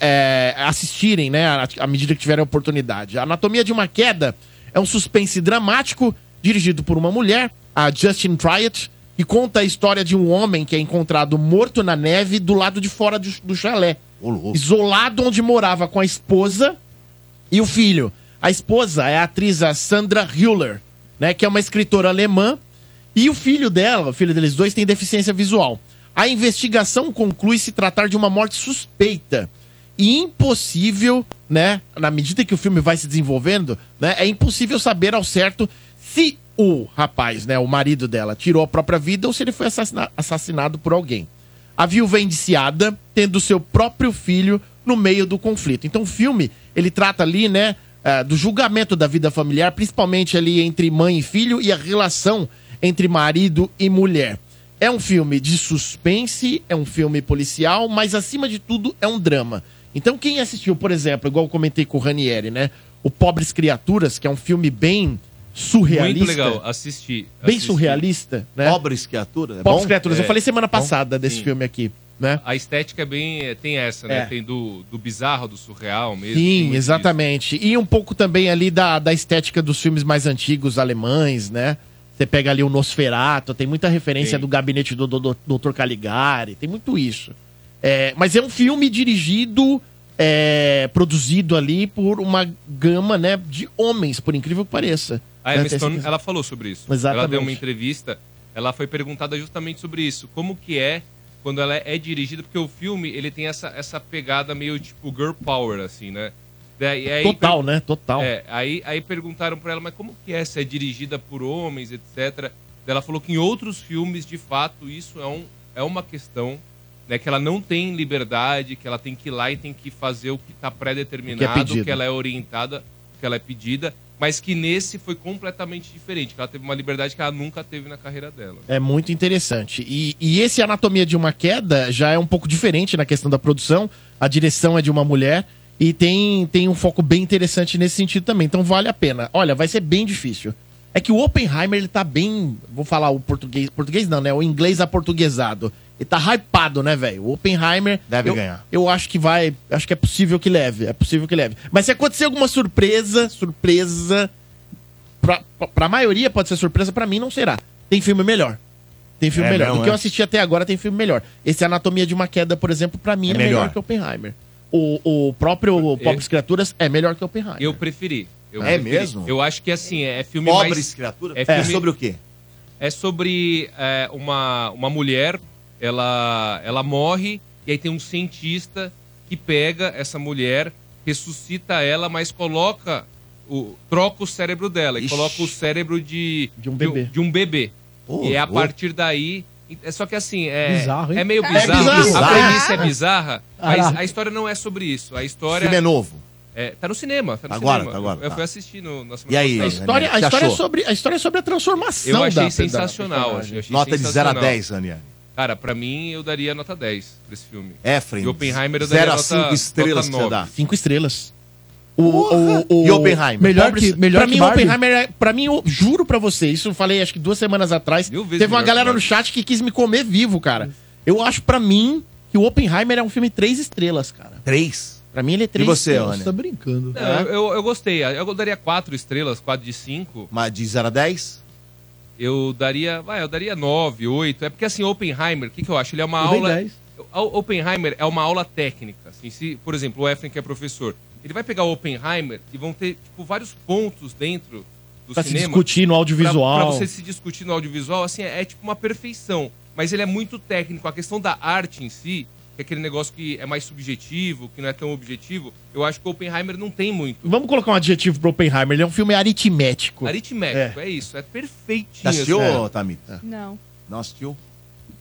[SPEAKER 6] é, assistirem, né, à- à medida que tiverem a oportunidade. A Anatomia de uma Queda é um suspense dramático dirigido por uma mulher, a Justin Triet, que conta a história de um homem que é encontrado morto na neve do lado de fora do, do chalé
[SPEAKER 2] Ô, louco.
[SPEAKER 6] isolado onde morava com a esposa e o filho. A esposa é a atriz a Sandra Hüller, né, que é uma escritora alemã, e o filho dela, o filho deles dois, tem deficiência visual. A investigação conclui se tratar de uma morte suspeita e impossível, né, na medida que o filme vai se desenvolvendo, né, é impossível saber ao certo se o rapaz, né, o marido dela, tirou a própria vida ou se ele foi assassina- assassinado por alguém. A viúva é indiciada, tendo seu próprio filho no meio do conflito. Então o filme, ele trata ali, né, eh, do julgamento da vida familiar, principalmente ali entre mãe e filho e a relação entre marido e mulher. É um filme de suspense, é um filme policial, mas acima de tudo é um drama. Então quem assistiu, por exemplo, igual eu comentei com o Ranieri, né, o Pobres Criaturas, que é um filme bem surrealista,
[SPEAKER 8] Muito legal. Assisti.
[SPEAKER 6] bem
[SPEAKER 8] assisti.
[SPEAKER 6] surrealista, né?
[SPEAKER 2] Pobres criaturas. É
[SPEAKER 6] Pobres
[SPEAKER 2] bom?
[SPEAKER 6] Criaturas, eu
[SPEAKER 8] É.
[SPEAKER 6] falei semana passada desse
[SPEAKER 8] Sim.
[SPEAKER 6] filme aqui, né?
[SPEAKER 8] A estética é bem. é, Tem essa, né?
[SPEAKER 6] É.
[SPEAKER 8] Tem do, do bizarro, do surreal mesmo. tem muito
[SPEAKER 6] Sim,
[SPEAKER 8] disso.
[SPEAKER 6] exatamente. E um pouco também ali da, da estética dos filmes mais antigos alemães, né? Você pega ali o Nosferato, tem muita referência
[SPEAKER 8] Sim.
[SPEAKER 6] do gabinete do, do, do Dr. Caligari, tem muito isso. É, mas é um filme dirigido é, produzido ali por uma gama né, de homens, por incrível que pareça.
[SPEAKER 8] A
[SPEAKER 6] Né,
[SPEAKER 8] Emma
[SPEAKER 6] tem
[SPEAKER 8] Stone,
[SPEAKER 6] essa-
[SPEAKER 8] é, ela falou sobre isso. Ela
[SPEAKER 6] Exatamente.
[SPEAKER 8] deu uma entrevista, ela foi perguntada justamente sobre isso. Como que é quando ela é dirigida, porque o filme, ele tem essa, essa pegada meio tipo girl power, assim, né? Daí- aí-
[SPEAKER 6] Total, né? Total.
[SPEAKER 8] É, aí, aí perguntaram pra ela, mas como que é se é dirigida por homens, etc. Ela falou que em outros filmes, de fato, isso é, um, é uma questão, né? Que ela não tem liberdade, que ela tem que ir lá e tem que fazer o que tá pré-determinado,
[SPEAKER 6] pedido.
[SPEAKER 8] que ela é orientada, que ela é pedida, mas que nesse foi completamente diferente, que ela teve uma liberdade que ela nunca teve na carreira dela.
[SPEAKER 6] É muito interessante. E, e esse Anatomia de uma Queda já é um pouco diferente na questão da produção. A direção é de uma mulher e tem, tem um foco bem interessante nesse sentido também. Então vale a pena. Olha, vai ser bem difícil. É que o Oppenheimer, ele tá bem. Vou falar o português. Português não, né? O inglês aportuguesado. Ele tá hypado, né, velho? O Oppenheimer.
[SPEAKER 2] Deve
[SPEAKER 6] eu-
[SPEAKER 2] ganhar.
[SPEAKER 6] Eu acho que vai. Acho que é possível que leve. É possível que leve. Mas se acontecer alguma surpresa, surpresa. Pra, pra- pra maioria pode ser surpresa, pra mim não será. Tem filme melhor. Tem filme
[SPEAKER 2] É
[SPEAKER 6] melhor.
[SPEAKER 2] mesmo,
[SPEAKER 6] do que eu
[SPEAKER 2] é?
[SPEAKER 6] assisti até agora, tem filme melhor. Esse Anatomia de uma Queda, por exemplo, pra mim é,
[SPEAKER 2] É
[SPEAKER 6] melhor.
[SPEAKER 2] melhor.
[SPEAKER 6] que Oppenheimer. O, o próprio Pobres Criaturas é melhor que Oppenheimer.
[SPEAKER 8] Eu preferi. Eu
[SPEAKER 2] É
[SPEAKER 8] preferi.
[SPEAKER 2] mesmo?
[SPEAKER 8] Eu acho que, assim, é filme
[SPEAKER 2] Pobres
[SPEAKER 8] mais...
[SPEAKER 2] criaturas?
[SPEAKER 8] É,
[SPEAKER 2] É,
[SPEAKER 8] filme-
[SPEAKER 2] sobre o quê?
[SPEAKER 8] é sobre é, uma, uma mulher, ela, ela morre, e aí tem um cientista que pega essa mulher, ressuscita ela, mas coloca. O, troca o cérebro dela e
[SPEAKER 6] Ixi.
[SPEAKER 8] coloca o cérebro de,
[SPEAKER 6] De um bebê.
[SPEAKER 8] De, um bebê.
[SPEAKER 2] Ô,
[SPEAKER 8] e é a
[SPEAKER 2] louco.
[SPEAKER 8] partir daí. É só que assim, é,
[SPEAKER 7] Bizarro, hein?
[SPEAKER 8] é meio
[SPEAKER 4] É
[SPEAKER 8] bizarro.
[SPEAKER 2] bizarro.
[SPEAKER 8] A premissa é bizarra, mas
[SPEAKER 7] Caraca.
[SPEAKER 8] a história não é sobre isso. A
[SPEAKER 2] O
[SPEAKER 8] história.
[SPEAKER 2] filme é novo.
[SPEAKER 8] é, tá no cinema. Tá no
[SPEAKER 2] Agora,
[SPEAKER 8] cinema.
[SPEAKER 2] tá agora,
[SPEAKER 8] Eu, eu
[SPEAKER 2] tá.
[SPEAKER 8] fui assistir no, na
[SPEAKER 2] E
[SPEAKER 8] semana
[SPEAKER 2] aí?
[SPEAKER 6] A
[SPEAKER 8] passada.
[SPEAKER 6] história, a,
[SPEAKER 2] Você
[SPEAKER 6] história é
[SPEAKER 2] achou?
[SPEAKER 6] sobre, a história é sobre a transformação
[SPEAKER 8] Eu achei
[SPEAKER 6] da- da-
[SPEAKER 8] sensacional.
[SPEAKER 6] da-
[SPEAKER 8] achei- achei
[SPEAKER 2] Tá, Nota de 0 a
[SPEAKER 8] sensacional.
[SPEAKER 2] 10, Aniane.
[SPEAKER 8] Cara, pra mim, eu daria nota 10 pra esse filme.
[SPEAKER 2] É, Friend.
[SPEAKER 8] E Oppenheimer eu daria
[SPEAKER 2] 0 a
[SPEAKER 8] nota-
[SPEAKER 2] 5 estrelas que
[SPEAKER 8] nota
[SPEAKER 2] você
[SPEAKER 8] nove.
[SPEAKER 2] dá.
[SPEAKER 6] Cinco estrelas. O, o, o,
[SPEAKER 2] E Oppenheimer?
[SPEAKER 7] Melhor
[SPEAKER 6] Pobres-
[SPEAKER 7] que- melhor
[SPEAKER 6] pra
[SPEAKER 7] que
[SPEAKER 6] mim, o
[SPEAKER 7] Barbie?
[SPEAKER 6] Oppenheimer é. Pra mim, eu juro pra você, isso eu falei acho que duas semanas atrás.
[SPEAKER 8] Mil vezes
[SPEAKER 6] Teve uma
[SPEAKER 8] melhor
[SPEAKER 6] galera
[SPEAKER 8] que
[SPEAKER 6] no
[SPEAKER 8] Barbie.
[SPEAKER 6] chat que quis me comer vivo, cara. Eu acho pra mim que o Oppenheimer é um filme três estrelas, cara.
[SPEAKER 2] 3.
[SPEAKER 6] Pra mim ele é três
[SPEAKER 2] você,
[SPEAKER 6] estrelas.
[SPEAKER 2] Ana?
[SPEAKER 7] Você tá brincando.
[SPEAKER 8] Não, eu, eu gostei. Eu daria 4 estrelas, 4 de 5.
[SPEAKER 2] Mas de 0 a 10?
[SPEAKER 8] Eu daria. Vai, eu daria 9, 8. É porque assim, Oppenheimer, o que, que eu acho? Ele é uma
[SPEAKER 7] Eu dei
[SPEAKER 8] aula.
[SPEAKER 7] 10.
[SPEAKER 8] O Oppenheimer é uma aula técnica. Assim, se, por exemplo, o Efren, que é professor, ele vai pegar o Oppenheimer e vão ter tipo, vários pontos dentro do
[SPEAKER 6] Pra se
[SPEAKER 8] cinema.
[SPEAKER 6] discutir no audiovisual.
[SPEAKER 8] Pra, pra você se discutir no audiovisual, assim, é, é tipo uma perfeição. Mas ele é muito técnico. A questão da arte em si, que é aquele negócio que é mais subjetivo, que não é tão objetivo, eu acho que o Oppenheimer não tem muito.
[SPEAKER 6] Vamos colocar um adjetivo pro Oppenheimer. Ele é um filme aritmético.
[SPEAKER 8] Aritmético, é. isso. É perfeitinho.
[SPEAKER 2] Já assistiu,
[SPEAKER 6] É.
[SPEAKER 8] assim.
[SPEAKER 2] ô, Tamita?
[SPEAKER 4] Não.
[SPEAKER 2] Não assistiu?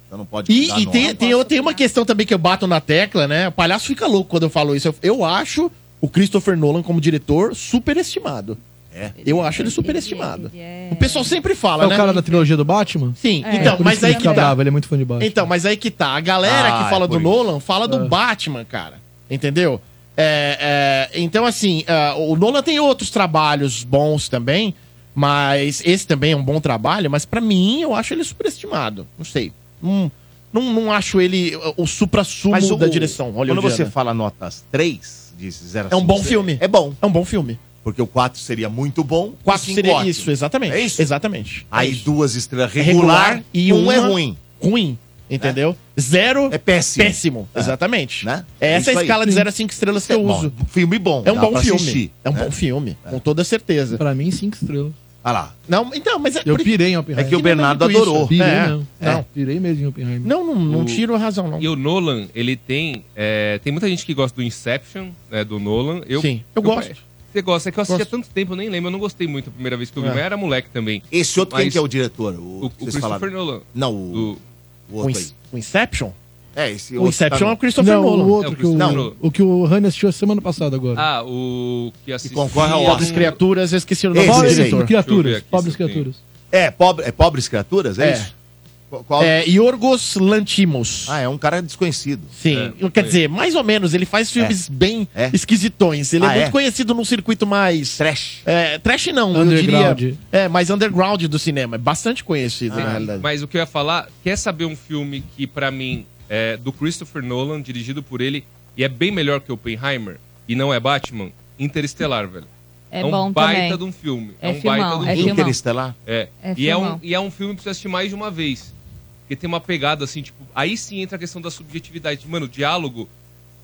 [SPEAKER 2] Então não pode
[SPEAKER 6] E,
[SPEAKER 2] dar
[SPEAKER 6] e
[SPEAKER 2] nota.
[SPEAKER 6] tem, tem,
[SPEAKER 4] Posso
[SPEAKER 6] tem uma
[SPEAKER 4] opinar?
[SPEAKER 6] questão também que eu bato na tecla, né? O palhaço fica louco quando eu falo isso. Eu, eu acho o Christopher Nolan como diretor superestimado.
[SPEAKER 2] É.
[SPEAKER 6] Eu acho ele
[SPEAKER 4] Ele,
[SPEAKER 6] superestimado.
[SPEAKER 4] é-
[SPEAKER 6] O pessoal sempre fala,
[SPEAKER 7] É o
[SPEAKER 6] né?
[SPEAKER 7] cara da trilogia do Batman?
[SPEAKER 6] Sim,
[SPEAKER 4] É,
[SPEAKER 6] então,
[SPEAKER 7] por
[SPEAKER 6] mas
[SPEAKER 7] isso
[SPEAKER 6] aí
[SPEAKER 7] ele
[SPEAKER 6] que
[SPEAKER 7] fica
[SPEAKER 6] tá.
[SPEAKER 7] bravo, ele é muito fã de Batman.
[SPEAKER 6] Então, mas aí que tá. A galera
[SPEAKER 2] Ah,
[SPEAKER 6] que fala
[SPEAKER 2] é
[SPEAKER 6] do
[SPEAKER 2] por
[SPEAKER 6] Nolan fala do Batman, cara. Entendeu? É, é, então, assim, ah, o Nolan tem outros trabalhos bons também, mas esse também é um bom trabalho, mas pra mim eu acho ele superestimado. Não sei. Hum, não, não acho ele uh, o supra-sumo da direção. Olha
[SPEAKER 2] Quando você fala notas 3, diz 0 a
[SPEAKER 6] É um bom
[SPEAKER 2] cinco,
[SPEAKER 6] filme.
[SPEAKER 2] É bom.
[SPEAKER 6] É um bom filme.
[SPEAKER 2] Porque o 4 seria muito bom. o
[SPEAKER 6] Quatro
[SPEAKER 2] cinco
[SPEAKER 6] seria
[SPEAKER 2] ótimo.
[SPEAKER 6] isso, exatamente.
[SPEAKER 2] É isso?
[SPEAKER 6] Exatamente. É
[SPEAKER 2] Aí
[SPEAKER 6] isso.
[SPEAKER 2] duas estrelas
[SPEAKER 6] É
[SPEAKER 2] regular, e um é
[SPEAKER 6] uma-
[SPEAKER 2] ruim.
[SPEAKER 6] Ruim, entendeu? Zero
[SPEAKER 2] É péssimo.
[SPEAKER 6] péssimo.
[SPEAKER 2] É.
[SPEAKER 6] Exatamente.
[SPEAKER 2] Né?
[SPEAKER 6] É essa
[SPEAKER 2] Isso
[SPEAKER 6] a
[SPEAKER 2] aí.
[SPEAKER 6] escala de 0 a 5 estrelas que eu
[SPEAKER 2] Bom,
[SPEAKER 6] uso.
[SPEAKER 2] filme bom.
[SPEAKER 6] É um
[SPEAKER 2] dá
[SPEAKER 6] bom
[SPEAKER 2] pra
[SPEAKER 6] filme.
[SPEAKER 2] assistir,
[SPEAKER 6] é um
[SPEAKER 2] né?
[SPEAKER 6] bom filme, com toda certeza.
[SPEAKER 7] Pra mim, cinco estrelas.
[SPEAKER 2] Olha lá.
[SPEAKER 6] Não, então, mas é.
[SPEAKER 7] Eu
[SPEAKER 6] por-
[SPEAKER 7] pirei em Oppenheimer.
[SPEAKER 2] É que o Bernardo
[SPEAKER 6] muito isso.
[SPEAKER 2] adorou.
[SPEAKER 7] Pirei
[SPEAKER 6] É,
[SPEAKER 7] mesmo.
[SPEAKER 6] é.
[SPEAKER 7] Não, pirei mesmo em Oppenheimer.
[SPEAKER 6] Não, não, não
[SPEAKER 8] O-
[SPEAKER 6] tiro a razão, não.
[SPEAKER 8] E o Nolan, ele tem. é, tem muita gente que gosta do Inception, né? Do Nolan. Eu,
[SPEAKER 6] Sim, eu gosto.
[SPEAKER 8] Você gosta, é que eu assisti
[SPEAKER 6] Gosto.
[SPEAKER 8] há tanto tempo, eu nem lembro, eu não gostei muito a primeira vez que eu vi,
[SPEAKER 6] É.
[SPEAKER 8] mas era moleque também.
[SPEAKER 2] Esse outro, quem
[SPEAKER 8] Mas
[SPEAKER 2] que é o diretor?
[SPEAKER 8] O, o
[SPEAKER 2] que
[SPEAKER 8] Christopher Nolan.
[SPEAKER 2] Não, o,
[SPEAKER 8] Do,
[SPEAKER 2] o
[SPEAKER 6] O,
[SPEAKER 2] outro aí.
[SPEAKER 6] In- o Inception?
[SPEAKER 2] É, esse
[SPEAKER 6] O Inception é o Christopher
[SPEAKER 7] tá Não,
[SPEAKER 6] Nolan.
[SPEAKER 7] o
[SPEAKER 8] É, o
[SPEAKER 7] outro que o,
[SPEAKER 8] Christopher Nolan.
[SPEAKER 7] o que o Rani assistiu a semana passada agora.
[SPEAKER 8] ah, o que assistiu.
[SPEAKER 2] concorre ao
[SPEAKER 6] Pobres Criaturas, eu
[SPEAKER 8] é
[SPEAKER 6] esqueci o nome
[SPEAKER 2] Esse,
[SPEAKER 6] do
[SPEAKER 7] Pobres
[SPEAKER 2] esse aí.
[SPEAKER 6] diretor.
[SPEAKER 8] Deixa eu ver
[SPEAKER 7] criaturas,
[SPEAKER 8] aqui
[SPEAKER 7] pobres
[SPEAKER 8] se eu tenho.
[SPEAKER 7] criaturas.
[SPEAKER 2] É, pobre, é Pobres Criaturas? É,
[SPEAKER 6] É.
[SPEAKER 2] isso? Qu- Qual?
[SPEAKER 6] É, Yorgos Lantimos.
[SPEAKER 2] Ah, é um cara desconhecido.
[SPEAKER 6] Sim,
[SPEAKER 8] É,
[SPEAKER 6] quer dizer, mais ou menos, ele faz filmes bem
[SPEAKER 2] É.
[SPEAKER 6] esquisitões. Ele
[SPEAKER 2] Ah,
[SPEAKER 6] é muito
[SPEAKER 2] é?
[SPEAKER 6] conhecido num circuito mais.
[SPEAKER 2] Trash.
[SPEAKER 6] É, trash não, eu diria.
[SPEAKER 7] Underground.
[SPEAKER 6] É, mais underground do cinema. É bastante conhecido, né, na
[SPEAKER 2] Ah.
[SPEAKER 8] Sim,
[SPEAKER 6] realidade.
[SPEAKER 8] Ah, Mas o que eu ia falar, quer saber um filme que, pra mim, é do Christopher Nolan, dirigido por ele, e é bem melhor que Oppenheimer, e não é Batman? Interestelar, velho.
[SPEAKER 4] É,
[SPEAKER 8] um
[SPEAKER 4] bom
[SPEAKER 8] baita
[SPEAKER 4] também.
[SPEAKER 8] de um filme.
[SPEAKER 4] É
[SPEAKER 8] um
[SPEAKER 4] filmão,
[SPEAKER 8] baita de um
[SPEAKER 4] é
[SPEAKER 8] filme.
[SPEAKER 2] Interestelar.
[SPEAKER 8] É.
[SPEAKER 4] É
[SPEAKER 8] e, é um,
[SPEAKER 4] filmão.
[SPEAKER 8] e é um filme que você assiste mais de uma vez. Porque tem uma pegada assim, tipo. Aí sim entra a questão da subjetividade. Mano, o diálogo.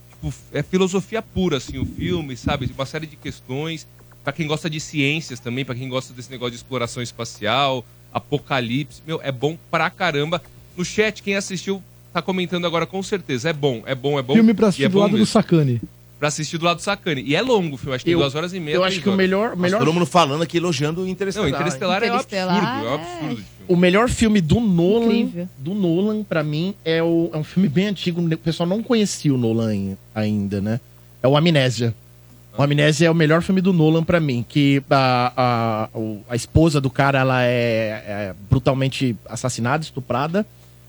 [SPEAKER 8] tipo, tipo, é filosofia pura, assim, o filme, sabe? Uma série de questões. Pra quem gosta de ciências também, pra quem gosta desse negócio de exploração espacial, apocalipse, meu, é bom pra caramba. No chat, quem assistiu tá comentando agora com certeza. É bom, é bom, é bom.
[SPEAKER 7] Filme pra
[SPEAKER 8] E
[SPEAKER 7] assistir
[SPEAKER 8] é
[SPEAKER 7] do
[SPEAKER 8] bom
[SPEAKER 7] lado do
[SPEAKER 8] mesmo.
[SPEAKER 7] Sacane.
[SPEAKER 8] Pra assistir do lado do Sacani. E é longo o filme, acho que tem duas horas e meia.
[SPEAKER 6] Eu
[SPEAKER 8] três
[SPEAKER 6] acho que o
[SPEAKER 8] horas.
[SPEAKER 6] melhor, o melhor
[SPEAKER 2] Todo mundo falando aqui, elogiando o Interestelar.
[SPEAKER 8] Não, Interestelar, é um
[SPEAKER 4] Interestelar,
[SPEAKER 8] absurdo, é um absurdo.
[SPEAKER 6] O melhor filme do Nolan,
[SPEAKER 4] Incrível.
[SPEAKER 6] do Nolan para mim, é, o- é um filme bem antigo. O pessoal não conhecia o Nolan ai- ainda, né? É o Amnésia. O Amnésia é o melhor filme do Nolan pra mim, que a, a, o- a esposa do cara ela é, é brutalmente assassinada, estuprada,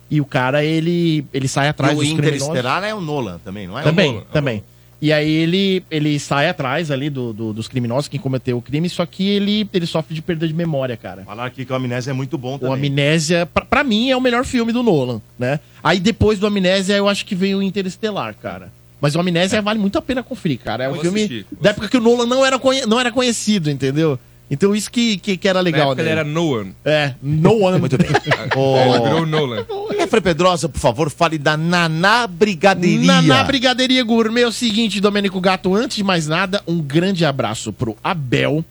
[SPEAKER 6] e o cara ele ele sai atrás
[SPEAKER 2] E o
[SPEAKER 6] dos criminosos.
[SPEAKER 2] Interestelar é o Nolan também, não é?
[SPEAKER 6] Também,
[SPEAKER 8] Nolan, é o
[SPEAKER 6] também. E aí ele, ele sai atrás ali do, do- dos criminosos, quem cometeu o crime, só que ele, ele sofre de perda de memória, cara.
[SPEAKER 2] Falar aqui que o Amnésia é muito bom
[SPEAKER 6] O
[SPEAKER 2] também.
[SPEAKER 6] Amnésia, pra, pra mim, é o melhor filme do Nolan, né? Aí depois do Amnésia, eu acho que veio o Interestelar, cara. Mas o Amnésia vale muito a pena conferir, cara. É um
[SPEAKER 8] Vou
[SPEAKER 6] filme
[SPEAKER 8] assistir, vou
[SPEAKER 6] da época que o Nolan não era, conhe- não era conhecido, entendeu? Então isso que, que, que era
[SPEAKER 8] Na
[SPEAKER 6] legal,
[SPEAKER 7] né?
[SPEAKER 8] época ele era Nolan.
[SPEAKER 6] É, no one.
[SPEAKER 2] Muito bem.
[SPEAKER 8] Ele
[SPEAKER 2] Ô,
[SPEAKER 8] virou Nolan.
[SPEAKER 2] Efra É, Pedrosa, por favor, fale da Naná Brigadeiria.
[SPEAKER 6] Na, na Brigadeiria Gourmet é o seguinte, Domênico Gato, antes de mais nada, um grande abraço pro Abel,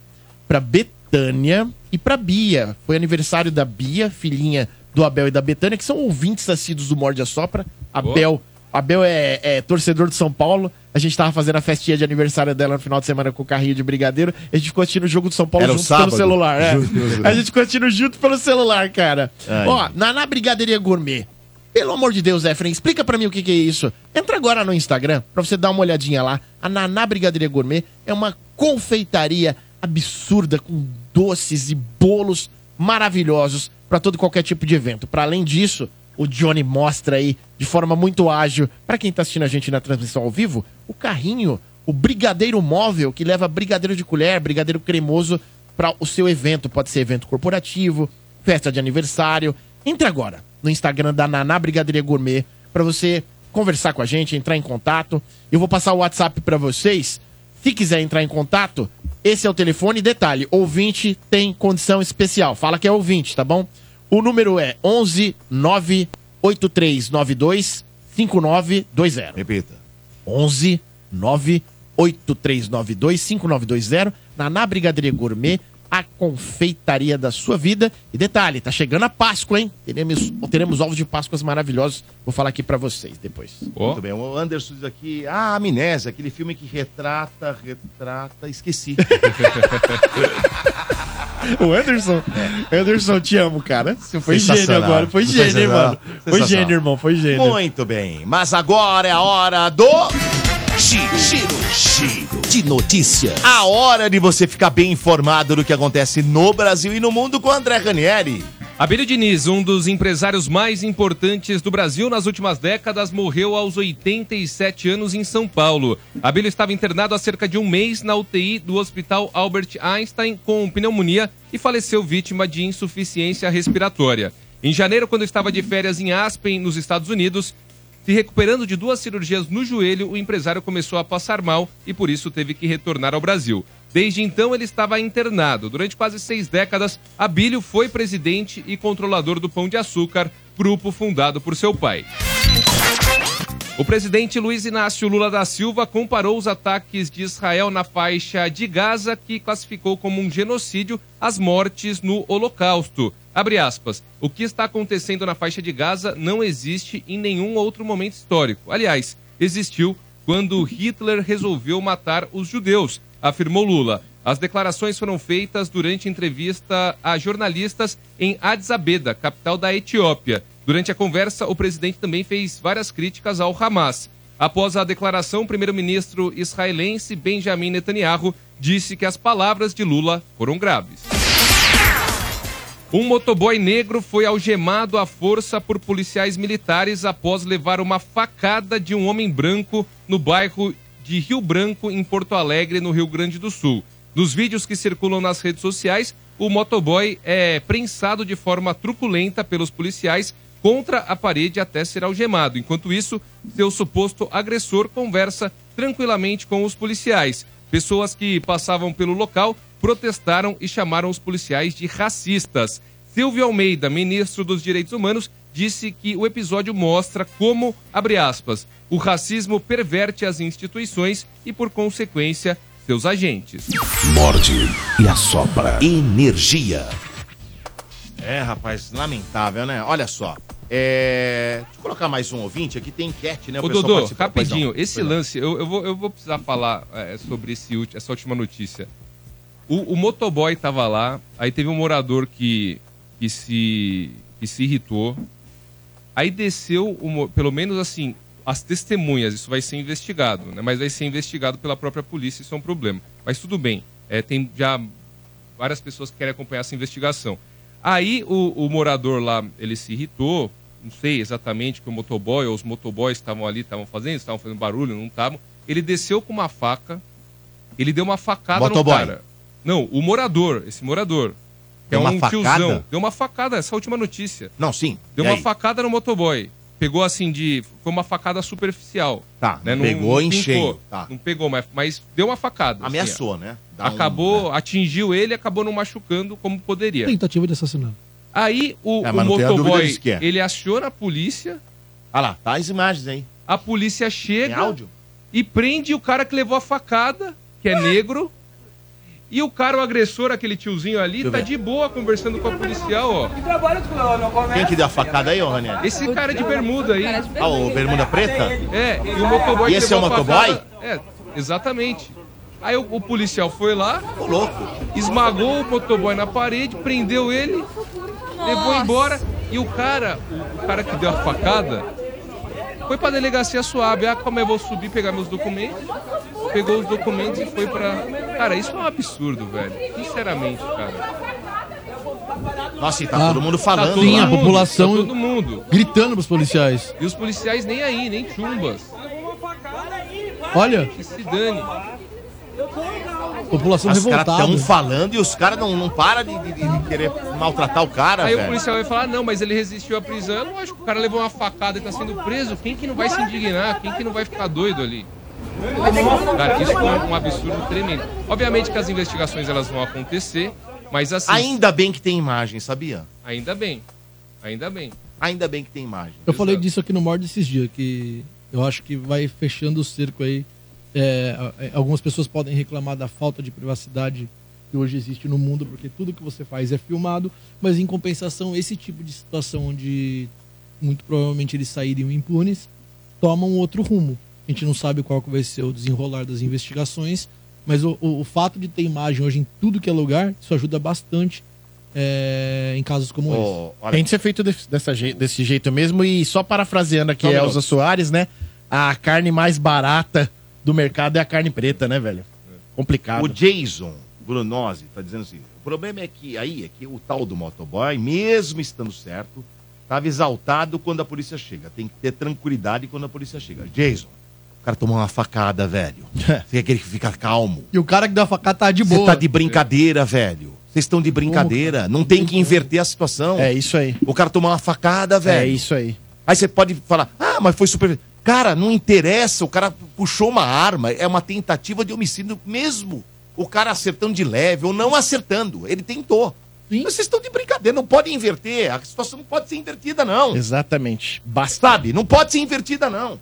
[SPEAKER 6] pra Betânia e pra Bia. Foi aniversário da Bia, filhinha do Abel e da Betânia, que são ouvintes assíduos do Morde a Sopra. Abel, Abel é, é torcedor de São Paulo. A gente tava fazendo a festinha de aniversário dela no final de semana com o carrinho de brigadeiro. A gente ficou assistindo o jogo do São Paulo
[SPEAKER 2] Era o
[SPEAKER 6] junto
[SPEAKER 2] sábado?
[SPEAKER 6] pelo celular. é.
[SPEAKER 2] Justo.
[SPEAKER 6] A gente continua junto pelo celular, cara.
[SPEAKER 2] Ai.
[SPEAKER 6] Ó, na, na Brigadeiria Gourmet. Pelo amor de Deus, Efren, explica pra mim o que, que é isso. Entra agora no Instagram pra você dar uma olhadinha lá. A Naná Brigadeiria Gourmet é uma confeitaria absurda com doces e bolos maravilhosos pra todo e qualquer tipo de evento. Pra além disso, o Johnny mostra aí de forma muito ágil pra quem tá assistindo a gente na transmissão ao vivo, o carrinho, o brigadeiro móvel que leva brigadeiro de colher, brigadeiro cremoso para o seu evento. Pode ser evento corporativo, festa de aniversário. Entre agora no Instagram da Naná Brigadeira Gourmet para você conversar com a gente, entrar em contato. Eu vou passar o WhatsApp para vocês. Se quiser entrar em contato, esse é o telefone. Detalhe, ouvinte tem condição especial. Fala que é ouvinte, tá bom? O número é 11 98392 5920.
[SPEAKER 2] Repita.
[SPEAKER 6] 11 98392 5920 na Na Brigadeira Gourmet, a confeitaria da sua vida. E detalhe, tá chegando a Páscoa, hein? Teremos, teremos ovos de Páscoas maravilhosos. Vou falar aqui pra vocês depois.
[SPEAKER 8] Ó.
[SPEAKER 2] Muito bem. O Anderson diz aqui, ah, Amnésia, aquele filme que retrata, retrata, esqueci.
[SPEAKER 6] O Anderson, Anderson, te amo, cara. Você foi
[SPEAKER 2] É. Sensacional.
[SPEAKER 6] gênio agora, foi gênio, hein, mano. Foi
[SPEAKER 2] Sensacional.
[SPEAKER 6] gênio, irmão, foi gênio.
[SPEAKER 2] Muito bem. Mas agora é a hora do...
[SPEAKER 3] Giro, giro, giro de notícias.
[SPEAKER 2] A hora de você ficar bem informado do que acontece no Brasil e no mundo com André Ranieri.
[SPEAKER 8] Abílio Diniz, um dos empresários mais importantes do Brasil nas últimas décadas, morreu aos 87 anos em São Paulo. Abílio estava internado há cerca de um mês na UTI do Hospital Albert Einstein com pneumonia e faleceu vítima de insuficiência respiratória. Em janeiro, quando estava de férias em Aspen, nos Estados Unidos, se recuperando de duas cirurgias no joelho, o empresário começou a passar mal e por isso teve que retornar ao Brasil. Desde então, ele estava internado. Durante quase seis décadas, Abílio foi presidente e controlador do Pão de Açúcar, grupo fundado por seu pai. O presidente Luiz Inácio Lula da Silva comparou os ataques de Israel na faixa de Gaza, que classificou como um genocídio as mortes no Holocausto. Abre aspas. O que está acontecendo na faixa de Gaza não existe em nenhum outro momento histórico. Aliás, existiu quando Hitler resolveu matar os judeus, afirmou Lula. As declarações foram feitas durante entrevista a jornalistas em Addis Abeba, capital da Etiópia. Durante a conversa, o presidente também fez várias críticas ao Hamas. Após a declaração, o primeiro-ministro israelense Benjamin Netanyahu disse que as palavras de Lula foram graves. Um motoboy negro foi algemado à força por policiais militares após levar uma facada de um homem branco no bairro de Rio Branco, em Porto Alegre, no Rio Grande do Sul. Nos vídeos que circulam nas redes sociais, o motoboy é prensado de forma truculenta pelos policiais contra a parede até ser algemado. Enquanto isso, seu suposto agressor conversa tranquilamente com os policiais. Pessoas que passavam pelo local protestaram e chamaram os policiais de racistas. Silvio Almeida, ministro dos Direitos Humanos, disse que o episódio mostra como, abre aspas, o racismo perverte as instituições e, por consequência, seus agentes.
[SPEAKER 3] Morde e assopra. Energia.
[SPEAKER 2] É, rapaz, lamentável, né? Olha só. É... Deixa eu colocar mais um ouvinte aqui, tem enquete, né?
[SPEAKER 8] Ô, Dodô,
[SPEAKER 2] participou.
[SPEAKER 8] rapidinho,
[SPEAKER 2] Pois não,
[SPEAKER 8] esse
[SPEAKER 2] pois não.
[SPEAKER 8] lance, eu, eu vou, eu vou precisar falar é, sobre esse, ulti- essa última notícia. O, o motoboy tava lá, aí teve um morador que, que, se, que se irritou, aí desceu, o mo- pelo menos assim, as testemunhas, isso vai ser investigado, né? Mas vai ser investigado pela própria polícia, isso é um problema. Mas tudo bem, é, tem já várias pessoas que querem acompanhar essa investigação. Aí o, o morador lá, ele se irritou, não sei exatamente o que o motoboy ou os motoboys estavam ali, estavam fazendo, estavam fazendo barulho, não estavam. Ele desceu com uma faca, ele deu uma facada
[SPEAKER 2] Motoboy.
[SPEAKER 8] no cara. Não, o morador, esse morador. Que
[SPEAKER 2] Deu
[SPEAKER 8] é
[SPEAKER 2] uma
[SPEAKER 8] um
[SPEAKER 2] facada?
[SPEAKER 8] tiozão. Deu uma facada, essa é última notícia.
[SPEAKER 2] Não, sim.
[SPEAKER 8] Deu
[SPEAKER 2] E
[SPEAKER 8] uma
[SPEAKER 2] aí?
[SPEAKER 8] facada no motoboy. Pegou assim de. Foi uma facada superficial. Né?
[SPEAKER 2] Tá, pegou em cheio, tá.
[SPEAKER 8] Não pegou, mas, mas deu uma facada. assim,
[SPEAKER 2] Ameaçou,
[SPEAKER 8] ó.
[SPEAKER 2] né? Dá um-
[SPEAKER 8] acabou, atingiu ele e acabou não machucando como poderia.
[SPEAKER 7] Tentativa de assassinato.
[SPEAKER 8] Aí o,
[SPEAKER 2] É,
[SPEAKER 8] o
[SPEAKER 2] mas não tenha dúvida
[SPEAKER 8] motoboy,
[SPEAKER 2] disso que é.
[SPEAKER 8] ele aciona a polícia,
[SPEAKER 2] Olha lá, tá as imagens aí.
[SPEAKER 8] a polícia chega
[SPEAKER 2] Tem áudio?
[SPEAKER 8] e prende o cara que levou a facada, que é negro. E o cara, o agressor, aquele tiozinho ali, tá de boa conversando com a policial, ó.
[SPEAKER 2] Quem que deu a facada aí, ô Raniel?
[SPEAKER 8] Esse cara de bermuda aí.
[SPEAKER 2] Ah, o Bermuda Preta?
[SPEAKER 8] É, e o motoboy
[SPEAKER 2] E esse
[SPEAKER 8] que levou
[SPEAKER 2] é o
[SPEAKER 8] a facada-
[SPEAKER 2] motoboy?
[SPEAKER 8] É, exatamente. Aí o, o policial foi lá,
[SPEAKER 2] Ô, louco.
[SPEAKER 8] esmagou o motoboy na parede, prendeu ele, levou embora. E o cara, o, o cara que deu a facada, foi pra delegacia suave. Ah, como eu vou subir, pegar meus documentos. Pegou os documentos e foi pra. Cara, isso é um absurdo, velho. Sinceramente, cara.
[SPEAKER 2] Nossa, e tá
[SPEAKER 6] Ah,
[SPEAKER 2] todo mundo falando.
[SPEAKER 8] todo
[SPEAKER 7] Sim, a
[SPEAKER 2] lá.
[SPEAKER 8] mundo, né?
[SPEAKER 7] população-
[SPEAKER 8] tá todo mundo.
[SPEAKER 7] Gritando pros policiais.
[SPEAKER 8] E os policiais nem aí, nem chumbas.
[SPEAKER 7] Olha,
[SPEAKER 8] Que se dane.
[SPEAKER 7] população
[SPEAKER 2] Os caras
[SPEAKER 7] revoltada.
[SPEAKER 2] tão falando e os caras não, não param de, de- de querer maltratar o cara,
[SPEAKER 8] Aí o
[SPEAKER 2] velho.
[SPEAKER 8] policial vai falar, não, mas ele resistiu à prisão. Eu não acho que o cara levou uma facada e tá sendo preso. Quem que não vai se indignar? Quem que não vai ficar doido ali? Cara, isso foi um absurdo tremendo. Obviamente que as investigações elas vão acontecer, mas assim,
[SPEAKER 2] Ainda bem que tem imagem, sabia?
[SPEAKER 8] ainda bem. Ainda bem.
[SPEAKER 2] Ainda bem que tem imagem.
[SPEAKER 7] Eu falei
[SPEAKER 8] Exato.
[SPEAKER 7] disso aqui no Mord esses dias, que eu acho que vai fechando o cerco aí. É, a- a- algumas pessoas podem reclamar da falta de privacidade que hoje existe no mundo, porque tudo que você faz é filmado, mas em compensação, esse tipo de situação onde muito provavelmente eles sairiam impunes, toma um outro rumo. A gente não sabe qual que vai ser o desenrolar das investigações, mas o, o- o fato de ter imagem hoje em tudo que é lugar, isso ajuda bastante é, em casos como esse.
[SPEAKER 2] Ô, olha,
[SPEAKER 6] Tem que ser feito de- dessa je- desse jeito mesmo. E só parafraseando aqui
[SPEAKER 2] Só um
[SPEAKER 6] a
[SPEAKER 2] minuto.
[SPEAKER 6] Elza Soares, né? A carne mais barata do mercado é a carne preta, né, velho? Complicado.
[SPEAKER 2] O Jason Brunozzi tá dizendo assim: o problema é que aí é que o tal do motoboy, mesmo estando certo, tava exaltado quando a polícia chega. Tem que ter tranquilidade quando a polícia chega. Jason, o cara tomou uma facada, velho. Você quer que ele fica calmo?
[SPEAKER 7] E o cara que deu a facada tá de
[SPEAKER 2] Você
[SPEAKER 7] boa.
[SPEAKER 2] tá de
[SPEAKER 6] é.
[SPEAKER 2] brincadeira, velho. Vocês estão de brincadeira. Não tem que inverter a situação.
[SPEAKER 6] É isso aí.
[SPEAKER 2] O cara tomou uma facada,
[SPEAKER 6] É
[SPEAKER 2] velho.
[SPEAKER 6] isso aí.
[SPEAKER 2] Aí você pode falar, ah, mas foi super. Cara, não interessa, o cara puxou uma arma, é uma tentativa de homicídio mesmo. O cara acertando de leve ou não acertando, ele tentou.
[SPEAKER 7] Sim.
[SPEAKER 2] Mas vocês estão de brincadeira, não podem inverter, a situação não pode ser invertida, não.
[SPEAKER 6] Exatamente. Basta.
[SPEAKER 2] Sabe? Não pode ser invertida, não.
[SPEAKER 7] O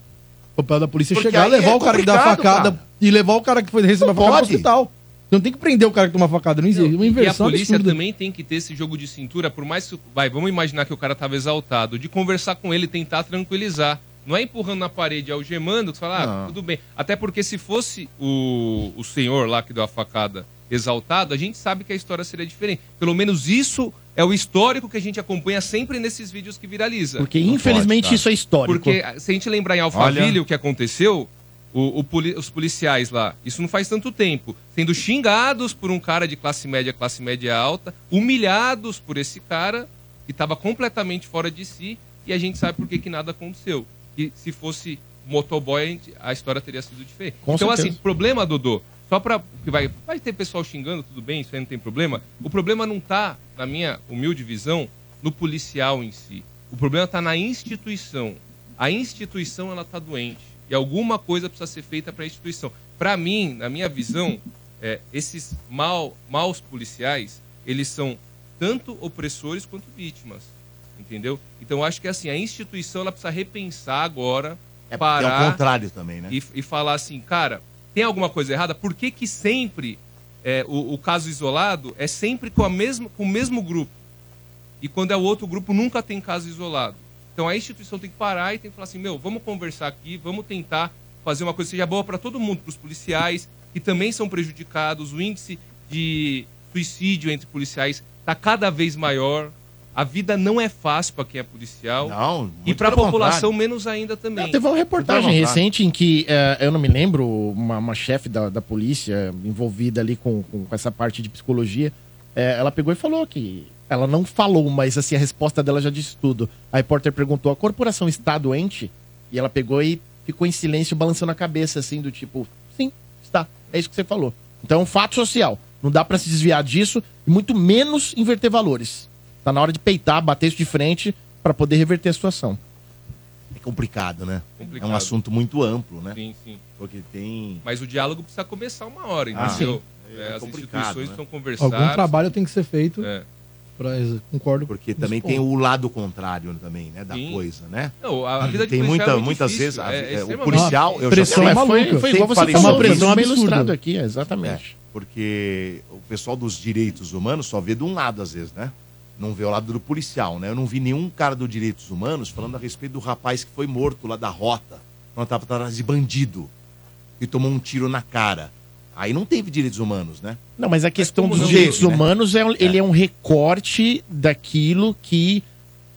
[SPEAKER 7] papel da polícia é
[SPEAKER 2] Porque
[SPEAKER 7] chegar,
[SPEAKER 2] aí
[SPEAKER 7] levar
[SPEAKER 2] é
[SPEAKER 7] o cara que dá a
[SPEAKER 2] complicado,
[SPEAKER 7] facada
[SPEAKER 2] cara.
[SPEAKER 7] e levar o cara que foi receber a facada pro
[SPEAKER 2] pode.
[SPEAKER 7] hospital. Não tem que prender o cara que toma facada, não existe. Uma
[SPEAKER 8] E a
[SPEAKER 7] inversão
[SPEAKER 8] polícia
[SPEAKER 7] absurda.
[SPEAKER 8] também tem que ter esse jogo de cintura, por mais que. Vai, vamos imaginar que o cara tava exaltado, de conversar com ele, tentar tranquilizar. Não é empurrando na parede, algemando, que você fala, ah,
[SPEAKER 2] Não.
[SPEAKER 8] tudo bem. Até porque se fosse o, o senhor lá que deu a facada exaltado, a gente sabe que a história seria diferente. Pelo menos isso é o histórico que a gente acompanha sempre nesses vídeos que viraliza.
[SPEAKER 6] Porque, infelizmente,
[SPEAKER 2] pode, cara.
[SPEAKER 6] isso é histórico.
[SPEAKER 8] Porque se a gente lembrar em Alphaville o que aconteceu, o- o poli- os policiais lá, isso não faz tanto tempo, sendo xingados por um cara de classe média, classe média alta, humilhados por esse cara que estava completamente fora de si e a gente sabe por que, que nada aconteceu. E se fosse motoboy, a, gente- a história teria sido diferente.
[SPEAKER 6] Com
[SPEAKER 8] então,
[SPEAKER 6] certeza.
[SPEAKER 8] assim, problema, Dodô, só pra. Que vai, vai ter pessoal xingando, tudo bem, isso aí não tem problema. O problema não tá, na minha humilde visão, no policial em si. O problema tá na instituição. A instituição, ela tá doente. E alguma coisa precisa ser feita para a instituição. Para mim, na minha visão, é, esses mal, maus policiais, eles são tanto opressores quanto vítimas. Entendeu? Então eu acho que assim, a instituição ela precisa repensar agora. É,
[SPEAKER 2] É
[SPEAKER 8] parar
[SPEAKER 2] o contrário também, né?
[SPEAKER 8] e, e falar assim, cara, tem alguma coisa errada? Por que, que sempre é, o, o caso isolado é sempre com, a mesma, com o mesmo grupo? E quando é o outro grupo, nunca tem caso isolado. Então a instituição tem que parar e tem que falar assim, meu, vamos conversar aqui, vamos tentar fazer uma coisa que seja boa para todo mundo, para os policiais, que também são prejudicados, o índice de suicídio entre policiais está cada vez maior. A vida não é fácil para quem é policial.
[SPEAKER 2] Não,
[SPEAKER 8] e
[SPEAKER 6] muito
[SPEAKER 8] para a
[SPEAKER 6] pelo
[SPEAKER 8] população, menos ainda também.
[SPEAKER 6] Não, teve uma reportagem
[SPEAKER 8] Muito pelo contrário.
[SPEAKER 6] recente em que, eh, eu não me lembro, uma, uma chefe da, da polícia envolvida ali com, com, com essa parte de psicologia, eh, ela pegou e falou que. Ela não falou, mas assim, a resposta dela já disse tudo. A repórter perguntou: a corporação está doente? E ela pegou e ficou em silêncio, balançando a cabeça, assim, do tipo: sim, está. É isso que você falou. Então, é um fato social. Não dá pra se desviar disso, e muito menos inverter valores. Tá na hora de peitar, bater isso de frente pra poder reverter a situação.
[SPEAKER 2] É complicado, né?
[SPEAKER 8] Complicado.
[SPEAKER 2] É um assunto muito amplo, né?
[SPEAKER 8] Sim, sim.
[SPEAKER 2] Porque tem.
[SPEAKER 8] Mas o diálogo precisa começar uma hora,
[SPEAKER 2] Ah,
[SPEAKER 8] entendeu?
[SPEAKER 2] sim.
[SPEAKER 8] É,
[SPEAKER 2] É
[SPEAKER 8] as
[SPEAKER 2] complicado,
[SPEAKER 8] instituições
[SPEAKER 2] né?
[SPEAKER 8] estão conversando.
[SPEAKER 7] Algum trabalho tem que ser feito.
[SPEAKER 8] É.
[SPEAKER 7] pra- concordo.
[SPEAKER 2] Porque também tem o lado contrário também, né? Da
[SPEAKER 8] Sim.
[SPEAKER 2] coisa, né?
[SPEAKER 8] Não, a- a vida de
[SPEAKER 2] tem
[SPEAKER 8] policial é
[SPEAKER 2] muita,
[SPEAKER 8] muito
[SPEAKER 2] muitas
[SPEAKER 8] difícil,
[SPEAKER 2] vezes a-
[SPEAKER 8] é
[SPEAKER 2] é, o
[SPEAKER 8] extremamente-
[SPEAKER 2] policial. Eu
[SPEAKER 7] Pressão
[SPEAKER 2] já
[SPEAKER 7] é
[SPEAKER 2] falei-
[SPEAKER 7] maluca.
[SPEAKER 2] Foi
[SPEAKER 7] Sempre
[SPEAKER 2] igual você
[SPEAKER 7] falei
[SPEAKER 2] falou.
[SPEAKER 7] sobre isso.
[SPEAKER 2] Uma prisão
[SPEAKER 7] Bem
[SPEAKER 2] absurda.
[SPEAKER 7] ilustrado
[SPEAKER 6] um aqui, exatamente.
[SPEAKER 2] É, Porque o pessoal dos direitos humanos só vê de um lado, às vezes, né? Não vê o lado do policial, né? Eu não vi nenhum cara dos direitos humanos falando a respeito do rapaz que foi morto lá da rota, quando tava atrás de bandido, e tomou um tiro na cara. Aí não teve direitos humanos, né?
[SPEAKER 6] Não, mas a questão
[SPEAKER 2] como
[SPEAKER 6] dos
[SPEAKER 2] não
[SPEAKER 6] direitos
[SPEAKER 2] teve, né?
[SPEAKER 6] humanos é, um- ele é um recorte daquilo que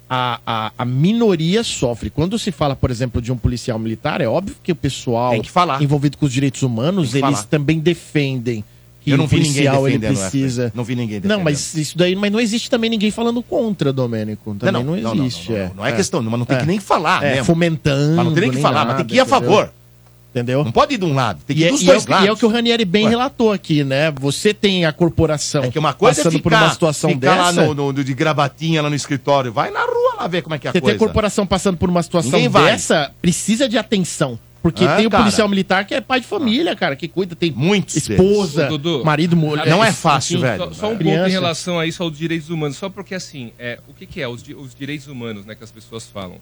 [SPEAKER 6] a, a, a minoria sofre. Quando se fala, por exemplo, de um policial militar, é óbvio que o pessoal
[SPEAKER 2] Tem que falar.
[SPEAKER 6] envolvido com os direitos humanos,
[SPEAKER 2] Tem que
[SPEAKER 6] eles
[SPEAKER 2] falar.
[SPEAKER 6] também defendem que
[SPEAKER 2] Eu não
[SPEAKER 6] o
[SPEAKER 2] vi ninguém
[SPEAKER 6] policial ele
[SPEAKER 2] defendendo essa.
[SPEAKER 6] precisa.
[SPEAKER 2] Não vi ninguém
[SPEAKER 6] Não,
[SPEAKER 2] defendendo.
[SPEAKER 6] mas isso daí, mas não existe também ninguém falando contra, Domênico. Também não, existe.
[SPEAKER 2] Não, não,
[SPEAKER 6] é.
[SPEAKER 2] não, não é questão, mas não tem que nem falar,
[SPEAKER 6] É,
[SPEAKER 2] né?
[SPEAKER 6] fomentando. né?
[SPEAKER 2] Mas não tem nem que falar, mas tem que ir a
[SPEAKER 6] entendeu?
[SPEAKER 2] favor.
[SPEAKER 6] Entendeu?
[SPEAKER 2] Não pode ir de um lado, tem que
[SPEAKER 6] E
[SPEAKER 2] ir
[SPEAKER 6] é,
[SPEAKER 2] dos
[SPEAKER 6] e é
[SPEAKER 2] dois
[SPEAKER 6] o-
[SPEAKER 2] lados.
[SPEAKER 6] e é o que o Ranieri bem
[SPEAKER 2] Ué.
[SPEAKER 6] relatou aqui, né? Você tem a corporação
[SPEAKER 2] É que uma coisa
[SPEAKER 6] passando
[SPEAKER 2] é ficar,
[SPEAKER 6] por uma situação
[SPEAKER 2] ficar
[SPEAKER 6] dessa.
[SPEAKER 2] lá no, no- de gravatinha lá no escritório. Vai na rua lá ver como é que é a
[SPEAKER 6] Você tem
[SPEAKER 2] coisa.
[SPEAKER 6] a corporação passando por uma situação
[SPEAKER 2] Ninguém vai.
[SPEAKER 6] dessa, precisa de atenção. Porque
[SPEAKER 2] Ah,
[SPEAKER 6] tem o
[SPEAKER 2] cara.
[SPEAKER 6] policial militar que é pai de família, cara, que cuida, tem
[SPEAKER 2] Muitos
[SPEAKER 6] esposa,
[SPEAKER 8] Ô, Dudu,
[SPEAKER 6] marido, mulher.
[SPEAKER 8] sabe,
[SPEAKER 2] Não é
[SPEAKER 8] assim,
[SPEAKER 2] fácil,
[SPEAKER 8] só-
[SPEAKER 2] velho.
[SPEAKER 8] Só, um ponto
[SPEAKER 6] Criança.
[SPEAKER 8] em relação a isso, aos direitos humanos. Só porque, assim, é, o que, que é os, di- os direitos humanos né, que as pessoas falam?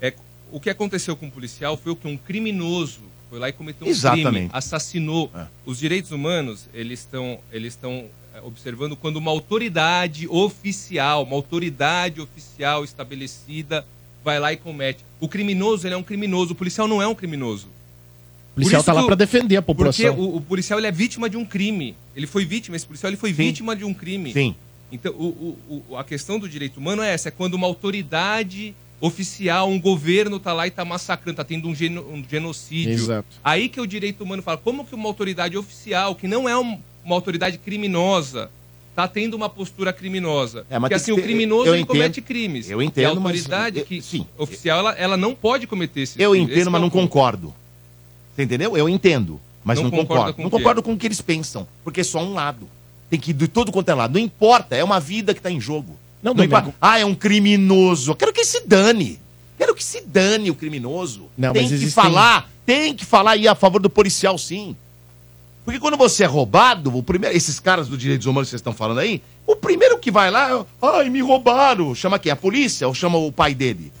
[SPEAKER 8] É, o que aconteceu com o policial foi o que um criminoso foi lá e cometeu um crime,
[SPEAKER 2] Exatamente.
[SPEAKER 8] assassinou.
[SPEAKER 2] É.
[SPEAKER 8] Os direitos humanos, eles estão eles estão é, observando quando uma autoridade oficial, uma autoridade oficial estabelecida vai lá e comete. O criminoso, ele é um criminoso. O policial não é um criminoso.
[SPEAKER 6] o policial
[SPEAKER 8] isso
[SPEAKER 6] tá lá
[SPEAKER 8] que o-
[SPEAKER 6] pra defender a
[SPEAKER 8] Porque
[SPEAKER 6] população.
[SPEAKER 8] o, o policial ele é vítima de um crime. Ele foi vítima, esse policial ele foi vítima de um crime.
[SPEAKER 2] Sim.
[SPEAKER 8] Então, o- o- o- a questão do direito humano é essa: é quando uma autoridade oficial, um governo tá lá e tá massacrando, tá tendo um, geno- um genocídio.
[SPEAKER 6] Exato.
[SPEAKER 8] Aí que é o direito humano fala: como que uma autoridade oficial, que não é um- uma autoridade criminosa, tá tendo uma postura criminosa?
[SPEAKER 2] É, mas
[SPEAKER 8] Porque
[SPEAKER 2] tem que
[SPEAKER 8] assim, o
[SPEAKER 2] ter-
[SPEAKER 8] criminoso
[SPEAKER 2] eu
[SPEAKER 8] ele
[SPEAKER 2] entendo.
[SPEAKER 8] comete crimes.
[SPEAKER 2] Eu
[SPEAKER 8] E a
[SPEAKER 2] entendo, mas-
[SPEAKER 8] autoridade
[SPEAKER 2] eu-
[SPEAKER 8] que,
[SPEAKER 2] sim.
[SPEAKER 8] oficial, ela, ela não pode cometer esses
[SPEAKER 2] Eu
[SPEAKER 8] crimes. Esse
[SPEAKER 2] entendo, mas
[SPEAKER 8] é o
[SPEAKER 2] não
[SPEAKER 8] ponto.
[SPEAKER 2] concordo. Você entendeu? Eu entendo, mas
[SPEAKER 8] Não
[SPEAKER 2] não,
[SPEAKER 8] concorda
[SPEAKER 2] concordo.
[SPEAKER 8] com
[SPEAKER 2] não
[SPEAKER 8] o quê?
[SPEAKER 2] concordo com o que eles pensam, porque é só um lado. Tem que ir de todo quanto é lado. Não importa, é uma vida que tá em jogo.
[SPEAKER 6] Não,
[SPEAKER 2] não
[SPEAKER 6] Domênico.
[SPEAKER 2] importa. Ah, é um criminoso. Eu Quero que ele se dane. Quero que se dane o criminoso.
[SPEAKER 6] Não,
[SPEAKER 2] tem
[SPEAKER 6] mas
[SPEAKER 2] que
[SPEAKER 6] existem-
[SPEAKER 2] falar, tem que falar e ir a favor do policial, sim. Porque quando você é roubado, o primeiro, esses caras dos direitos humanos que vocês estão falando aí, o primeiro que vai lá, é, ai, me roubaram. Chama quem? A polícia ou chama o pai dele?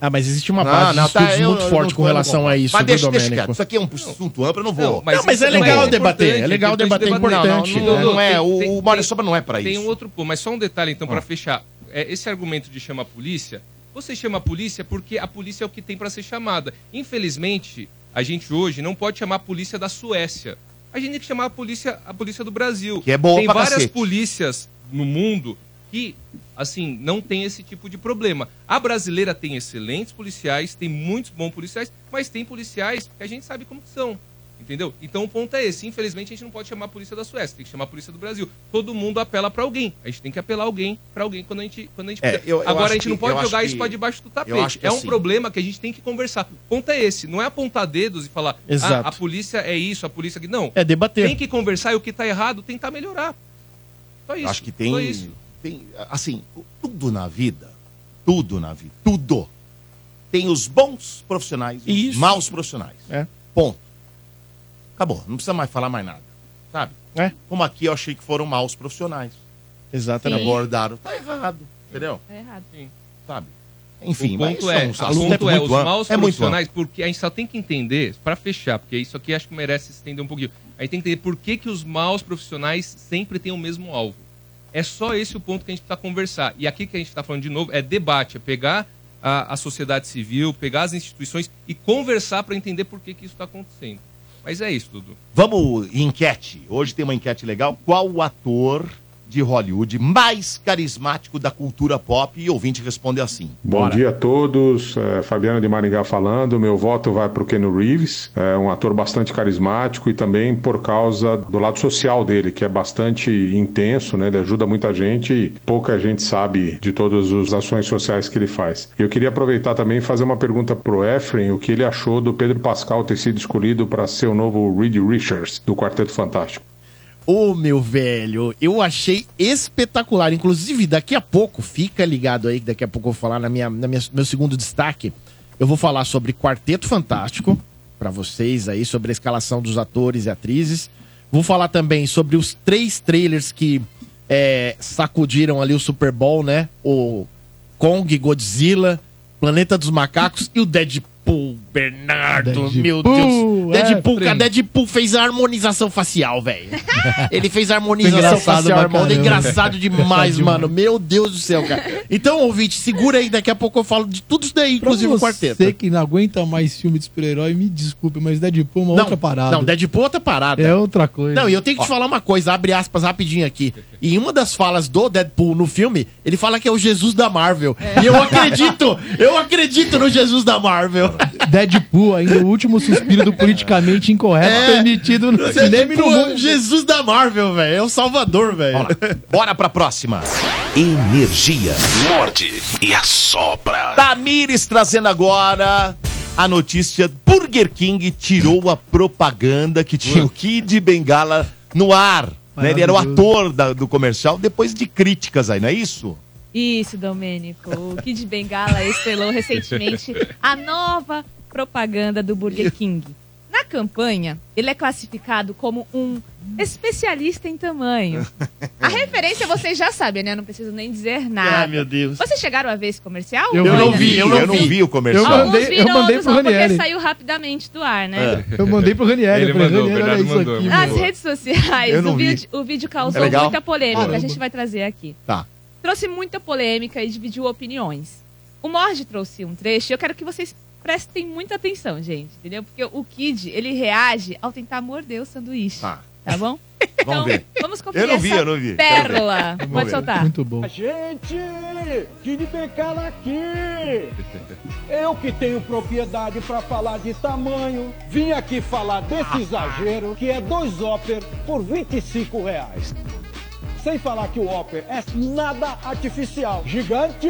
[SPEAKER 6] Ah, mas existe uma base de estudos
[SPEAKER 2] eu-
[SPEAKER 6] muito
[SPEAKER 2] eu
[SPEAKER 6] forte
[SPEAKER 2] não-
[SPEAKER 6] com
[SPEAKER 2] eu não
[SPEAKER 6] relação
[SPEAKER 2] concordo.
[SPEAKER 6] a isso,
[SPEAKER 2] Mas deixa,
[SPEAKER 6] viu,
[SPEAKER 2] deixa
[SPEAKER 6] Domênico?
[SPEAKER 2] quieto. Isso aqui é um assunto amplo, eu não vou.
[SPEAKER 6] Não, mas é
[SPEAKER 8] isso
[SPEAKER 6] legal
[SPEAKER 8] também
[SPEAKER 6] debater, é
[SPEAKER 8] importante,
[SPEAKER 6] legal
[SPEAKER 8] importante
[SPEAKER 6] debater,
[SPEAKER 8] debater.
[SPEAKER 6] importante.
[SPEAKER 2] Não, não, não, não é.
[SPEAKER 8] Tem-
[SPEAKER 2] O,
[SPEAKER 8] tem-
[SPEAKER 2] o Mário
[SPEAKER 8] tem-
[SPEAKER 2] Sopa não é pra
[SPEAKER 8] Tem
[SPEAKER 2] isso. Ah.
[SPEAKER 8] um outro ponto, mas só um detalhe então pra fechar. É, esse argumento de chamar a polícia, você chama a polícia porque a polícia é o que tem pra ser chamada. Infelizmente, a gente hoje não pode chamar a polícia da Suécia. A gente tem que chamar a polícia, a polícia do Brasil.
[SPEAKER 2] Que é boa
[SPEAKER 8] Tem
[SPEAKER 2] pra
[SPEAKER 8] várias
[SPEAKER 2] cacete.
[SPEAKER 8] polícias no mundo que assim não tem esse tipo de problema. A brasileira tem excelentes policiais, tem muitos bons policiais, mas tem policiais que a gente sabe como que são. Entendeu? Então o ponto é esse. Infelizmente a gente não pode chamar a polícia da Suécia, tem que chamar a polícia do Brasil. Todo mundo apela pra alguém. A gente tem que apelar alguém pra alguém quando a gente quando a gente
[SPEAKER 2] É,
[SPEAKER 8] puder.
[SPEAKER 2] eu- eu
[SPEAKER 8] Agora
[SPEAKER 2] acho
[SPEAKER 8] a gente não
[SPEAKER 2] que-
[SPEAKER 8] pode
[SPEAKER 2] eu
[SPEAKER 8] jogar
[SPEAKER 2] acho
[SPEAKER 8] isso
[SPEAKER 2] que-
[SPEAKER 8] pra debaixo do
[SPEAKER 2] eu acho
[SPEAKER 8] tapete.
[SPEAKER 2] que
[SPEAKER 8] É um
[SPEAKER 2] assim-
[SPEAKER 8] problema que a gente tem que conversar. O ponto é esse, não é apontar dedos e falar, ah,
[SPEAKER 6] Exato.
[SPEAKER 8] a polícia é isso, a polícia que não.
[SPEAKER 6] É debater.
[SPEAKER 8] Tem que conversar e o que tá errado tentar melhorar. Só isso.
[SPEAKER 2] Eu Acho que tem,
[SPEAKER 8] Só isso.
[SPEAKER 2] tem. Assim, tudo na vida, tudo na vida, tudo. Tem os bons profissionais e os
[SPEAKER 6] Isso.
[SPEAKER 2] maus profissionais.
[SPEAKER 6] É.
[SPEAKER 2] Ponto. Acabou. Não precisa mais falar mais nada. Sabe?
[SPEAKER 6] É.
[SPEAKER 2] Como aqui eu achei que foram maus profissionais. Exatamente.
[SPEAKER 4] Sim.
[SPEAKER 2] Abordaram. Tá errado, entendeu?
[SPEAKER 8] Tá
[SPEAKER 4] É errado.
[SPEAKER 2] Sabe? Enfim,
[SPEAKER 8] o
[SPEAKER 2] mas
[SPEAKER 8] ponto é,
[SPEAKER 2] são-
[SPEAKER 8] o ponto é, os
[SPEAKER 2] um amplo.
[SPEAKER 8] maus
[SPEAKER 2] É muito
[SPEAKER 8] profissionais, porque a gente só tem que entender, pra fechar, porque isso aqui acho que merece estender um pouquinho. A gente tem que entender por que, que os maus profissionais sempre têm o mesmo alvo. É só esse o ponto que a gente precisa conversar. E aqui que a gente está falando de novo é debate, é pegar a, a sociedade civil, pegar as instituições e conversar pra entender por que, que isso está acontecendo. Mas é isso, Dudu.
[SPEAKER 2] Vamos em enquete. Hoje tem uma enquete legal. Qual o ator de Hollywood mais carismático da cultura pop? E o ouvinte responde assim.
[SPEAKER 11] Bom dia a todos, É, Fabiano de Maringá falando. Meu voto vai para o Keanu Reeves, é um ator bastante carismático e também por causa do lado social dele, que é bastante intenso, né? Ele ajuda muita gente e pouca gente sabe de todas as ações sociais que ele faz. Eu queria aproveitar também e fazer uma pergunta pro Efren, o que ele achou do Pedro Pascal ter sido escolhido para ser o novo Reed Richards do Quarteto Fantástico.
[SPEAKER 6] Ô, meu velho, eu achei espetacular. Inclusive, daqui a pouco, fica ligado aí, que daqui a pouco eu vou falar na minha, na minha meu segundo destaque. Eu vou falar sobre Quarteto Fantástico pra vocês aí, sobre a escalação dos atores e atrizes. Vou falar também sobre os três trailers que é, sacudiram ali o Super Bowl, né? O Kong, Godzilla, Planeta dos Macacos e o Deadpool, Bernardo. Meu Deus.
[SPEAKER 7] Deadpool, é,
[SPEAKER 6] Deadpool,
[SPEAKER 7] primo.
[SPEAKER 6] cadê Deadpool fez a harmonização facial, velho. Ele fez a harmonização
[SPEAKER 7] Engraçado
[SPEAKER 6] facial,
[SPEAKER 7] pra
[SPEAKER 6] irmão. é
[SPEAKER 7] caramba.
[SPEAKER 6] Engraçado demais,
[SPEAKER 7] Engraçado
[SPEAKER 6] mano. Meu Deus do céu, cara. Então, ouvinte, segura aí. Daqui a pouco eu falo de tudo isso daí, inclusive o quarteto.
[SPEAKER 7] Você que é não aguenta mais filme de super-herói, me desculpe, mas Deadpool é uma
[SPEAKER 6] não,
[SPEAKER 7] outra parada.
[SPEAKER 6] Não, Deadpool é outra parada.
[SPEAKER 7] É outra coisa.
[SPEAKER 6] Não, e eu tenho que te falar uma coisa, abre aspas rapidinho aqui. Em uma das falas do Deadpool no filme, ele fala que é o Jesus da Marvel. E eu acredito, eu acredito no Jesus da Marvel.
[SPEAKER 7] Deadpool, ainda é o último suspiro do politicamente incorreto
[SPEAKER 6] É.
[SPEAKER 7] permitido no cinema e no
[SPEAKER 6] Deadpool é o
[SPEAKER 7] mundo.
[SPEAKER 6] Jesus da Marvel, velho. É o Salvador, velho.
[SPEAKER 2] Bora pra próxima.
[SPEAKER 3] Energia. Morde e assopra.
[SPEAKER 2] Tamires trazendo agora a notícia: Burger King tirou a propaganda que tinha o Kid Bengala no ar. né? Ele era o ator da- do comercial depois de críticas aí, não é isso?
[SPEAKER 4] Isso, Domênico. O Kid Bengala estrelou recentemente a nova propaganda do Burger King. Na campanha, ele é classificado como um especialista em tamanho. A referência vocês já sabem, né? Eu não preciso nem dizer nada.
[SPEAKER 6] Deus.
[SPEAKER 4] Vocês chegaram a ver esse comercial?
[SPEAKER 7] Eu
[SPEAKER 4] Ainda
[SPEAKER 7] não
[SPEAKER 2] vi, eu não, vi. o
[SPEAKER 7] Eu
[SPEAKER 2] comercial.
[SPEAKER 4] Alguns
[SPEAKER 7] mandei, eu
[SPEAKER 4] viram,
[SPEAKER 7] mandei
[SPEAKER 4] outros
[SPEAKER 7] pro
[SPEAKER 4] não, porque
[SPEAKER 7] Ranieri. É.
[SPEAKER 4] saiu rapidamente do ar, né?
[SPEAKER 7] Eu mandei pro Ranieri.
[SPEAKER 8] Ele
[SPEAKER 7] eu falei,
[SPEAKER 8] mandou, o
[SPEAKER 7] Ranieri, olha
[SPEAKER 8] Bernardo
[SPEAKER 7] isso
[SPEAKER 8] mandou.
[SPEAKER 7] aqui.
[SPEAKER 8] Ah,
[SPEAKER 7] mano.
[SPEAKER 4] Nas redes
[SPEAKER 2] Eu
[SPEAKER 4] sociais,
[SPEAKER 2] não
[SPEAKER 4] o
[SPEAKER 2] vi.
[SPEAKER 4] vídeo, o vídio causou
[SPEAKER 2] É legal?
[SPEAKER 4] muita polêmica.
[SPEAKER 7] Caramba.
[SPEAKER 4] A gente vai trazer aqui.
[SPEAKER 2] Tá.
[SPEAKER 4] Trouxe muita polêmica e dividiu opiniões. O Mord trouxe um trecho e eu quero que vocês prestem muita atenção, gente, entendeu? Porque o Kid, ele reage ao tentar morder o sanduíche.
[SPEAKER 2] Tá.
[SPEAKER 4] Tá, bom? Então,
[SPEAKER 2] Vamos ver.
[SPEAKER 4] Vamos conferir
[SPEAKER 2] Eu não vi,
[SPEAKER 4] essa
[SPEAKER 2] eu não vi.
[SPEAKER 4] pérola. Pode soltar.
[SPEAKER 7] Muito bom.
[SPEAKER 12] Gente, Kid Bengala aqui! Eu que tenho propriedade para falar de tamanho, vim aqui falar desse exagero que é dois Whopper por 25 reais. Sem falar que o Whopper é nada artificial. Gigante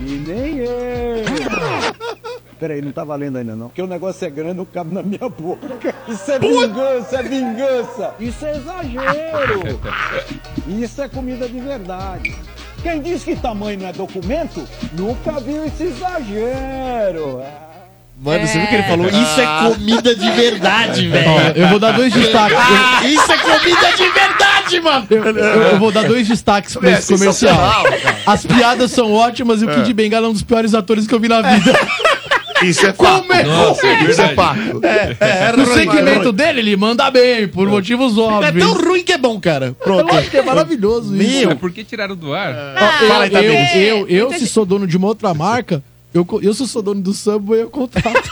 [SPEAKER 12] e nem eu. Peraí, não tá valendo ainda não. Porque o negócio é grande, não cabe na minha boca. Isso é vingança, é vingança. Isso é exagero. Isso é comida de verdade. Quem diz que tamanho não é documento, nunca viu esse exagero. Ah.
[SPEAKER 6] Mano, você viu o que ele falou? Isso é comida de verdade,
[SPEAKER 7] Ah. Ó,
[SPEAKER 6] velho.
[SPEAKER 7] eu vou dar dois destaques.
[SPEAKER 6] Isso é comida de verdade, mano.
[SPEAKER 7] Eu, eu- eu vou dar dois destaques pra esse comercial. As piadas são ótimas e o Kid Bengala é um dos piores atores que eu vi na vida.
[SPEAKER 2] Isso é fato.
[SPEAKER 8] Nossa, é
[SPEAKER 2] Isso é
[SPEAKER 8] verdade.
[SPEAKER 2] fato.
[SPEAKER 7] no segmento dele, ele manda bem, por motivos
[SPEAKER 6] É
[SPEAKER 7] óbvios.
[SPEAKER 6] tão ruim que é bom, cara. Pronto.
[SPEAKER 7] Eu acho que é maravilhoso isso.
[SPEAKER 8] Mas
[SPEAKER 6] Meu.
[SPEAKER 8] por que É tiraram do ar?
[SPEAKER 4] Ah,
[SPEAKER 6] Fala aí,
[SPEAKER 7] Eu,
[SPEAKER 6] Tamires.
[SPEAKER 7] eu, eu,
[SPEAKER 4] Muita
[SPEAKER 7] se sou dono de uma outra marca, eu, co- eu se sou dono do Subway, eu contrato.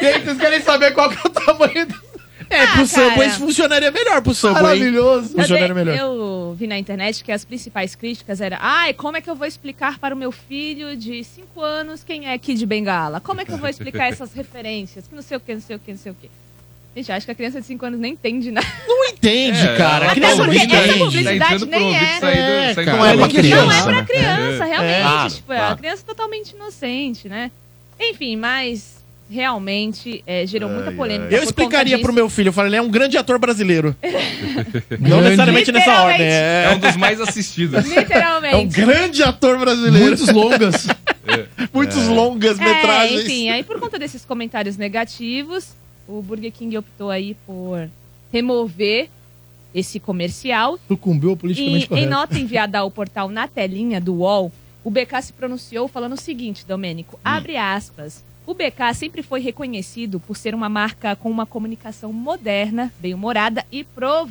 [SPEAKER 7] e aí, vocês querem saber qual que é o tamanho do
[SPEAKER 6] É, pro
[SPEAKER 4] Ah,
[SPEAKER 6] Subway
[SPEAKER 4] cara.
[SPEAKER 6] isso funcionaria melhor pro Subway. hein?
[SPEAKER 7] maravilhoso?
[SPEAKER 4] Eu,
[SPEAKER 6] Funcionário
[SPEAKER 4] dei-
[SPEAKER 6] melhor.
[SPEAKER 4] eu vi na internet que as principais críticas eram: ai, como é que eu vou explicar para o meu filho de 5 anos quem é Kid Bengala? Como é que eu vou explicar essas referências? Que não sei o que, não sei o que, não sei o que. Gente, acho que a criança de 5 anos nem entende nada.
[SPEAKER 6] Não entende,
[SPEAKER 8] É,
[SPEAKER 6] cara.
[SPEAKER 8] ela
[SPEAKER 6] Criança
[SPEAKER 8] tá
[SPEAKER 6] não
[SPEAKER 8] ouvindo aí,
[SPEAKER 4] essa
[SPEAKER 6] entende.
[SPEAKER 4] publicidade
[SPEAKER 8] tá entrando por
[SPEAKER 4] nem
[SPEAKER 8] ouvido,
[SPEAKER 4] é.
[SPEAKER 8] saindo-
[SPEAKER 6] É,
[SPEAKER 8] saindo
[SPEAKER 6] cara.
[SPEAKER 8] pela
[SPEAKER 6] É uma
[SPEAKER 8] boca.
[SPEAKER 6] criança.
[SPEAKER 4] Não é pra criança, realmente.
[SPEAKER 8] Ah,
[SPEAKER 2] Claro,
[SPEAKER 4] tipo, é
[SPEAKER 2] claro.
[SPEAKER 8] tá.
[SPEAKER 4] uma criança totalmente inocente, né? Enfim, mas realmente é, gerou muita polêmica.
[SPEAKER 6] Eu explicaria pro meu filho, eu falei, ele é um grande ator brasileiro. Não
[SPEAKER 7] Grande.
[SPEAKER 6] necessariamente né? nessa ordem.
[SPEAKER 8] É
[SPEAKER 6] É,
[SPEAKER 8] um dos mais assistidos.
[SPEAKER 6] é um
[SPEAKER 4] Literalmente.
[SPEAKER 6] grande ator brasileiro.
[SPEAKER 7] Muitos longas.
[SPEAKER 6] Muitos longas
[SPEAKER 4] É,
[SPEAKER 6] metragens.
[SPEAKER 4] enfim, aí por conta desses comentários negativos, o Burger King optou aí por remover esse comercial.
[SPEAKER 7] Sucumbiu ao politicamente
[SPEAKER 4] E em
[SPEAKER 7] correto.
[SPEAKER 4] nota enviada ao portal na telinha do UOL, o BK se pronunciou falando o seguinte, Domênico,
[SPEAKER 7] Hum.
[SPEAKER 4] abre aspas. O BK sempre foi reconhecido por ser uma marca com uma comunicação moderna, bem-humorada e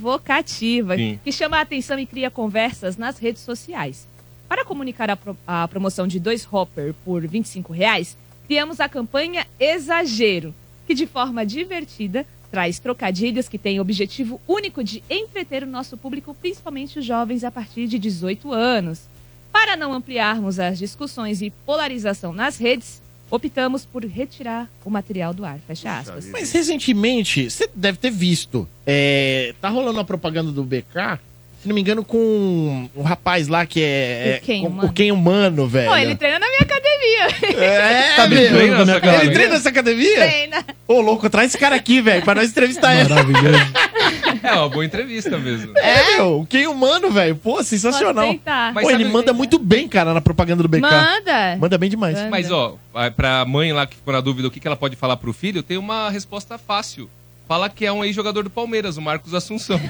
[SPEAKER 4] provocativa,
[SPEAKER 13] Sim.
[SPEAKER 4] que chama a atenção e cria conversas nas redes sociais. Para comunicar a, pro- a promoção de dois Hopper por R$ 25 reais, criamos a campanha Exagero, que de forma divertida traz trocadilhos que têm o objetivo único de entreter o nosso público, principalmente os jovens a partir de 18 anos. Para não ampliarmos as discussões e polarização nas redes, optamos por retirar o material do ar. Fecha aspas.
[SPEAKER 6] Mas recentemente, você deve ter visto. é, tá rolando a propaganda do BK, se não me engano, com um rapaz lá que é.
[SPEAKER 4] O Ken
[SPEAKER 6] é, com-
[SPEAKER 4] Humano.
[SPEAKER 6] o Ken humano, velho.
[SPEAKER 4] Pô, ele treina na minha academia.
[SPEAKER 6] É,
[SPEAKER 4] Tá me
[SPEAKER 6] meu.
[SPEAKER 4] treinando nessa
[SPEAKER 6] Ele
[SPEAKER 4] academia?
[SPEAKER 6] treina nessa academia?
[SPEAKER 4] Treina.
[SPEAKER 6] Ô, louco, traz esse cara aqui, velho, pra nós entrevistar ele.
[SPEAKER 7] Maravilhoso.
[SPEAKER 8] É uma boa entrevista mesmo.
[SPEAKER 6] É, meu, o Ken humano, velho. Pô,
[SPEAKER 8] Posso
[SPEAKER 6] sensacional.
[SPEAKER 8] tentar.
[SPEAKER 6] Pô,
[SPEAKER 8] Mas
[SPEAKER 6] ele
[SPEAKER 8] sabe-
[SPEAKER 6] manda muito bem, cara, na propaganda do BK.
[SPEAKER 4] Manda.
[SPEAKER 6] Manda bem demais.
[SPEAKER 8] Mas, ó, vai pra mãe lá que ficou na dúvida o que que ela pode falar pro filho, tem uma resposta fácil. Fala que é um ex-jogador do Palmeiras, o Marcos Assunção.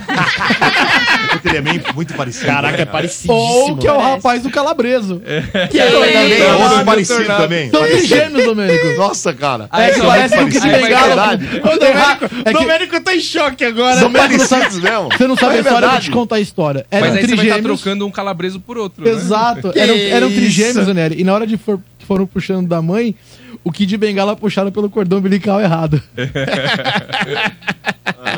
[SPEAKER 2] Ele é meio- muito parecido. né?
[SPEAKER 6] Caraca, é parecidíssimo.
[SPEAKER 5] Ou
[SPEAKER 7] né?
[SPEAKER 5] que é o rapaz do Calabreso.
[SPEAKER 2] Que é, também, é outro parecido
[SPEAKER 5] Tornado.
[SPEAKER 2] também.
[SPEAKER 5] São
[SPEAKER 2] Parecido.
[SPEAKER 5] ingênuos, Domênico.
[SPEAKER 2] Nossa, cara.
[SPEAKER 5] É que parece um Kid Bengala.
[SPEAKER 6] Ô, Domênico, Domênico tá em choque agora.
[SPEAKER 5] é
[SPEAKER 2] São
[SPEAKER 6] velho.
[SPEAKER 2] Paulo e Santos mesmo.
[SPEAKER 7] Você não sabe
[SPEAKER 2] É
[SPEAKER 7] a história, eu vou
[SPEAKER 2] verdade.
[SPEAKER 7] te contar a história. Era
[SPEAKER 8] Mas aí você vai estar
[SPEAKER 7] trigêmeos.
[SPEAKER 8] trocando um calabreso por outro. né?
[SPEAKER 7] Exato. Eram, eram um trigêmeos, né? Nery. E na hora de for- que foram puxando da mãe, o Kid Bengala puxaram pelo cordão umbilical errado.
[SPEAKER 8] É,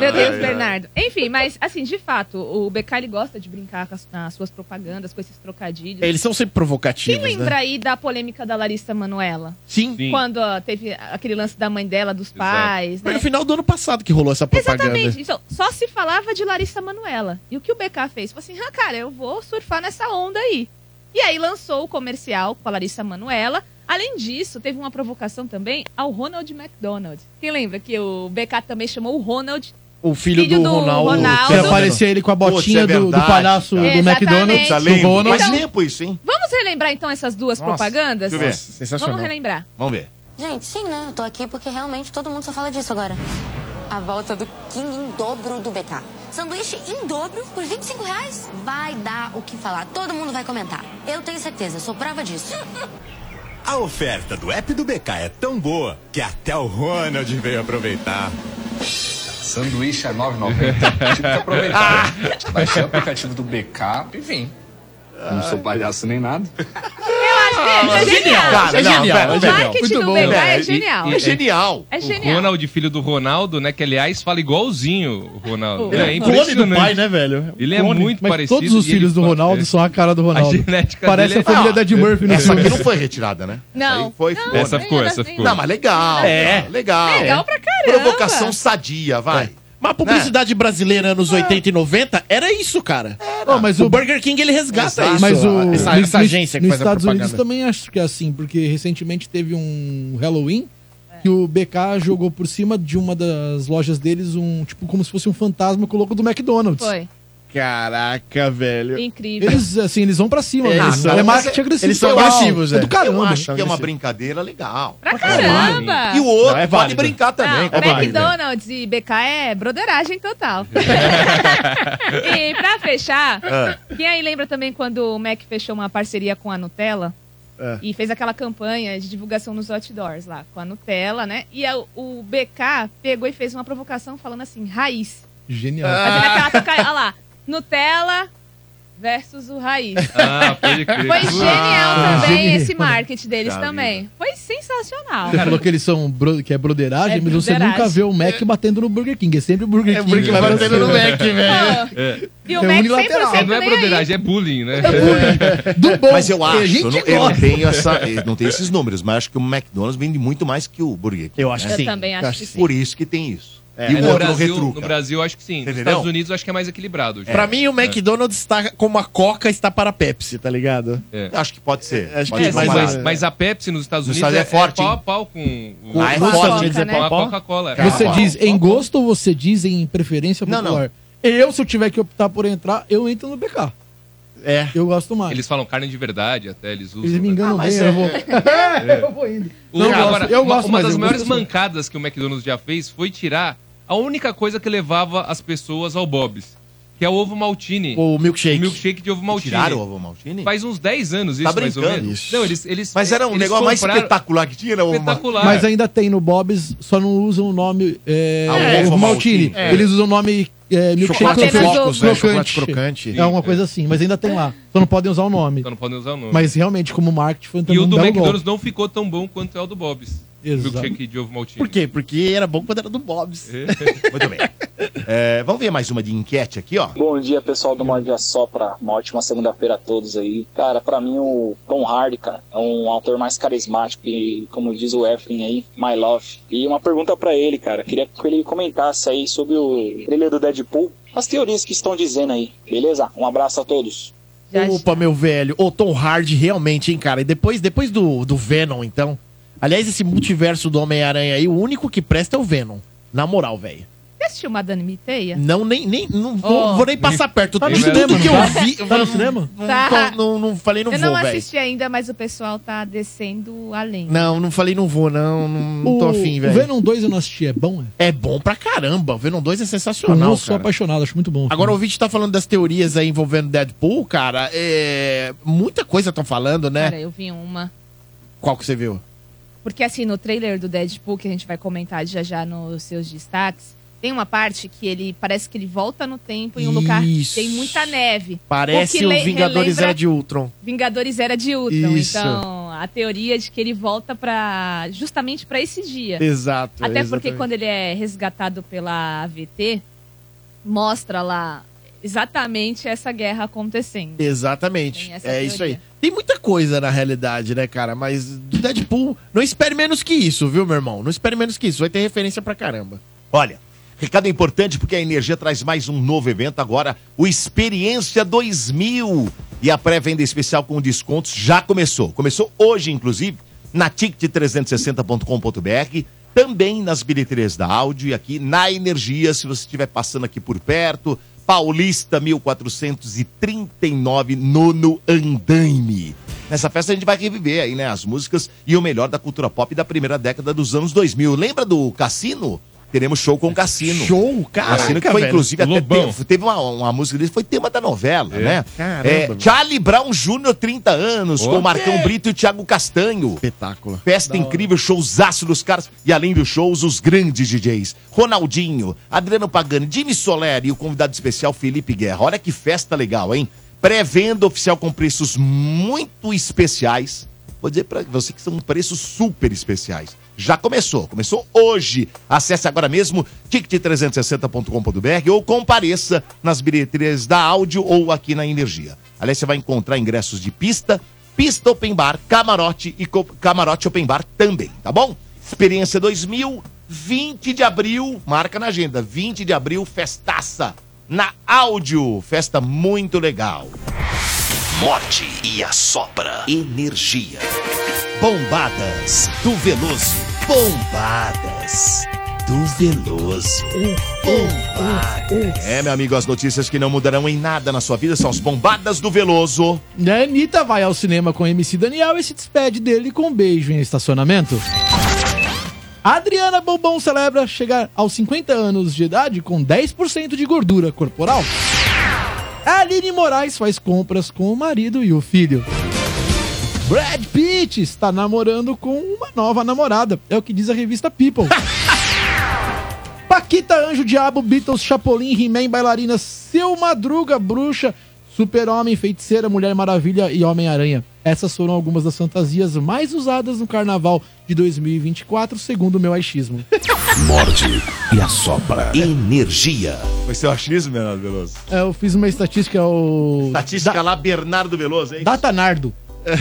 [SPEAKER 4] Meu Deus,
[SPEAKER 7] Ai, ai.
[SPEAKER 4] Bernardo. Enfim, mas assim, de fato, o BK ele gosta de brincar com as, nas suas propagandas, com esses trocadilhos.
[SPEAKER 6] Eles são sempre
[SPEAKER 4] Quem
[SPEAKER 6] provocativos,
[SPEAKER 4] lembra
[SPEAKER 6] né?
[SPEAKER 4] aí da polêmica da Larissa Manoela?
[SPEAKER 6] Sim. Sim.
[SPEAKER 4] Quando ó, teve aquele lance da mãe dela, dos pais,
[SPEAKER 6] Foi
[SPEAKER 4] né?
[SPEAKER 6] no final do ano passado que rolou essa propaganda.
[SPEAKER 4] Exatamente. Então, só se falava de Larissa Manoela. E o que o BK fez? Falou assim, ah, cara, eu vou surfar nessa onda aí. E aí lançou o comercial com a Larissa Manoela. Além disso, teve uma provocação também ao Ronald McDonald. Quem lembra que o BK também chamou o Ronald
[SPEAKER 6] O filho,
[SPEAKER 4] Filho
[SPEAKER 6] do,
[SPEAKER 4] do
[SPEAKER 6] Ronaldo.
[SPEAKER 4] Ronaldo.
[SPEAKER 7] Que aparecia ele com a botinha
[SPEAKER 2] é
[SPEAKER 7] do- do palhaço do
[SPEAKER 4] Exatamente.
[SPEAKER 7] McDonald's, né? do
[SPEAKER 2] Exatamente.
[SPEAKER 7] Ronald.
[SPEAKER 2] Tá Faz
[SPEAKER 4] Então-
[SPEAKER 2] tempo isso, hein?
[SPEAKER 4] Vamos relembrar então essas duas
[SPEAKER 2] Nossa,
[SPEAKER 4] propagandas?
[SPEAKER 2] deixa eu ver. Nossa, sensacional.
[SPEAKER 4] Vamos relembrar.
[SPEAKER 2] Vamos ver.
[SPEAKER 14] Gente, sim, né? Eu tô aqui porque realmente todo mundo só fala disso agora. A volta do King em dobro do BK. Sanduíche em dobro por 25 reais? Vai dar o que falar. Todo mundo vai comentar. Eu tenho certeza, sou prova disso.
[SPEAKER 15] A oferta do app do BK é tão boa que até o Ronald veio aproveitar. Sanduíche
[SPEAKER 16] é
[SPEAKER 15] a 9,90. Tive que aproveitar. Baixei o aplicativo do BK e vim. Não
[SPEAKER 5] Ah,
[SPEAKER 15] sou palhaço nem nada.
[SPEAKER 4] Isso
[SPEAKER 2] Ah,
[SPEAKER 4] é genial.
[SPEAKER 15] Cara,
[SPEAKER 4] é
[SPEAKER 15] não,
[SPEAKER 4] genial.
[SPEAKER 15] pera,
[SPEAKER 4] o
[SPEAKER 15] pera,
[SPEAKER 4] marketing
[SPEAKER 15] muito
[SPEAKER 4] do
[SPEAKER 15] bom.
[SPEAKER 4] BK
[SPEAKER 8] Não,
[SPEAKER 4] é
[SPEAKER 8] e-
[SPEAKER 4] genial.
[SPEAKER 8] e-
[SPEAKER 4] É
[SPEAKER 8] O
[SPEAKER 4] genial.
[SPEAKER 8] Ronald, filho do Ronaldo, né? Que aliás fala igualzinho o Ronaldo.
[SPEAKER 7] Ele é
[SPEAKER 8] É,
[SPEAKER 7] clone do
[SPEAKER 8] impressionante.
[SPEAKER 7] pai, né, velho?
[SPEAKER 8] Ele é
[SPEAKER 7] Clone.
[SPEAKER 8] muito
[SPEAKER 7] Mas
[SPEAKER 8] parecido.
[SPEAKER 7] Todos os
[SPEAKER 8] e ele
[SPEAKER 7] filhos do
[SPEAKER 8] fala-
[SPEAKER 7] Ronaldo são a cara do Ronaldo.
[SPEAKER 8] genética
[SPEAKER 7] Parece
[SPEAKER 8] dele
[SPEAKER 7] a
[SPEAKER 8] é-
[SPEAKER 7] família
[SPEAKER 8] Ah,
[SPEAKER 7] da Ed Murphy né? no
[SPEAKER 8] essa
[SPEAKER 7] filme.
[SPEAKER 8] aqui não foi
[SPEAKER 2] retirada, né?
[SPEAKER 4] Não.
[SPEAKER 2] Foi
[SPEAKER 4] não,
[SPEAKER 2] foda.
[SPEAKER 8] Essa ficou,
[SPEAKER 2] Não,
[SPEAKER 8] essa
[SPEAKER 2] mas
[SPEAKER 8] ficou.
[SPEAKER 2] Não, mas legal.
[SPEAKER 6] É.
[SPEAKER 2] Legal.
[SPEAKER 4] Legal pra caramba.
[SPEAKER 2] Provocação sadia, vai.
[SPEAKER 6] Mas a publicidade brasileira
[SPEAKER 7] É.
[SPEAKER 6] anos 80 e 90 era isso, cara.
[SPEAKER 7] Ó, mas
[SPEAKER 6] o, Burger King ele resgata é isso. Ah,
[SPEAKER 7] Mas o,
[SPEAKER 6] essa,
[SPEAKER 7] nos-
[SPEAKER 6] essa
[SPEAKER 7] nos-
[SPEAKER 6] agência que
[SPEAKER 7] nos
[SPEAKER 6] faz
[SPEAKER 7] Estados
[SPEAKER 6] a propaganda.
[SPEAKER 7] Unidos também acho que é assim, porque recentemente teve um Halloween que o BK jogou por cima de uma das lojas deles um tipo como se fosse um fantasma com o logo do McDonald's.
[SPEAKER 4] Foi.
[SPEAKER 6] Caraca, velho.
[SPEAKER 4] Incrível.
[SPEAKER 7] Eles assim, eles vão pra cima,
[SPEAKER 6] Eles
[SPEAKER 7] né?
[SPEAKER 6] são-
[SPEAKER 7] é marketing agressivo.
[SPEAKER 6] eles são
[SPEAKER 7] total.
[SPEAKER 6] agressivos,
[SPEAKER 7] é.
[SPEAKER 6] é.
[SPEAKER 7] do caramba.
[SPEAKER 2] Eu acho que é uma
[SPEAKER 7] Agressivo.
[SPEAKER 2] brincadeira legal.
[SPEAKER 4] Pra caramba. Ah,
[SPEAKER 2] E o outro
[SPEAKER 6] Não, é
[SPEAKER 2] pode
[SPEAKER 6] válido.
[SPEAKER 2] brincar também.
[SPEAKER 4] Não,
[SPEAKER 2] com a vida.
[SPEAKER 4] McDonald's e BK é broderagem total. e pra fechar,
[SPEAKER 2] Ah.
[SPEAKER 4] quem aí lembra também quando o Mac fechou uma parceria com a Nutella?
[SPEAKER 6] É.
[SPEAKER 4] E fez aquela campanha de divulgação nos outdoors lá, com a Nutella, né? E a- o BK pegou e fez uma provocação falando assim, raiz.
[SPEAKER 7] Genial.
[SPEAKER 4] Fazendo aquela toca... Olha lá, Nutella versus o raiz.
[SPEAKER 8] Ah, pode crer.
[SPEAKER 4] Foi genial Tá
[SPEAKER 7] Ah.
[SPEAKER 4] também
[SPEAKER 7] Genial.
[SPEAKER 4] esse marketing deles
[SPEAKER 7] Da
[SPEAKER 4] também. Foi sensacional.
[SPEAKER 7] Você falou que eles são bro- que é broderagem,
[SPEAKER 4] É
[SPEAKER 7] mas você
[SPEAKER 4] broderagem.
[SPEAKER 7] nunca vê o Mac batendo no Burger King. É sempre o Burger King.
[SPEAKER 6] Burger King
[SPEAKER 7] pra
[SPEAKER 6] batendo
[SPEAKER 7] cima.
[SPEAKER 6] no Mac,
[SPEAKER 7] né?
[SPEAKER 6] velho.
[SPEAKER 4] Ah,
[SPEAKER 8] É.
[SPEAKER 4] E o Mac
[SPEAKER 8] É,
[SPEAKER 2] né?
[SPEAKER 4] 100%
[SPEAKER 8] Não é
[SPEAKER 4] nem aí.
[SPEAKER 8] broderagem, é bullying, né?
[SPEAKER 7] Do bom.
[SPEAKER 2] Mas eu
[SPEAKER 8] A
[SPEAKER 2] acho,
[SPEAKER 8] gente
[SPEAKER 2] eu não, eu não
[SPEAKER 8] gosta.
[SPEAKER 2] tenho essa, eu não tenho esses números, mas acho que o McDonald's vende muito mais que o Burger King.
[SPEAKER 6] Eu
[SPEAKER 4] acho que Eu sim. também acho que sim.
[SPEAKER 2] Por isso que tem isso.
[SPEAKER 6] É,
[SPEAKER 2] e
[SPEAKER 6] é
[SPEAKER 2] o
[SPEAKER 8] No
[SPEAKER 2] outro não
[SPEAKER 8] Brasil,
[SPEAKER 2] retruca.
[SPEAKER 8] no Brasil, eu acho que sim. Nos
[SPEAKER 6] Entendeu?
[SPEAKER 8] Estados Unidos, eu acho que é mais equilibrado. É.
[SPEAKER 6] Pra mim, o McDonald's está como a Coca está para a Pepsi, tá ligado?
[SPEAKER 2] Acho que pode ser.
[SPEAKER 6] Acho
[SPEAKER 8] É,
[SPEAKER 6] que
[SPEAKER 8] mas,
[SPEAKER 6] mais
[SPEAKER 8] mas- mas a Pepsi nos Estados
[SPEAKER 6] Nos
[SPEAKER 8] Unidos
[SPEAKER 6] Estados
[SPEAKER 8] é,
[SPEAKER 6] é forte,
[SPEAKER 8] é pau a
[SPEAKER 6] hein?
[SPEAKER 8] pau com, com,
[SPEAKER 6] Ah, é
[SPEAKER 8] com a
[SPEAKER 6] forte. Nos
[SPEAKER 8] Coca-
[SPEAKER 6] Estados Unidos é
[SPEAKER 4] né?
[SPEAKER 8] com a
[SPEAKER 6] pau a pau?
[SPEAKER 8] Coca-Cola.
[SPEAKER 7] Você diz em gosto ou você diz em preferência popular? Eu, se eu tiver que optar por entrar, eu entro no BK.
[SPEAKER 6] É.
[SPEAKER 7] Eu gosto mais.
[SPEAKER 8] Eles falam carne de verdade, até eles usam.
[SPEAKER 7] Eles me enganam bem, eu vou. eu vou indo.
[SPEAKER 8] é. O-
[SPEAKER 7] Não, eu
[SPEAKER 8] agora,
[SPEAKER 7] gosto, eu
[SPEAKER 8] uma-
[SPEAKER 7] gosto,
[SPEAKER 8] uma
[SPEAKER 7] mas
[SPEAKER 8] das
[SPEAKER 7] eu
[SPEAKER 8] maiores
[SPEAKER 7] gosto.
[SPEAKER 8] mancadas que o McDonald's já fez foi tirar a única coisa que levava as pessoas ao Bob's. que é o ovo maltine.
[SPEAKER 6] O milkshake.
[SPEAKER 8] milkshake de ovo maltine.
[SPEAKER 6] Tiraram o ovo maltine?
[SPEAKER 8] Faz uns 10 anos isso,
[SPEAKER 6] Tá
[SPEAKER 8] mais ou
[SPEAKER 6] brincando?
[SPEAKER 8] menos.
[SPEAKER 6] Isso.
[SPEAKER 8] Não, eles, eles
[SPEAKER 6] Mas era um
[SPEAKER 8] eles
[SPEAKER 6] negócio mais
[SPEAKER 8] compraram-
[SPEAKER 6] espetacular que tinha, era o-
[SPEAKER 8] Espetacular.
[SPEAKER 7] Mas ainda tem no Bob's, só não usam o nome é,
[SPEAKER 6] Ah, o
[SPEAKER 7] ovo
[SPEAKER 6] ovo
[SPEAKER 7] Maltini.
[SPEAKER 6] Maltini. É.
[SPEAKER 7] Eles usam o nome é, milkshake
[SPEAKER 6] Chocolate
[SPEAKER 7] crocante.
[SPEAKER 6] Flocos, né? Chocolate crocante.
[SPEAKER 7] crocante. É uma coisa assim, mas ainda tem lá. Só não podem usar o nome.
[SPEAKER 8] Só não podem usar o nome.
[SPEAKER 7] Mas realmente, como marketing, foi
[SPEAKER 8] E
[SPEAKER 7] também
[SPEAKER 8] o
[SPEAKER 7] um
[SPEAKER 8] do
[SPEAKER 7] belo
[SPEAKER 8] McDonald's
[SPEAKER 7] golpe.
[SPEAKER 8] não ficou tão bom quanto é o do Bob's.
[SPEAKER 7] Exato.
[SPEAKER 8] Milkshake de ovo maltine.
[SPEAKER 6] Por quê? Porque era bom quando era do Bob's.
[SPEAKER 2] Muito bem. É, vamos ver mais uma de enquete aqui, ó.
[SPEAKER 13] Bom dia, pessoal do Morde Sopra. Uma ótima segunda-feira a todos aí. Cara, pra mim o Tom Hardy, cara, é um autor mais carismático e, como diz o Eflin aí, My Love. E uma pergunta pra ele, cara. Queria que ele comentasse aí sobre o trailer do Deadpool, as teorias que estão dizendo aí, beleza? Um abraço a todos.
[SPEAKER 6] Opa, meu velho. O Tom Hardy realmente, hein, cara. E depois, depois do, do Venom, então. Aliás, esse multiverso do Homem-Aranha aí, o único que presta é o Venom. Na moral, velho.
[SPEAKER 4] Você assistiu Madame Miteia?
[SPEAKER 6] Não, nem, nem, não
[SPEAKER 4] Oh.
[SPEAKER 6] vou, vou nem passar perto.
[SPEAKER 4] Tá no
[SPEAKER 6] de
[SPEAKER 4] cinema,
[SPEAKER 6] tudo que
[SPEAKER 4] não
[SPEAKER 6] eu
[SPEAKER 4] tá?
[SPEAKER 6] vi.
[SPEAKER 4] Tá no cinema?
[SPEAKER 6] Não,
[SPEAKER 4] Tá.
[SPEAKER 6] não, não falei, não
[SPEAKER 4] eu
[SPEAKER 6] vou,
[SPEAKER 4] não
[SPEAKER 6] velho.
[SPEAKER 4] assisti ainda, mas o pessoal tá descendo além.
[SPEAKER 6] Não, não falei, não vou, não. Não, não tô
[SPEAKER 7] O-
[SPEAKER 6] afim,
[SPEAKER 7] O
[SPEAKER 6] velho.
[SPEAKER 7] Venom 2 eu não assisti, é bom, é?
[SPEAKER 6] É bom pra caramba. O Venom 2 é
[SPEAKER 7] Eu
[SPEAKER 6] sensacional.
[SPEAKER 7] não sou
[SPEAKER 6] cara.
[SPEAKER 7] apaixonado, acho muito bom.
[SPEAKER 6] Agora o ouvinte tá falando das teorias aí envolvendo Deadpool, cara. É... Muita coisa estão falando, né?
[SPEAKER 4] Cara, eu vi uma.
[SPEAKER 6] Qual que você viu?
[SPEAKER 4] Porque assim, no trailer do Deadpool, que a gente vai comentar já já nos seus destaques, tem uma parte que ele parece que ele volta no tempo em um lugar que
[SPEAKER 6] Isso.
[SPEAKER 4] tem muita neve.
[SPEAKER 6] Parece
[SPEAKER 4] que
[SPEAKER 6] o
[SPEAKER 4] le-
[SPEAKER 6] Vingadores
[SPEAKER 4] relembra
[SPEAKER 6] Era de Ultron.
[SPEAKER 4] Vingadores Era de Ultron.
[SPEAKER 6] Isso.
[SPEAKER 4] Então, a teoria de que ele volta para justamente para esse dia.
[SPEAKER 6] Exato.
[SPEAKER 4] Até porque
[SPEAKER 6] exatamente.
[SPEAKER 4] quando ele é resgatado pela AVT, mostra lá exatamente essa guerra acontecendo.
[SPEAKER 6] Exatamente.
[SPEAKER 4] Tem
[SPEAKER 6] É
[SPEAKER 4] essa
[SPEAKER 6] isso aí. Tem muita coisa na realidade, né, cara? Mas do Deadpool, não espere menos que isso, viu, meu irmão? Não espere menos que isso. Vai ter referência pra caramba.
[SPEAKER 2] Olha, recado importante porque a Energia traz mais um novo evento agora, o Experiência 2000. E a pré-venda especial com descontos já começou. Começou hoje, inclusive, na ticket360.com.br, também nas bilheterias da áudio e aqui na Energia, se você estiver passando aqui por perto, Paulista 1439, nono andaime. Nessa festa a gente vai reviver aí, né, as músicas e o melhor da cultura pop da primeira década dos anos 2000. Lembra do Cassino? Teremos show com o Cassino.
[SPEAKER 6] Show? Caraca,
[SPEAKER 2] Cassino que Assim, foi,
[SPEAKER 6] né, velho.
[SPEAKER 2] inclusive, até
[SPEAKER 6] Lobão.
[SPEAKER 2] teve, teve uma, uma música dele, foi tema da novela,
[SPEAKER 6] É.
[SPEAKER 2] né?
[SPEAKER 6] Caramba,
[SPEAKER 2] É,
[SPEAKER 6] mano.
[SPEAKER 2] Charlie Brown Jr., 30 anos,
[SPEAKER 6] Ô. é.
[SPEAKER 2] com o Marcão Brito e o Thiago Castanho.
[SPEAKER 6] Espetáculo.
[SPEAKER 2] Festa incrível, showzaço dos caras. E além dos shows, os grandes DJs. Ronaldinho, Adriano Pagani, Jimmy Soler e o convidado especial Felipe Guerra. Olha que festa legal, hein? Pré-venda oficial com preços muito especiais. Vou dizer pra você que são preços super especiais. Já começou, começou hoje. Acesse agora mesmo ticket360.com.br ou compareça nas bilheterias da áudio ou aqui na Energia. Aliás, você vai encontrar ingressos de pista, Pista Open Bar, Camarote e co- Camarote Open Bar também, tá bom? Experiência 2000, 20 de abril, marca na agenda, 20 de abril, festaça na áudio, festa muito legal.
[SPEAKER 3] Morte e a sopra. Energia.
[SPEAKER 2] Bombadas do Veloso, bombadas do Veloso.
[SPEAKER 7] Um,
[SPEAKER 2] Bombadas. É, meu amigo, as notícias que não mudarão em nada na sua vida são as bombadas do Veloso.
[SPEAKER 7] E A Né, Anitta vai ao cinema com MC Daniel e se despede dele com um beijo em estacionamento. Adriana Bobon celebra chegar aos 50 anos de idade com 10% de gordura corporal. Aline Moraes faz compras com o marido e o filho. Brad Pitt está namorando com uma nova namorada. É o que diz a revista People. Paquita, Anjo, Diabo, Beatles, Chapolin, He-Man, Bailarina, Seu Madruga, Bruxa, Super-Homem, Feiticeira, Mulher Maravilha e Homem-Aranha. Essas foram algumas das fantasias mais usadas no Carnaval de 2024, segundo o meu achismo.
[SPEAKER 3] Morde e a sopra. Energia.
[SPEAKER 2] Foi seu achismo, Bernardo Veloso?
[SPEAKER 7] É, Eu fiz uma estatística, o...
[SPEAKER 2] Estatística lá, Bernardo Veloso, hein?
[SPEAKER 7] Datanardo.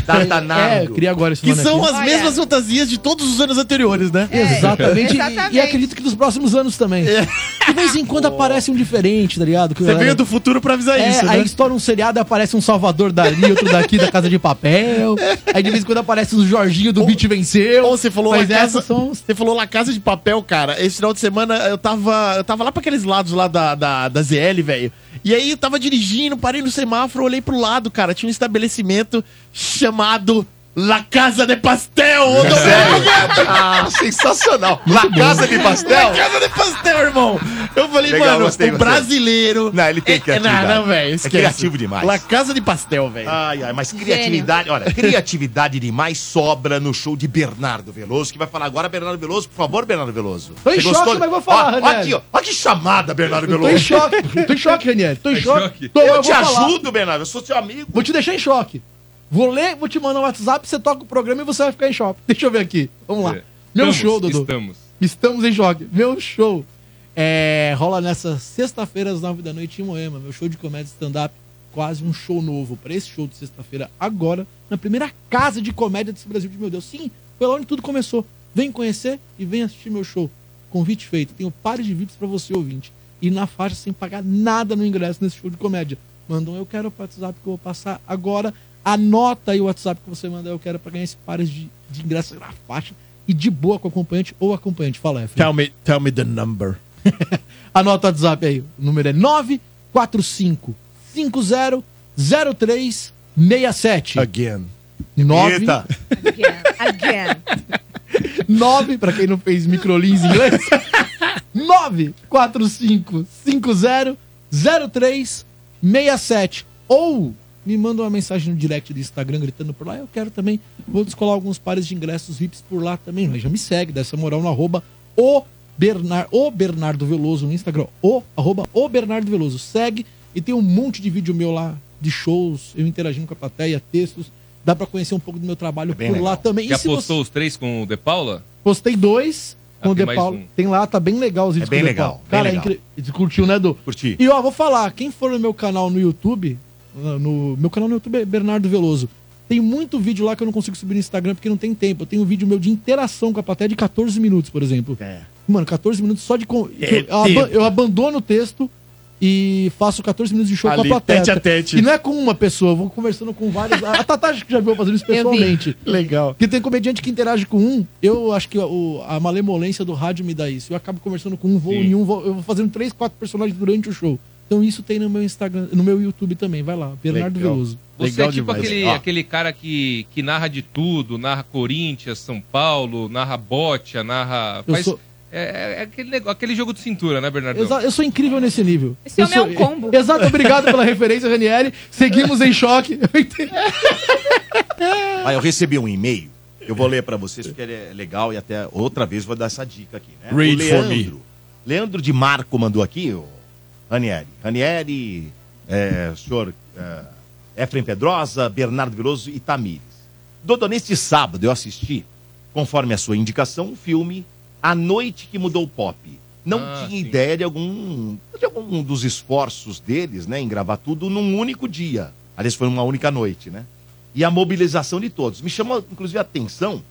[SPEAKER 2] Datanardo.
[SPEAKER 7] É, eu criei agora esse
[SPEAKER 6] Que
[SPEAKER 7] nome
[SPEAKER 6] são
[SPEAKER 7] aqui.
[SPEAKER 6] as mesmas fantasias de todos os anos anteriores, né? É.
[SPEAKER 7] Exatamente. E, e acredito que nos próximos anos também. De vez em quando aparece um diferente, tá ligado? Que
[SPEAKER 6] Você
[SPEAKER 7] a
[SPEAKER 6] veio do futuro pra avisar
[SPEAKER 7] É,
[SPEAKER 6] isso, né?
[SPEAKER 7] Aí estoura um seriado e aparece um Salvador dali, outro daqui da Casa de Papel.
[SPEAKER 6] É.
[SPEAKER 7] Aí de vez em quando aparece o Jorginho do Beat Venceu.
[SPEAKER 6] Ou você falou
[SPEAKER 7] Mas
[SPEAKER 6] La Casa,
[SPEAKER 7] essas são-
[SPEAKER 6] você falou La Casa de Papel, cara. Esse final de semana eu tava, eu tava lá pra aqueles lados lá da, da, da ZL, velho. E aí eu tava dirigindo, parei no semáforo, olhei pro lado, cara. Tinha um estabelecimento chamado La Casa de Pastel, ô Domênico! ah, sensacional!
[SPEAKER 2] La Casa de Pastel?
[SPEAKER 6] La Casa de Pastel, irmão! Eu falei,
[SPEAKER 2] Legal,
[SPEAKER 6] mano,
[SPEAKER 2] gostei,
[SPEAKER 6] o
[SPEAKER 2] gostei.
[SPEAKER 6] brasileiro.
[SPEAKER 2] Não, ele tem
[SPEAKER 6] É-
[SPEAKER 2] criatividade.
[SPEAKER 6] Não, não, velho,
[SPEAKER 2] É
[SPEAKER 6] esquece.
[SPEAKER 2] criativo demais.
[SPEAKER 6] La Casa de Pastel, velho.
[SPEAKER 2] Ai, ai, mas criatividade, olha, criatividade demais sobra no show de Bernardo Veloso, que vai falar agora, Bernardo Veloso, por favor, Bernardo Veloso.
[SPEAKER 7] Tô em choque, mas vou falar,
[SPEAKER 2] ó, ó
[SPEAKER 7] Ranieri.
[SPEAKER 2] aqui, ó, ó que chamada, Bernardo
[SPEAKER 7] Eu
[SPEAKER 2] Veloso.
[SPEAKER 7] tô em
[SPEAKER 2] Tá
[SPEAKER 7] choque, eu tô em choque, Ranieri. Tô Tá em choque. Tô,
[SPEAKER 2] Eu,
[SPEAKER 7] vou
[SPEAKER 2] te
[SPEAKER 7] falar.
[SPEAKER 2] ajudo, Bernardo, eu sou seu amigo.
[SPEAKER 7] Vou te deixar em choque. Vou ler, vou te mandar um WhatsApp, você toca o programa e você vai ficar em choque. Deixa eu ver aqui. Vamos lá. Meu
[SPEAKER 8] Estamos,
[SPEAKER 7] show, Dudu.
[SPEAKER 8] estamos.
[SPEAKER 7] Estamos em choque. Meu show é, rola nessa sexta-feira às nove da noite em Moema. Meu show de comédia stand-up, quase um show novo para esse show de sexta-feira agora, na primeira casa de comédia desse Brasil de meu Deus. Sim, foi lá onde tudo começou. Vem conhecer e vem assistir meu show. Convite feito. Tenho pares de VIPs para você ouvinte. E na faixa sem pagar nada no ingresso nesse show de comédia. Mandam eu quero pro WhatsApp que eu vou passar agora. Anota aí o WhatsApp que você manda eu quero para ganhar esse pares de, de ingresso na faixa e de boa com o acompanhante ou acompanhante. Fala, F.
[SPEAKER 6] Tell me, tell me the number.
[SPEAKER 7] Anota o WhatsApp aí. O número é 945 50 0367.
[SPEAKER 6] Again.
[SPEAKER 7] 9.
[SPEAKER 6] Eita.
[SPEAKER 4] Again.
[SPEAKER 7] 9, pra quem não fez microlins em inglês. 945500367. Ou me manda uma mensagem no direct do Instagram gritando por lá. Eu quero também. Vou descolar alguns pares de ingressos VIPs por lá também. Mas já me segue, dá essa moral no arroba o, Bernar, o Bernardo Veloso no Instagram. O, arroba o Bernardo Veloso. Segue e tem um monte de vídeo meu lá de shows, eu interagindo com a plateia, textos. Dá pra conhecer um pouco do meu trabalho por lá também.
[SPEAKER 8] Já
[SPEAKER 7] se você-
[SPEAKER 8] postou os três com o De Paula?
[SPEAKER 7] Postei dois
[SPEAKER 8] Ah,
[SPEAKER 7] com o
[SPEAKER 8] tem
[SPEAKER 7] De
[SPEAKER 8] mais
[SPEAKER 7] Paulo.
[SPEAKER 8] um.
[SPEAKER 7] Tem lá, tá bem legal os vídeos
[SPEAKER 8] bem
[SPEAKER 7] com o De
[SPEAKER 8] legal,
[SPEAKER 7] Paulo.
[SPEAKER 8] bem
[SPEAKER 7] Cara, é
[SPEAKER 8] legal.
[SPEAKER 7] incri- Tu curtiu, né, Edu?
[SPEAKER 2] Curti.
[SPEAKER 7] E ó, vou falar, quem for no meu canal no YouTube, ah, no meu canal no YouTube é Bernardo Veloso. Tem muito vídeo lá que eu não consigo subir no Instagram porque não tem tempo. Eu tenho um vídeo meu de interação com a plateia de 14 minutos, por exemplo.
[SPEAKER 8] É.
[SPEAKER 7] Mano, 14 minutos só de. con-
[SPEAKER 6] É
[SPEAKER 7] eu, aba-
[SPEAKER 6] tempo.
[SPEAKER 7] eu abandono o texto e faço 14 minutos de show
[SPEAKER 6] Ali,
[SPEAKER 7] com a plateia.
[SPEAKER 6] tete a tete.
[SPEAKER 7] E não é com uma pessoa, eu vou conversando com várias. A Tatá acho que já viu eu fazendo isso
[SPEAKER 6] Eu vi.
[SPEAKER 7] pessoalmente.
[SPEAKER 6] Legal.
[SPEAKER 7] Porque tem comediante que interage com um, eu acho que o- a malemolência do rádio me dá isso. Eu acabo conversando com um, vou
[SPEAKER 8] Sim.
[SPEAKER 7] em um, vou- eu vou fazendo três, quatro personagens durante o show. Então isso tem no meu Instagram, no meu YouTube também, vai lá, Bernardo
[SPEAKER 8] Legal.
[SPEAKER 7] Veloso.
[SPEAKER 8] Você é tipo aquele, aquele cara que, que narra de tudo, narra Corinthians, São Paulo, narra bote, narra.
[SPEAKER 7] Eu
[SPEAKER 8] faz-
[SPEAKER 7] sou-
[SPEAKER 8] É, é aquele, nego- aquele jogo de cintura, né, Bernardo?
[SPEAKER 7] Exa- eu sou incrível nesse nível.
[SPEAKER 4] Esse
[SPEAKER 7] eu
[SPEAKER 4] homem é
[SPEAKER 7] sou-
[SPEAKER 4] um combo.
[SPEAKER 7] Exato, obrigado pela referência, Ranieri. Seguimos em choque. Eu entendi.
[SPEAKER 2] Aí eu recebi um e-mail, eu vou ler pra vocês porque ele é legal e até outra vez vou dar essa dica aqui, né?
[SPEAKER 6] Read
[SPEAKER 2] O
[SPEAKER 6] for
[SPEAKER 2] Leandro, Leandro de Marco mandou aqui, o Ranieri. Ranieri, é, senhor é, Efraim Pedrosa, Bernardo Veloso e Tamires. Dodô, neste sábado eu assisti, conforme a sua indicação, o filme A Noite que Mudou o Pop. Não
[SPEAKER 6] Ah,
[SPEAKER 2] tinha ideia de algum, de algum dos esforços deles, né, em gravar tudo num único dia. Aliás, foi numa única noite, né? E a mobilização de todos. Me chamou, inclusive, a atenção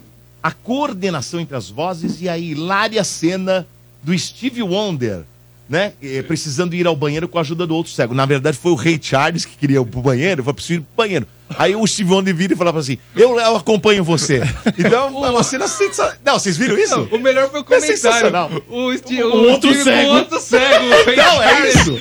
[SPEAKER 2] a coordenação entre as vozes e a hilária cena do Steve Wonder, né? eh, Precisando ir ao banheiro com a ajuda do outro cego. Na verdade, foi o Ray Charles que queria ir pro banheiro, foi preciso ir pro banheiro. Aí o Steve Wonder vira e falava assim: Eu, eu acompanho você. Então, é uma cena sensacional. Não, vocês viram isso?
[SPEAKER 8] Não, o melhor foi o
[SPEAKER 2] É
[SPEAKER 8] comentário.
[SPEAKER 2] sensacional.
[SPEAKER 8] o,
[SPEAKER 6] Um
[SPEAKER 8] Steve-
[SPEAKER 2] O
[SPEAKER 8] o
[SPEAKER 2] Um outro
[SPEAKER 8] Steve com
[SPEAKER 2] cego.
[SPEAKER 8] O outro cego. o Ray
[SPEAKER 2] Não, é
[SPEAKER 8] Charles.
[SPEAKER 2] isso.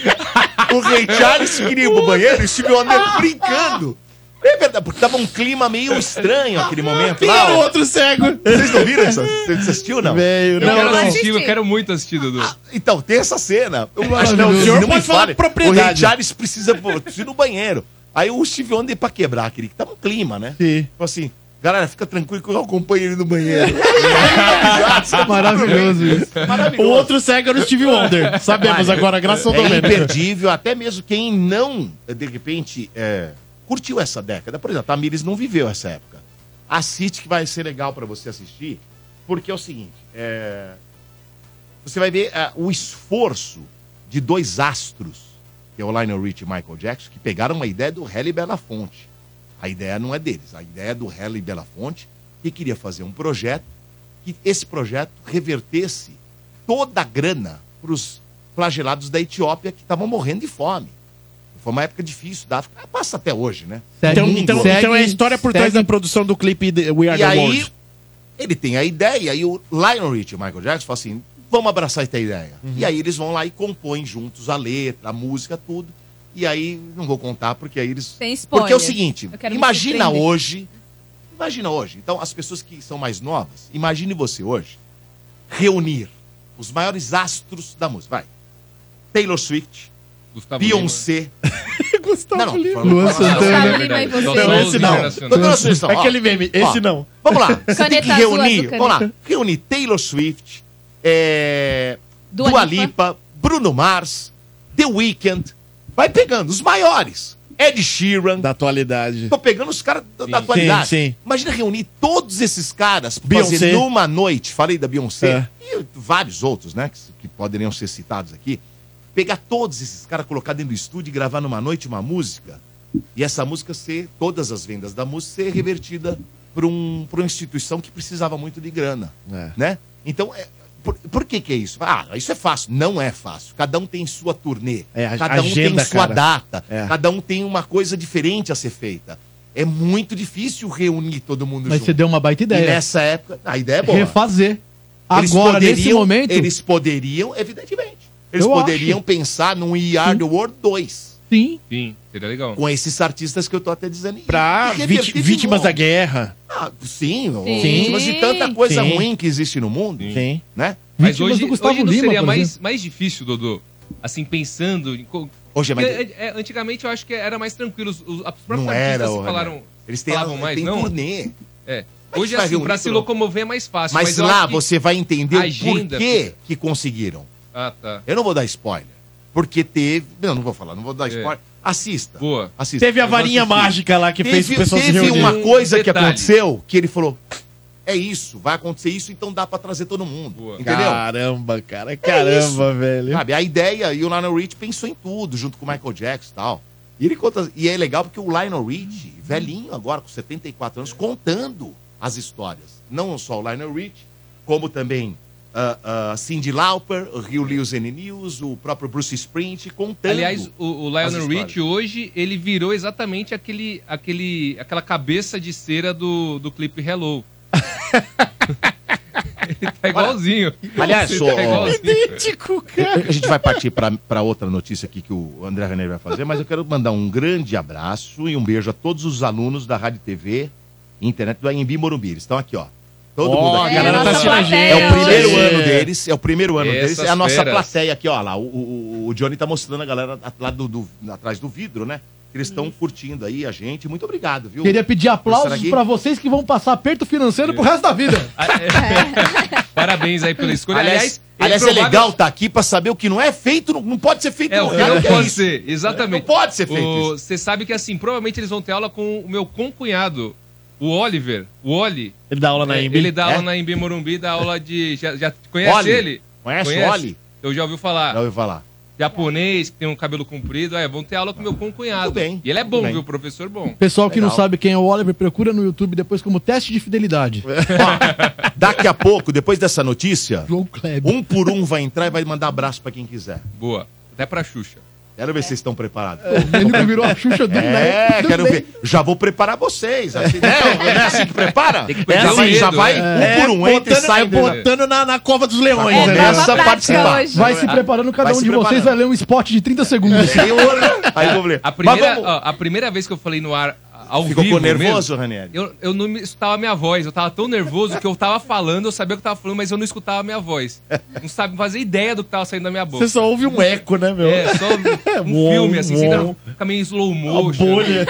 [SPEAKER 2] O Ray Charles queria ir pro banheiro e o Steve Wonder brincando. É verdade, porque tava um clima meio estranho aquele momento lá.
[SPEAKER 6] Vira é o
[SPEAKER 2] ó.
[SPEAKER 6] outro cego.
[SPEAKER 2] Vocês não viram isso? Você assistiu ou não?
[SPEAKER 8] Eu quero assistir, eu quero muito assistir, Dudu.
[SPEAKER 2] Então, tem essa cena. Eu acho que
[SPEAKER 8] Maravilhoso.
[SPEAKER 2] não,
[SPEAKER 8] O
[SPEAKER 2] o
[SPEAKER 8] senhor
[SPEAKER 2] não
[SPEAKER 8] pode
[SPEAKER 2] me
[SPEAKER 8] falar
[SPEAKER 2] fale.
[SPEAKER 8] com propriedade.
[SPEAKER 2] O Ray Charles precisa pô, precisa ir no banheiro. Aí o Steve Wonder, pra quebrar aquele, que tá um clima, né? Sim. Falou assim, galera, fica tranquilo que eu acompanho ele no banheiro.
[SPEAKER 6] Maravilhoso isso. O outro cego era o Steve Wonder. Sabemos
[SPEAKER 2] Olha,
[SPEAKER 6] agora, graças ao
[SPEAKER 2] é
[SPEAKER 6] Domênico.
[SPEAKER 2] imperdível, até mesmo quem não, de repente, é, curtiu essa década. Por exemplo, a Tamires não viveu essa época. Assiste que vai ser legal pra você assistir, porque é o seguinte, é, você vai ver é, o esforço de dois astros, que é o Lionel Rich e Michael Jackson, que pegaram uma ideia do Halle Belafonte. A ideia não é deles, a ideia é do Halle Belafonte, que queria fazer um projeto, que esse projeto revertesse toda a grana para os flagelados da Etiópia que estavam morrendo de fome. Foi uma época difícil da África. Ah, Passa até hoje, né?
[SPEAKER 6] Então, então, então é a história por trás da produção do clipe The We Are the
[SPEAKER 2] E aí,
[SPEAKER 6] World.
[SPEAKER 2] ele tem a ideia e o Lionel Rich e o Michael Jackson falam assim, vamos abraçar essa ideia.
[SPEAKER 6] Uhum.
[SPEAKER 2] E aí eles vão lá e compõem juntos a letra, a música, tudo. E aí, não vou contar, porque aí eles...
[SPEAKER 4] Tem spoiler.
[SPEAKER 2] Porque é o seguinte,
[SPEAKER 4] Eu quero me
[SPEAKER 2] imagina
[SPEAKER 4] surpreender.
[SPEAKER 2] hoje Imagina hoje. Então, as pessoas que são mais novas, imagine você hoje reunir os maiores astros da música. Vai. Taylor Swift, Beyoncé. Gustavo não, não,
[SPEAKER 6] Lima.
[SPEAKER 2] falando-
[SPEAKER 6] Luan
[SPEAKER 2] falando-
[SPEAKER 6] Santana.
[SPEAKER 2] Gustavo Lima e você. Não, esse não.
[SPEAKER 6] Internacional.
[SPEAKER 2] Tô dando a sugestão.
[SPEAKER 6] É
[SPEAKER 2] ó.
[SPEAKER 6] aquele meme, esse
[SPEAKER 2] Ó,
[SPEAKER 6] não.
[SPEAKER 2] Vamos lá. Você tem que
[SPEAKER 6] Caneta azul,
[SPEAKER 2] reunir.
[SPEAKER 6] azul,
[SPEAKER 2] Vamos lá.
[SPEAKER 6] caneta.
[SPEAKER 2] Reunir Taylor Swift, é... Dua, Lipa. Bruno Mars, The Weeknd. Vai pegando os maiores. Ed Sheeran. Da
[SPEAKER 6] atualidade.
[SPEAKER 2] Tô pegando os caras da, da
[SPEAKER 6] Sim,
[SPEAKER 2] atualidade.
[SPEAKER 6] sim.
[SPEAKER 2] Imagina reunir todos esses caras pra
[SPEAKER 6] Beyoncé.
[SPEAKER 2] fazer numa noite. Falei da Beyoncé.
[SPEAKER 6] É.
[SPEAKER 2] E vários outros, né? Que, que poderiam ser citados aqui. Pegar todos esses caras, colocar dentro do estúdio e gravar numa noite uma música. E essa música ser, todas as vendas da música, ser revertida para um, pra uma instituição que precisava muito de grana. Né? Então, é, por, por que que é isso? Ah, isso é fácil. Não é fácil. Cada um tem sua turnê.
[SPEAKER 6] É, a-
[SPEAKER 2] cada um
[SPEAKER 6] agenda,
[SPEAKER 2] tem sua
[SPEAKER 6] cara.
[SPEAKER 2] data.
[SPEAKER 6] É.
[SPEAKER 2] Cada um tem uma coisa diferente a ser feita. É muito difícil reunir todo mundo
[SPEAKER 7] Mas
[SPEAKER 2] junto.
[SPEAKER 7] você deu uma baita
[SPEAKER 2] E
[SPEAKER 7] ideia.
[SPEAKER 2] nessa época, a ideia é boa.
[SPEAKER 7] Refazer.
[SPEAKER 2] Eles
[SPEAKER 7] Agora, nesse
[SPEAKER 2] poderiam-
[SPEAKER 7] momento.
[SPEAKER 2] Eles poderiam, evidentemente. Eles
[SPEAKER 7] Eu
[SPEAKER 2] poderiam
[SPEAKER 7] acho.
[SPEAKER 2] pensar num We Are the World 2.
[SPEAKER 7] Sim.
[SPEAKER 8] Sim, seria legal.
[SPEAKER 2] Com esses artistas que eu tô até dizendo.
[SPEAKER 6] Pra
[SPEAKER 2] E- e
[SPEAKER 6] vit-
[SPEAKER 2] reverter de
[SPEAKER 6] vítimas
[SPEAKER 2] novo.
[SPEAKER 6] da guerra.
[SPEAKER 2] Ah, sim,
[SPEAKER 6] Sim.
[SPEAKER 2] vítimas de tanta coisa
[SPEAKER 6] Sim.
[SPEAKER 2] ruim que existe no mundo.
[SPEAKER 6] Sim.
[SPEAKER 2] Né?
[SPEAKER 8] Mas hoje, hoje não seria mais, mais difícil, Dodô? Assim, pensando... Em... co-
[SPEAKER 2] Hoje é mais-
[SPEAKER 8] Porque, é, é, Antigamente eu acho que era mais tranquilo. Os, os, os próprios
[SPEAKER 2] Não
[SPEAKER 8] artistas
[SPEAKER 2] era,
[SPEAKER 8] se
[SPEAKER 2] ô,
[SPEAKER 8] falaram...
[SPEAKER 2] Renan. Eles têm-
[SPEAKER 8] falavam mais,
[SPEAKER 2] tem
[SPEAKER 8] não?
[SPEAKER 2] turnê.
[SPEAKER 8] É.
[SPEAKER 2] Mas
[SPEAKER 8] Hoje,
[SPEAKER 2] vai
[SPEAKER 8] assim,
[SPEAKER 2] reunir
[SPEAKER 8] pra se
[SPEAKER 2] tudo.
[SPEAKER 8] locomover é mais fácil.
[SPEAKER 2] Mas
[SPEAKER 8] eu
[SPEAKER 2] lá
[SPEAKER 8] acho que-
[SPEAKER 2] você vai entender o
[SPEAKER 8] agenda
[SPEAKER 2] porquê
[SPEAKER 8] fica-
[SPEAKER 2] que conseguiram.
[SPEAKER 8] Ah, tá.
[SPEAKER 2] Eu não vou dar spoiler. Porque teve. Não, não vou falar, não vou dar spoiler. Assista.
[SPEAKER 8] É. Boa.
[SPEAKER 2] Assista.
[SPEAKER 6] Teve a varinha
[SPEAKER 2] Assista.
[SPEAKER 6] mágica lá que fez o pessoal se
[SPEAKER 2] Teve
[SPEAKER 6] reunir.
[SPEAKER 2] uma coisa
[SPEAKER 6] Um
[SPEAKER 2] que
[SPEAKER 6] detalhe.
[SPEAKER 2] aconteceu que ele falou: é isso, vai acontecer isso, então dá pra trazer todo mundo. Entendeu?
[SPEAKER 6] Caramba, cara,
[SPEAKER 2] É isso.
[SPEAKER 6] caramba, velho.
[SPEAKER 2] Sabe, a ideia, e o Lionel Rich pensou em tudo, junto com o Michael Jackson e tal. E ele conta, e é legal porque o Lionel Rich, velhinho agora, com 74 anos, contando as histórias. Não só o Lionel Rich, como também ah, ah, Cyndi Lauper, o Rio Lewis and the News, o próprio Bruce Sprint, contando.
[SPEAKER 8] Aliás, o, o
[SPEAKER 2] as
[SPEAKER 8] Lionel
[SPEAKER 2] histórias.
[SPEAKER 8] Rich hoje, ele virou exatamente aquele, aquele, aquela cabeça de cera do, do clipe Hello. ele tá igualzinho. É
[SPEAKER 2] Aliás,
[SPEAKER 8] Ele
[SPEAKER 2] só-
[SPEAKER 6] Idêntico, cara.
[SPEAKER 2] A gente vai partir para outra notícia aqui que o André René vai fazer, mas eu quero mandar um grande abraço e um beijo a todos os alunos da Rádio TV e internet do AMB Morumbi. Eles estão aqui, ó. Todo
[SPEAKER 6] Ó,
[SPEAKER 2] mundo
[SPEAKER 6] a
[SPEAKER 2] aqui.
[SPEAKER 6] galera tá
[SPEAKER 2] É
[SPEAKER 6] assistindo a gente.
[SPEAKER 2] É o primeiro
[SPEAKER 6] É.
[SPEAKER 2] ano deles, é o primeiro ano
[SPEAKER 6] Essas
[SPEAKER 2] deles. É a nossa
[SPEAKER 6] feras.
[SPEAKER 2] plateia aqui, ó. Lá, o, o, o Johnny tá mostrando a galera at- lá do, do- atrás do vidro, né? Eles estão curtindo aí a gente. Muito obrigado, viu?
[SPEAKER 7] Queria pedir
[SPEAKER 2] Por
[SPEAKER 7] aplausos
[SPEAKER 2] estar aqui.
[SPEAKER 7] pra vocês que vão passar aperto financeiro pro resto da vida.
[SPEAKER 8] Parabéns aí pela escolha.
[SPEAKER 2] Aliás,
[SPEAKER 8] Aliás,
[SPEAKER 2] aliás, é
[SPEAKER 8] provável-
[SPEAKER 2] legal estar aqui pra saber o que não é feito, não- não pode ser feito
[SPEAKER 8] É,
[SPEAKER 2] no
[SPEAKER 8] o que
[SPEAKER 2] lugar,
[SPEAKER 8] não
[SPEAKER 2] que é
[SPEAKER 8] pode
[SPEAKER 2] isso.
[SPEAKER 8] ser, exatamente.
[SPEAKER 2] Não pode ser feito
[SPEAKER 8] O-
[SPEAKER 2] isso.
[SPEAKER 8] Você sabe que, assim, provavelmente eles vão ter aula com o meu concunhado, o Oliver, o Oli.
[SPEAKER 6] Ele dá aula na
[SPEAKER 8] É,
[SPEAKER 6] IMB?
[SPEAKER 8] Ele dá
[SPEAKER 6] É?
[SPEAKER 8] aula na IMB Morumbi, dá aula de... Já, já conhece
[SPEAKER 6] Oli?
[SPEAKER 8] ele?
[SPEAKER 6] Conhece o Oli?
[SPEAKER 8] Eu já ouvi falar. Já
[SPEAKER 2] ouvi falar.
[SPEAKER 8] Japonês, que tem um cabelo comprido. É, vão ter aula com o meu concunhado. bem. E ele é bom, viu? Professor bom.
[SPEAKER 7] Pessoal que não sabe quem é o Oliver, procura no YouTube depois como teste de fidelidade.
[SPEAKER 2] Daqui a pouco, depois dessa notícia,
[SPEAKER 7] Kleber.
[SPEAKER 2] um por um vai entrar e vai mandar abraço pra quem quiser.
[SPEAKER 8] Boa. Até pra Xuxa.
[SPEAKER 2] Quero ver se vocês estão preparados.
[SPEAKER 7] Ele É. virou a Xuxa do
[SPEAKER 2] É,
[SPEAKER 7] do
[SPEAKER 2] quero
[SPEAKER 7] bem.
[SPEAKER 2] ver. Já vou preparar vocês. Assim, né? Não é assim que prepara?
[SPEAKER 6] É
[SPEAKER 2] já, vai,
[SPEAKER 6] assim,
[SPEAKER 2] já vai
[SPEAKER 6] é.
[SPEAKER 8] né?
[SPEAKER 2] um por um,
[SPEAKER 6] É,
[SPEAKER 2] entra e
[SPEAKER 6] botando-
[SPEAKER 2] sai.
[SPEAKER 6] é botando na, na cova dos leões.
[SPEAKER 2] É,
[SPEAKER 6] né?
[SPEAKER 2] começa a participar.
[SPEAKER 7] Vai se preparando, cada
[SPEAKER 2] Vai
[SPEAKER 7] um
[SPEAKER 2] se
[SPEAKER 7] de vocês
[SPEAKER 2] preparando. É, um
[SPEAKER 7] vai ler um spot de 30 segundos.
[SPEAKER 2] Aí eu falei,
[SPEAKER 8] A primeira,
[SPEAKER 2] mas vamos-
[SPEAKER 8] ó, a primeira vez que eu falei no ar ao
[SPEAKER 2] Ficou
[SPEAKER 8] vivo
[SPEAKER 2] nervoso,
[SPEAKER 8] mesmo,
[SPEAKER 2] Ranieri?
[SPEAKER 8] Eu, eu não me escutava a minha voz. Eu tava tão nervoso que eu tava falando, eu sabia o que eu tava falando, mas eu não escutava a minha voz. Não sabe fazer ideia do que tava saindo da minha boca.
[SPEAKER 6] Você só ouve um eco, né, meu?
[SPEAKER 8] É, só um
[SPEAKER 6] Uou,
[SPEAKER 8] filme, assim,
[SPEAKER 6] uou.
[SPEAKER 8] você ainda fica meio slow motion. né?
[SPEAKER 6] bolha.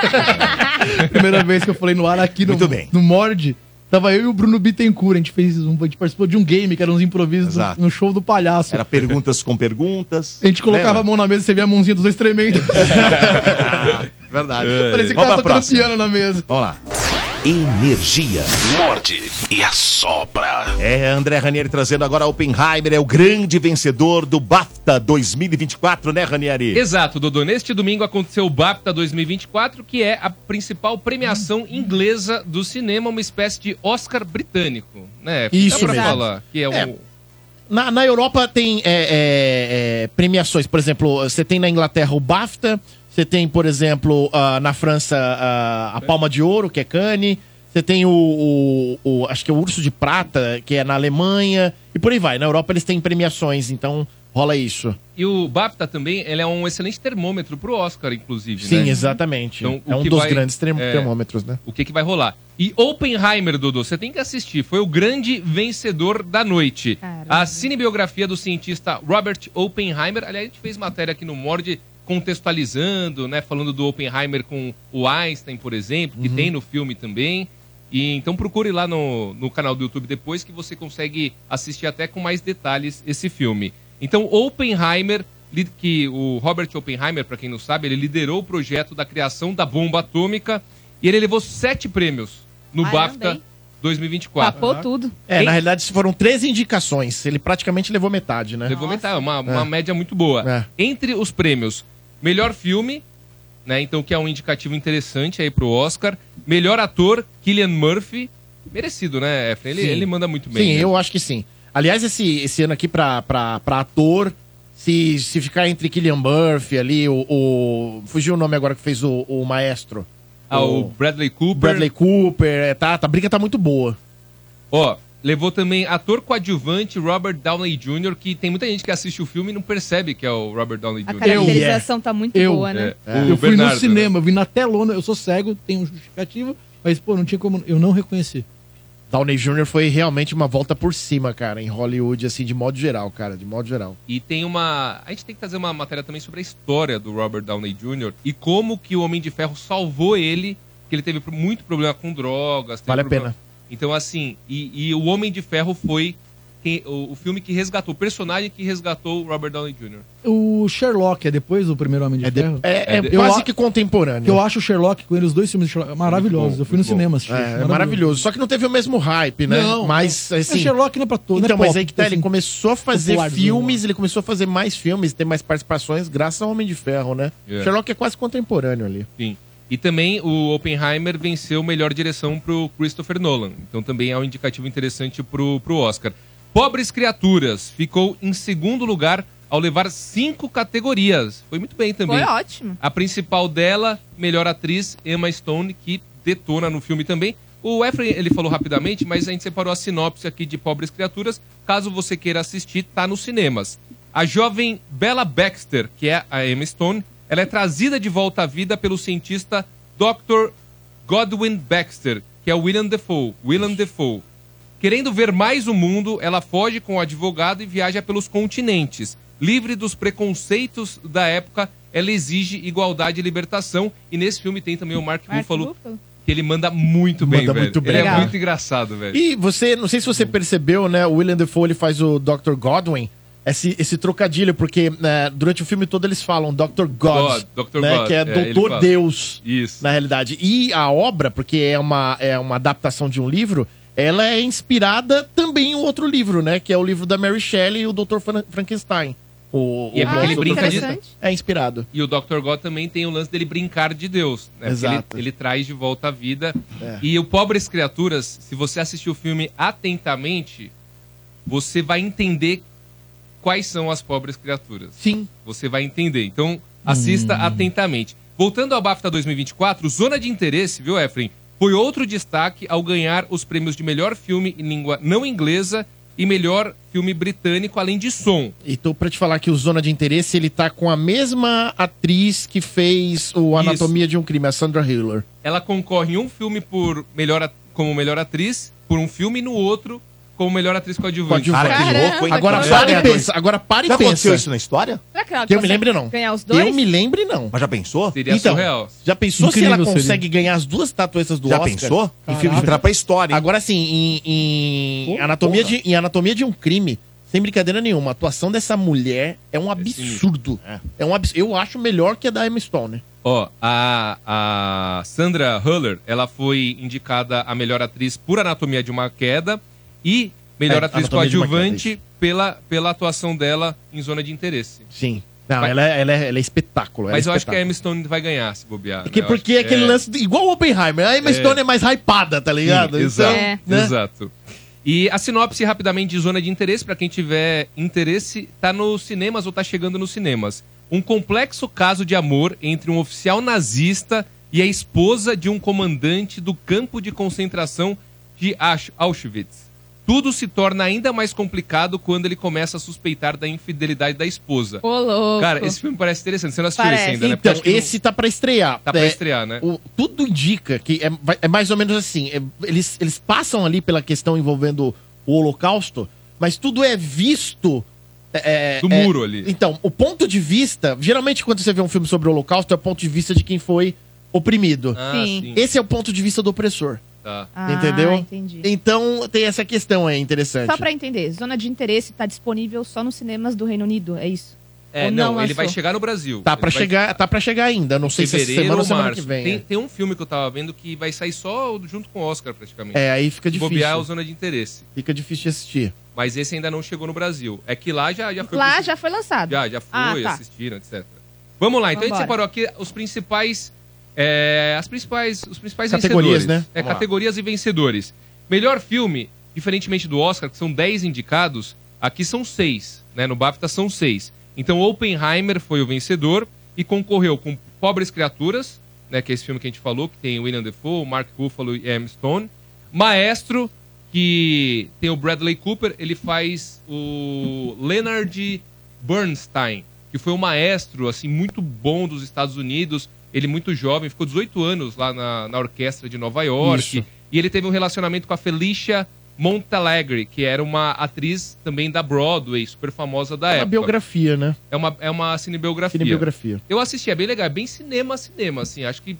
[SPEAKER 7] Primeira vez que eu falei no ar aqui no, no Mord, tava eu e o Bruno Bittencourt. A gente fez um. A gente participou de um game que era uns improvisos do-
[SPEAKER 2] Exato.
[SPEAKER 7] no show do palhaço.
[SPEAKER 2] Era perguntas com perguntas.
[SPEAKER 7] A gente colocava a mão na mesa e você via a mãozinha dos dois tremendo.
[SPEAKER 2] Verdade.
[SPEAKER 3] Vamos
[SPEAKER 7] Parecia que tava
[SPEAKER 2] tá
[SPEAKER 3] pra
[SPEAKER 7] tocando
[SPEAKER 3] próxima.
[SPEAKER 7] piano na mesa.
[SPEAKER 2] Vamos lá.
[SPEAKER 3] Energia. Morde e assopra.
[SPEAKER 2] É, André Ranieri trazendo agora Oppenheimer, é o grande vencedor do BAFTA 2024, né, Ranieri?
[SPEAKER 8] Exato, Dodô. Neste domingo aconteceu o BAFTA 2024, que é a principal premiação inglesa do cinema, uma espécie de Oscar britânico, né?
[SPEAKER 6] Isso
[SPEAKER 8] Dá pra
[SPEAKER 6] mesmo.
[SPEAKER 8] falar que é,
[SPEAKER 6] É.
[SPEAKER 8] um...
[SPEAKER 6] Na, na Europa tem é, é, é, premiações, por exemplo, você tem na Inglaterra o BAFTA, você tem, por exemplo, ah, na França ah, a Palma de Ouro, que é Cannes, você tem o, o- o- acho que é o Urso de Prata, que é na Alemanha, e por aí vai. Na Europa eles têm premiações, então Rola isso.
[SPEAKER 8] E o BAFTA também, ele é um excelente termômetro pro Oscar, inclusive,
[SPEAKER 6] Sim,
[SPEAKER 8] né?
[SPEAKER 6] exatamente.
[SPEAKER 8] Então, o
[SPEAKER 6] é um
[SPEAKER 8] que
[SPEAKER 6] dos
[SPEAKER 8] vai-
[SPEAKER 6] grandes term-
[SPEAKER 8] é,
[SPEAKER 6] termômetros, né?
[SPEAKER 8] O que, que vai rolar? E Oppenheimer, Dodô, você tem que assistir. Foi o grande vencedor da noite. A cinebiografia do cientista Robert Oppenheimer. Aliás, a gente fez matéria aqui no Mord contextualizando, né? Falando do Oppenheimer com o Einstein, por exemplo, que
[SPEAKER 6] Uhum.
[SPEAKER 8] tem no filme também. E então procure lá no, no canal do YouTube depois que você consegue assistir até com mais detalhes esse filme. Então, Oppenheimer, li- que o Robert Oppenheimer, para quem não sabe, ele liderou o projeto da criação da bomba atômica e ele levou sete prêmios no
[SPEAKER 4] Caramba,
[SPEAKER 8] BAFTA
[SPEAKER 4] hein?
[SPEAKER 8] 2024.
[SPEAKER 6] É,
[SPEAKER 8] Quem-
[SPEAKER 6] na realidade foram três indicações. Ele praticamente levou metade, né?
[SPEAKER 8] Levou metade, é uma, uma média muito boa. Entre os prêmios, melhor filme, né? Então, que é um indicativo interessante aí pro Oscar. Melhor ator, Killian Murphy. Merecido, né, Efren? Ele,
[SPEAKER 6] Sim.
[SPEAKER 8] ele manda muito bem.
[SPEAKER 6] Sim,
[SPEAKER 8] né?
[SPEAKER 6] eu acho que sim. Aliás, esse, esse ano aqui pra, pra, pra ator, se, se ficar entre Killian Murphy ali, o, o- Fugiu o nome agora que fez o, o maestro.
[SPEAKER 8] Ah, o Bradley Cooper.
[SPEAKER 6] Bradley Cooper, é, tá, tá, a briga tá muito boa.
[SPEAKER 8] Ó, levou também ator coadjuvante Robert Downey Jr., que tem muita gente que assiste o filme e não percebe que é o Robert Downey Jr.
[SPEAKER 4] A caracterização tá muito
[SPEAKER 7] eu,
[SPEAKER 4] boa, né?
[SPEAKER 8] É. O
[SPEAKER 7] eu fui
[SPEAKER 8] Bernardo,
[SPEAKER 7] no cinema, eu vi na telona, eu sou cego, tenho um justificativo, mas, pô, não tinha como. Eu não reconheci.
[SPEAKER 6] Downey Jr. foi realmente uma volta por cima, cara, em Hollywood, assim, de modo geral, cara, de modo geral.
[SPEAKER 8] E tem uma. A gente tem que fazer uma matéria também sobre a história do Robert Downey Jr. e como que o Homem de Ferro salvou ele, que ele teve muito problema com drogas. teve
[SPEAKER 6] Vale a
[SPEAKER 8] problema-
[SPEAKER 6] pena.
[SPEAKER 8] Então, assim, e, e o Homem de Ferro foi quem- o, o filme que resgatou, o personagem que resgatou o Robert Downey Jr.
[SPEAKER 7] O Sherlock é depois do primeiro Homem de Ferro?
[SPEAKER 6] É, é
[SPEAKER 7] Eu
[SPEAKER 6] quase
[SPEAKER 7] a-
[SPEAKER 6] que contemporâneo.
[SPEAKER 7] que eu acho o Sherlock com ele, os dois filmes de Sherlock maravilhosos. eu fui no cinema assistir.
[SPEAKER 6] É, é maravilhoso. maravilhoso. Só que não teve o mesmo hype, né?
[SPEAKER 7] Não.
[SPEAKER 6] mas,
[SPEAKER 7] É
[SPEAKER 6] assim.
[SPEAKER 7] Sherlock não é pra todo- não é
[SPEAKER 6] Então, mas
[SPEAKER 7] pop,
[SPEAKER 6] aí que tá,
[SPEAKER 7] assim,
[SPEAKER 6] ele começou a fazer
[SPEAKER 7] popularzinho,
[SPEAKER 6] filmes, ele começou a fazer mais filmes, ter mais participações, graças ao Homem de Ferro, né?
[SPEAKER 8] É.
[SPEAKER 6] Sherlock é quase contemporâneo ali.
[SPEAKER 8] Sim. E também o Oppenheimer venceu melhor direção pro Christopher Nolan. Então também é um indicativo interessante pro, pro Oscar. Pobres Criaturas ficou em segundo lugar ao levar cinco categorias. Foi muito bem também.
[SPEAKER 4] Foi ótimo.
[SPEAKER 8] A principal dela, melhor atriz, Emma Stone, que detona no filme também. O Efraim, ele falou rapidamente, mas a gente separou a sinopse aqui de Pobres Criaturas. Caso você queira assistir, tá nos cinemas. A jovem Bella Baxter, que é a Emma Stone, ela é trazida de volta à vida pelo cientista Dr. Godwin Baxter, que é o William Defoe. William Defoe. Querendo ver mais o mundo, ela foge com o advogado e viaja pelos continentes. Livre dos preconceitos da época, ela exige igualdade e libertação. E nesse filme tem também o Mark,
[SPEAKER 4] Mark
[SPEAKER 8] Ruffalo,
[SPEAKER 4] Ruffalo.
[SPEAKER 8] que ele manda muito bem,
[SPEAKER 6] Manda
[SPEAKER 8] velho.
[SPEAKER 6] muito bem.
[SPEAKER 8] Ele é
[SPEAKER 6] Legal.
[SPEAKER 8] muito engraçado, velho.
[SPEAKER 6] E você, não sei se você percebeu, né? O William Defoe ele faz o Dr. Godwin. Esse, esse trocadilho, porque né, durante o filme todo eles falam Dr. God,
[SPEAKER 8] God, Dr.
[SPEAKER 6] né,
[SPEAKER 8] God,
[SPEAKER 6] que é,
[SPEAKER 8] é, ele
[SPEAKER 6] Doutor
[SPEAKER 8] fala.
[SPEAKER 6] Deus,
[SPEAKER 8] Isso.
[SPEAKER 6] na realidade. E a obra, porque é uma, é uma adaptação de um livro, ela é inspirada também em outro livro, né? Que é o livro da Mary Shelley e o Dr. Fran- Frankenstein. O,
[SPEAKER 8] E é
[SPEAKER 6] o
[SPEAKER 8] porque ele
[SPEAKER 6] Dr.
[SPEAKER 8] brinca de-
[SPEAKER 6] Frankenstein É inspirado.
[SPEAKER 8] E o Dr. God também tem o lance dele brincar de Deus. Né? Porque
[SPEAKER 6] Exato.
[SPEAKER 8] Ele, ele traz de volta a vida.
[SPEAKER 6] É.
[SPEAKER 8] E o Pobres Criaturas, se você assistir o filme atentamente, você vai entender quais são as pobres criaturas.
[SPEAKER 6] Sim. Hum.
[SPEAKER 8] Você vai entender. Então, assista atentamente. Voltando ao BAFTA 2024, Zona de Interesse, viu, Efren? Foi outro destaque ao ganhar os prêmios de melhor filme em língua não inglesa e melhor filme britânico, além de som.
[SPEAKER 6] E tô pra te falar que o Zona de Interesse, ele tá com a mesma atriz que fez o Anatomia de um Crime, a Sandra Hiller.
[SPEAKER 8] ela concorre em um filme por melhor, a- como melhor atriz, por um filme, e no outro como melhor atriz coadjuvante.
[SPEAKER 6] Coadjuvante. Cara, que Caramba. louco, hein? Agora
[SPEAKER 8] Que
[SPEAKER 6] para e
[SPEAKER 8] coadjuvante.
[SPEAKER 6] pensa, agora para e Já aconteceu pensa. isso na história?
[SPEAKER 4] Será que ela
[SPEAKER 6] Que eu me
[SPEAKER 4] consegue
[SPEAKER 6] lembre, não.
[SPEAKER 4] É, Ganhar os
[SPEAKER 6] Que
[SPEAKER 4] dois?
[SPEAKER 6] Eu me lembre, não. Mas já pensou?
[SPEAKER 8] Seria surreal.
[SPEAKER 6] Já pensou
[SPEAKER 8] Incrível
[SPEAKER 6] se ela
[SPEAKER 8] seria.
[SPEAKER 6] consegue ganhar as duas estatuetas do
[SPEAKER 8] Já
[SPEAKER 6] Oscar?
[SPEAKER 8] pensou?
[SPEAKER 6] Em
[SPEAKER 8] Caraca.
[SPEAKER 6] filme de entrar pra história. Agora sim, em, em anatomia de, em Anatomia de um Crime, sem brincadeira nenhuma, a atuação dessa mulher é um absurdo. É, um absurdo. Eu acho melhor que a da Emma Stone. né?
[SPEAKER 8] Ó, a, a Sandra Huller, ela foi indicada a melhor atriz por Anatomia de uma Queda e melhor
[SPEAKER 6] É,
[SPEAKER 8] atriz
[SPEAKER 6] Anatomia de uma
[SPEAKER 8] coadjuvante
[SPEAKER 6] Queda,
[SPEAKER 8] pela, pela atuação dela em Zona de Interesse.
[SPEAKER 6] Sim. Não,
[SPEAKER 8] Mas-
[SPEAKER 6] ela, é- ela é, ela é espetáculo. ela
[SPEAKER 8] Mas
[SPEAKER 6] é
[SPEAKER 8] eu acho que a
[SPEAKER 6] espetáculo.
[SPEAKER 8] Emma Stone vai ganhar, se bobear.
[SPEAKER 6] Porque,
[SPEAKER 8] né? Eu
[SPEAKER 6] porque
[SPEAKER 8] acho que-
[SPEAKER 6] aquele
[SPEAKER 8] é.
[SPEAKER 6] lance. Igual o Oppenheimer. A Emma
[SPEAKER 8] É.
[SPEAKER 6] Stone é mais hypada, tá ligado?
[SPEAKER 8] Sim,
[SPEAKER 6] Então,
[SPEAKER 8] exato,
[SPEAKER 6] né?
[SPEAKER 8] exato. E a sinopse rapidamente de Zona de Interesse, pra quem tiver interesse, tá nos cinemas ou tá chegando nos cinemas. Um complexo caso de amor entre um oficial nazista e a esposa de um comandante do campo de concentração de Asch- Auschwitz. Tudo se torna ainda mais complicado quando ele começa a suspeitar da infidelidade da esposa.
[SPEAKER 4] Ô, louco.
[SPEAKER 8] Cara, esse filme parece interessante. Você não assistiu
[SPEAKER 4] Parece.
[SPEAKER 8] esse ainda, né? Porque
[SPEAKER 6] Então,
[SPEAKER 8] acho que não-
[SPEAKER 6] esse tá pra estrear.
[SPEAKER 8] Tá pra
[SPEAKER 6] É,
[SPEAKER 8] estrear, né?
[SPEAKER 6] o- tudo indica que é, vai- é mais ou menos assim. é, eles, eles passam ali pela questão envolvendo o Holocausto, mas tudo é visto. é,
[SPEAKER 8] Do
[SPEAKER 6] é,
[SPEAKER 8] muro ali.
[SPEAKER 6] Então, o ponto de vista. Geralmente, quando você vê um filme sobre o Holocausto, é o ponto de vista de quem foi oprimido.
[SPEAKER 8] Ah, Sim. sim.
[SPEAKER 6] Esse é o ponto de vista do opressor.
[SPEAKER 8] Tá.
[SPEAKER 6] entendeu?
[SPEAKER 4] entendi.
[SPEAKER 6] Então, tem essa questão aí interessante.
[SPEAKER 4] Só pra entender, Zona de Interesse tá disponível só nos cinemas do Reino Unido, é isso?
[SPEAKER 8] É,
[SPEAKER 4] Ou
[SPEAKER 8] não, ele
[SPEAKER 4] lançou?
[SPEAKER 8] vai chegar no Brasil.
[SPEAKER 6] Tá pra,
[SPEAKER 8] Ele vai-
[SPEAKER 6] chegar, tá pra chegar ainda. Não sei se essa
[SPEAKER 8] fevereiro
[SPEAKER 6] semana ou
[SPEAKER 8] ou
[SPEAKER 6] semana
[SPEAKER 8] março.
[SPEAKER 6] que vem.
[SPEAKER 8] Tem,
[SPEAKER 6] é.
[SPEAKER 8] tem um filme que eu tava vendo que vai sair só junto com o Oscar, praticamente.
[SPEAKER 6] É, aí fica
[SPEAKER 8] Se
[SPEAKER 6] difícil.
[SPEAKER 8] Bobear é o Zona de Interesse.
[SPEAKER 6] Fica difícil de assistir.
[SPEAKER 8] Mas esse ainda não chegou no Brasil. É que lá já, já foi...
[SPEAKER 4] Lá já foi lançado.
[SPEAKER 8] Já, já foi,
[SPEAKER 4] Ah, tá.
[SPEAKER 8] assistiram, etc. Vamos lá, então a gente
[SPEAKER 4] Vambora.
[SPEAKER 8] separou aqui os principais... é, as principais... Os principais
[SPEAKER 6] Categorias, né?
[SPEAKER 8] vencedores. É,
[SPEAKER 6] Vamos lá.
[SPEAKER 8] categorias e vencedores. Melhor filme, diferentemente do Oscar, que são 10 indicados, aqui são 6, né? No BAFTA são 6. Então Oppenheimer foi o vencedor e concorreu com Pobres Criaturas, né, que é esse filme que a gente falou, que tem William Defoe, Mark Ruffalo e Emma Stone. Maestro, que tem o Bradley Cooper, ele faz o Leonard Bernstein, que foi um maestro assim muito bom dos Estados Unidos. Ele muito jovem, ficou 18 anos lá na, na orquestra de Nova York.
[SPEAKER 6] Isso.
[SPEAKER 8] E ele teve um relacionamento com a Felicia Montalegre, que era uma atriz também da Broadway, super famosa da
[SPEAKER 6] É uma
[SPEAKER 8] época.
[SPEAKER 6] biografia, né?
[SPEAKER 8] É uma, é uma cinebiografia.
[SPEAKER 6] Cinebiografia.
[SPEAKER 8] Eu assisti, é bem legal, é bem cinema, cinema, assim. Acho que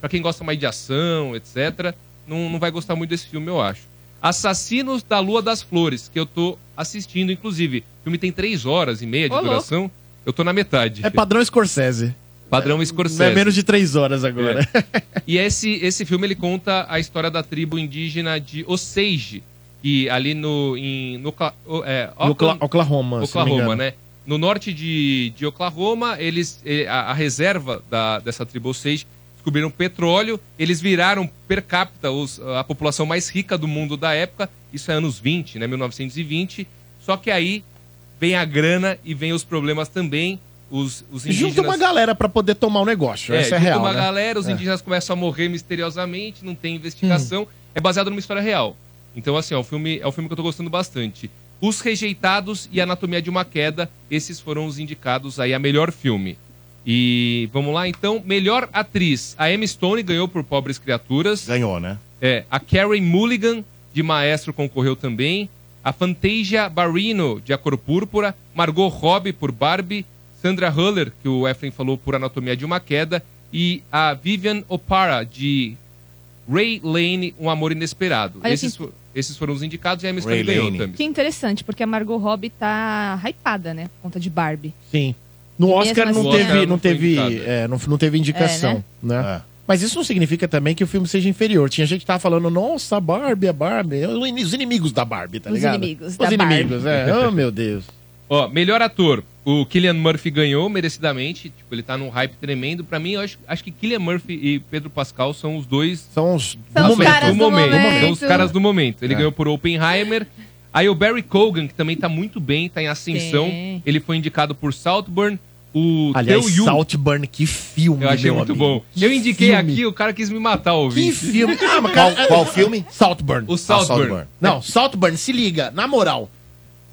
[SPEAKER 8] pra quem gosta mais de ação, etc., não, não vai gostar muito desse filme, eu acho. Assassinos da Lua das Flores, que eu tô assistindo, inclusive. O filme tem três horas e meia de
[SPEAKER 6] Ô, louco.
[SPEAKER 8] duração. Eu tô na metade.
[SPEAKER 6] É padrão Scorsese.
[SPEAKER 8] Padrão Scorsese. É.
[SPEAKER 6] É menos de três horas agora.
[SPEAKER 8] E esse, esse filme ele conta a história da tribo indígena de Osage, que ali no. Em, no, Cla- o- é,
[SPEAKER 6] No Cla- Oklahoma, se não me
[SPEAKER 8] Oklahoma,
[SPEAKER 6] engano.
[SPEAKER 8] né? No norte de, de Oklahoma, eles eh, a, a reserva da, dessa tribo Osage descobriram petróleo, eles viraram per capita os- a população mais rica do mundo da época, isso é anos 20, né? 1920. Só que aí vem a grana e vem os problemas também. Os, os indígenas...
[SPEAKER 6] Junta uma galera pra poder tomar o negócio. Essa é
[SPEAKER 8] junta
[SPEAKER 6] real.
[SPEAKER 8] uma
[SPEAKER 6] né?
[SPEAKER 8] galera, os
[SPEAKER 6] É.
[SPEAKER 8] indígenas começam a morrer misteriosamente, não tem investigação. É baseado numa história real. Então, assim, é um filme, é um filme que eu tô gostando bastante. Os Rejeitados e Anatomia de uma Queda, esses foram os indicados aí a melhor filme. E vamos lá, então. Melhor atriz. A Emma Stone ganhou por Pobres Criaturas.
[SPEAKER 6] Ganhou, né?
[SPEAKER 8] É, a Carey Mulligan, de Maestro, concorreu também. A Fantasia Barrino, de A Cor Púrpura. Margot Robbie, por Barbie. Sandra Huller, que o Efren falou, por Anatomia de uma Queda. E a Vivian O'Para, de Ray Lane, Um Amor Inesperado.
[SPEAKER 4] Olha
[SPEAKER 8] Esses,
[SPEAKER 4] que-
[SPEAKER 8] fo- esses foram os indicados e a Emma
[SPEAKER 6] Ray
[SPEAKER 8] Stone ganhou
[SPEAKER 6] Lane.
[SPEAKER 8] também.
[SPEAKER 4] Que interessante, porque a Margot Robbie tá hypada, né? Por conta de Barbie.
[SPEAKER 6] Sim. No
[SPEAKER 4] Mesmo
[SPEAKER 6] Oscar não
[SPEAKER 4] assim, É,
[SPEAKER 6] teve,
[SPEAKER 4] ela não
[SPEAKER 6] não
[SPEAKER 4] foi
[SPEAKER 6] teve,
[SPEAKER 4] indicada.
[SPEAKER 6] é, não, não teve indicação, né?
[SPEAKER 8] É.
[SPEAKER 6] Mas isso não significa também que o filme seja inferior. Tinha gente que tava falando, nossa, a Barbie, a Barbie, É os inimigos da Barbie, tá
[SPEAKER 4] Os
[SPEAKER 6] ligado?
[SPEAKER 4] inimigos
[SPEAKER 6] Os
[SPEAKER 4] da
[SPEAKER 6] inimigos,
[SPEAKER 8] Barbie.
[SPEAKER 6] é. Oh, meu Deus.
[SPEAKER 8] Ó, melhor ator. O Killian Murphy ganhou merecidamente. Tipo, ele tá num hype tremendo. Pra mim, eu acho, acho que Killian Murphy e Pedro Pascal são os dois.
[SPEAKER 6] São os,
[SPEAKER 4] São os caras do momento.
[SPEAKER 8] São os caras do momento. Ele
[SPEAKER 6] É.
[SPEAKER 8] ganhou por Oppenheimer. Aí o Barry Cogan, que também tá muito bem, tá em ascensão.
[SPEAKER 6] Sim.
[SPEAKER 8] Ele foi indicado por Saltburn. O
[SPEAKER 6] Aliás,
[SPEAKER 8] Yu-
[SPEAKER 6] Saltburn, que filme,
[SPEAKER 8] eu achei
[SPEAKER 6] meu
[SPEAKER 8] muito
[SPEAKER 6] amigo.
[SPEAKER 8] bom. eu indiquei
[SPEAKER 6] filme.
[SPEAKER 8] aqui, o cara quis me matar, ouvinte.
[SPEAKER 6] Que filme. Ah, mas cara, é- Saltburn.
[SPEAKER 8] O Saltburn.
[SPEAKER 6] Não, Saltburn, se liga, na moral.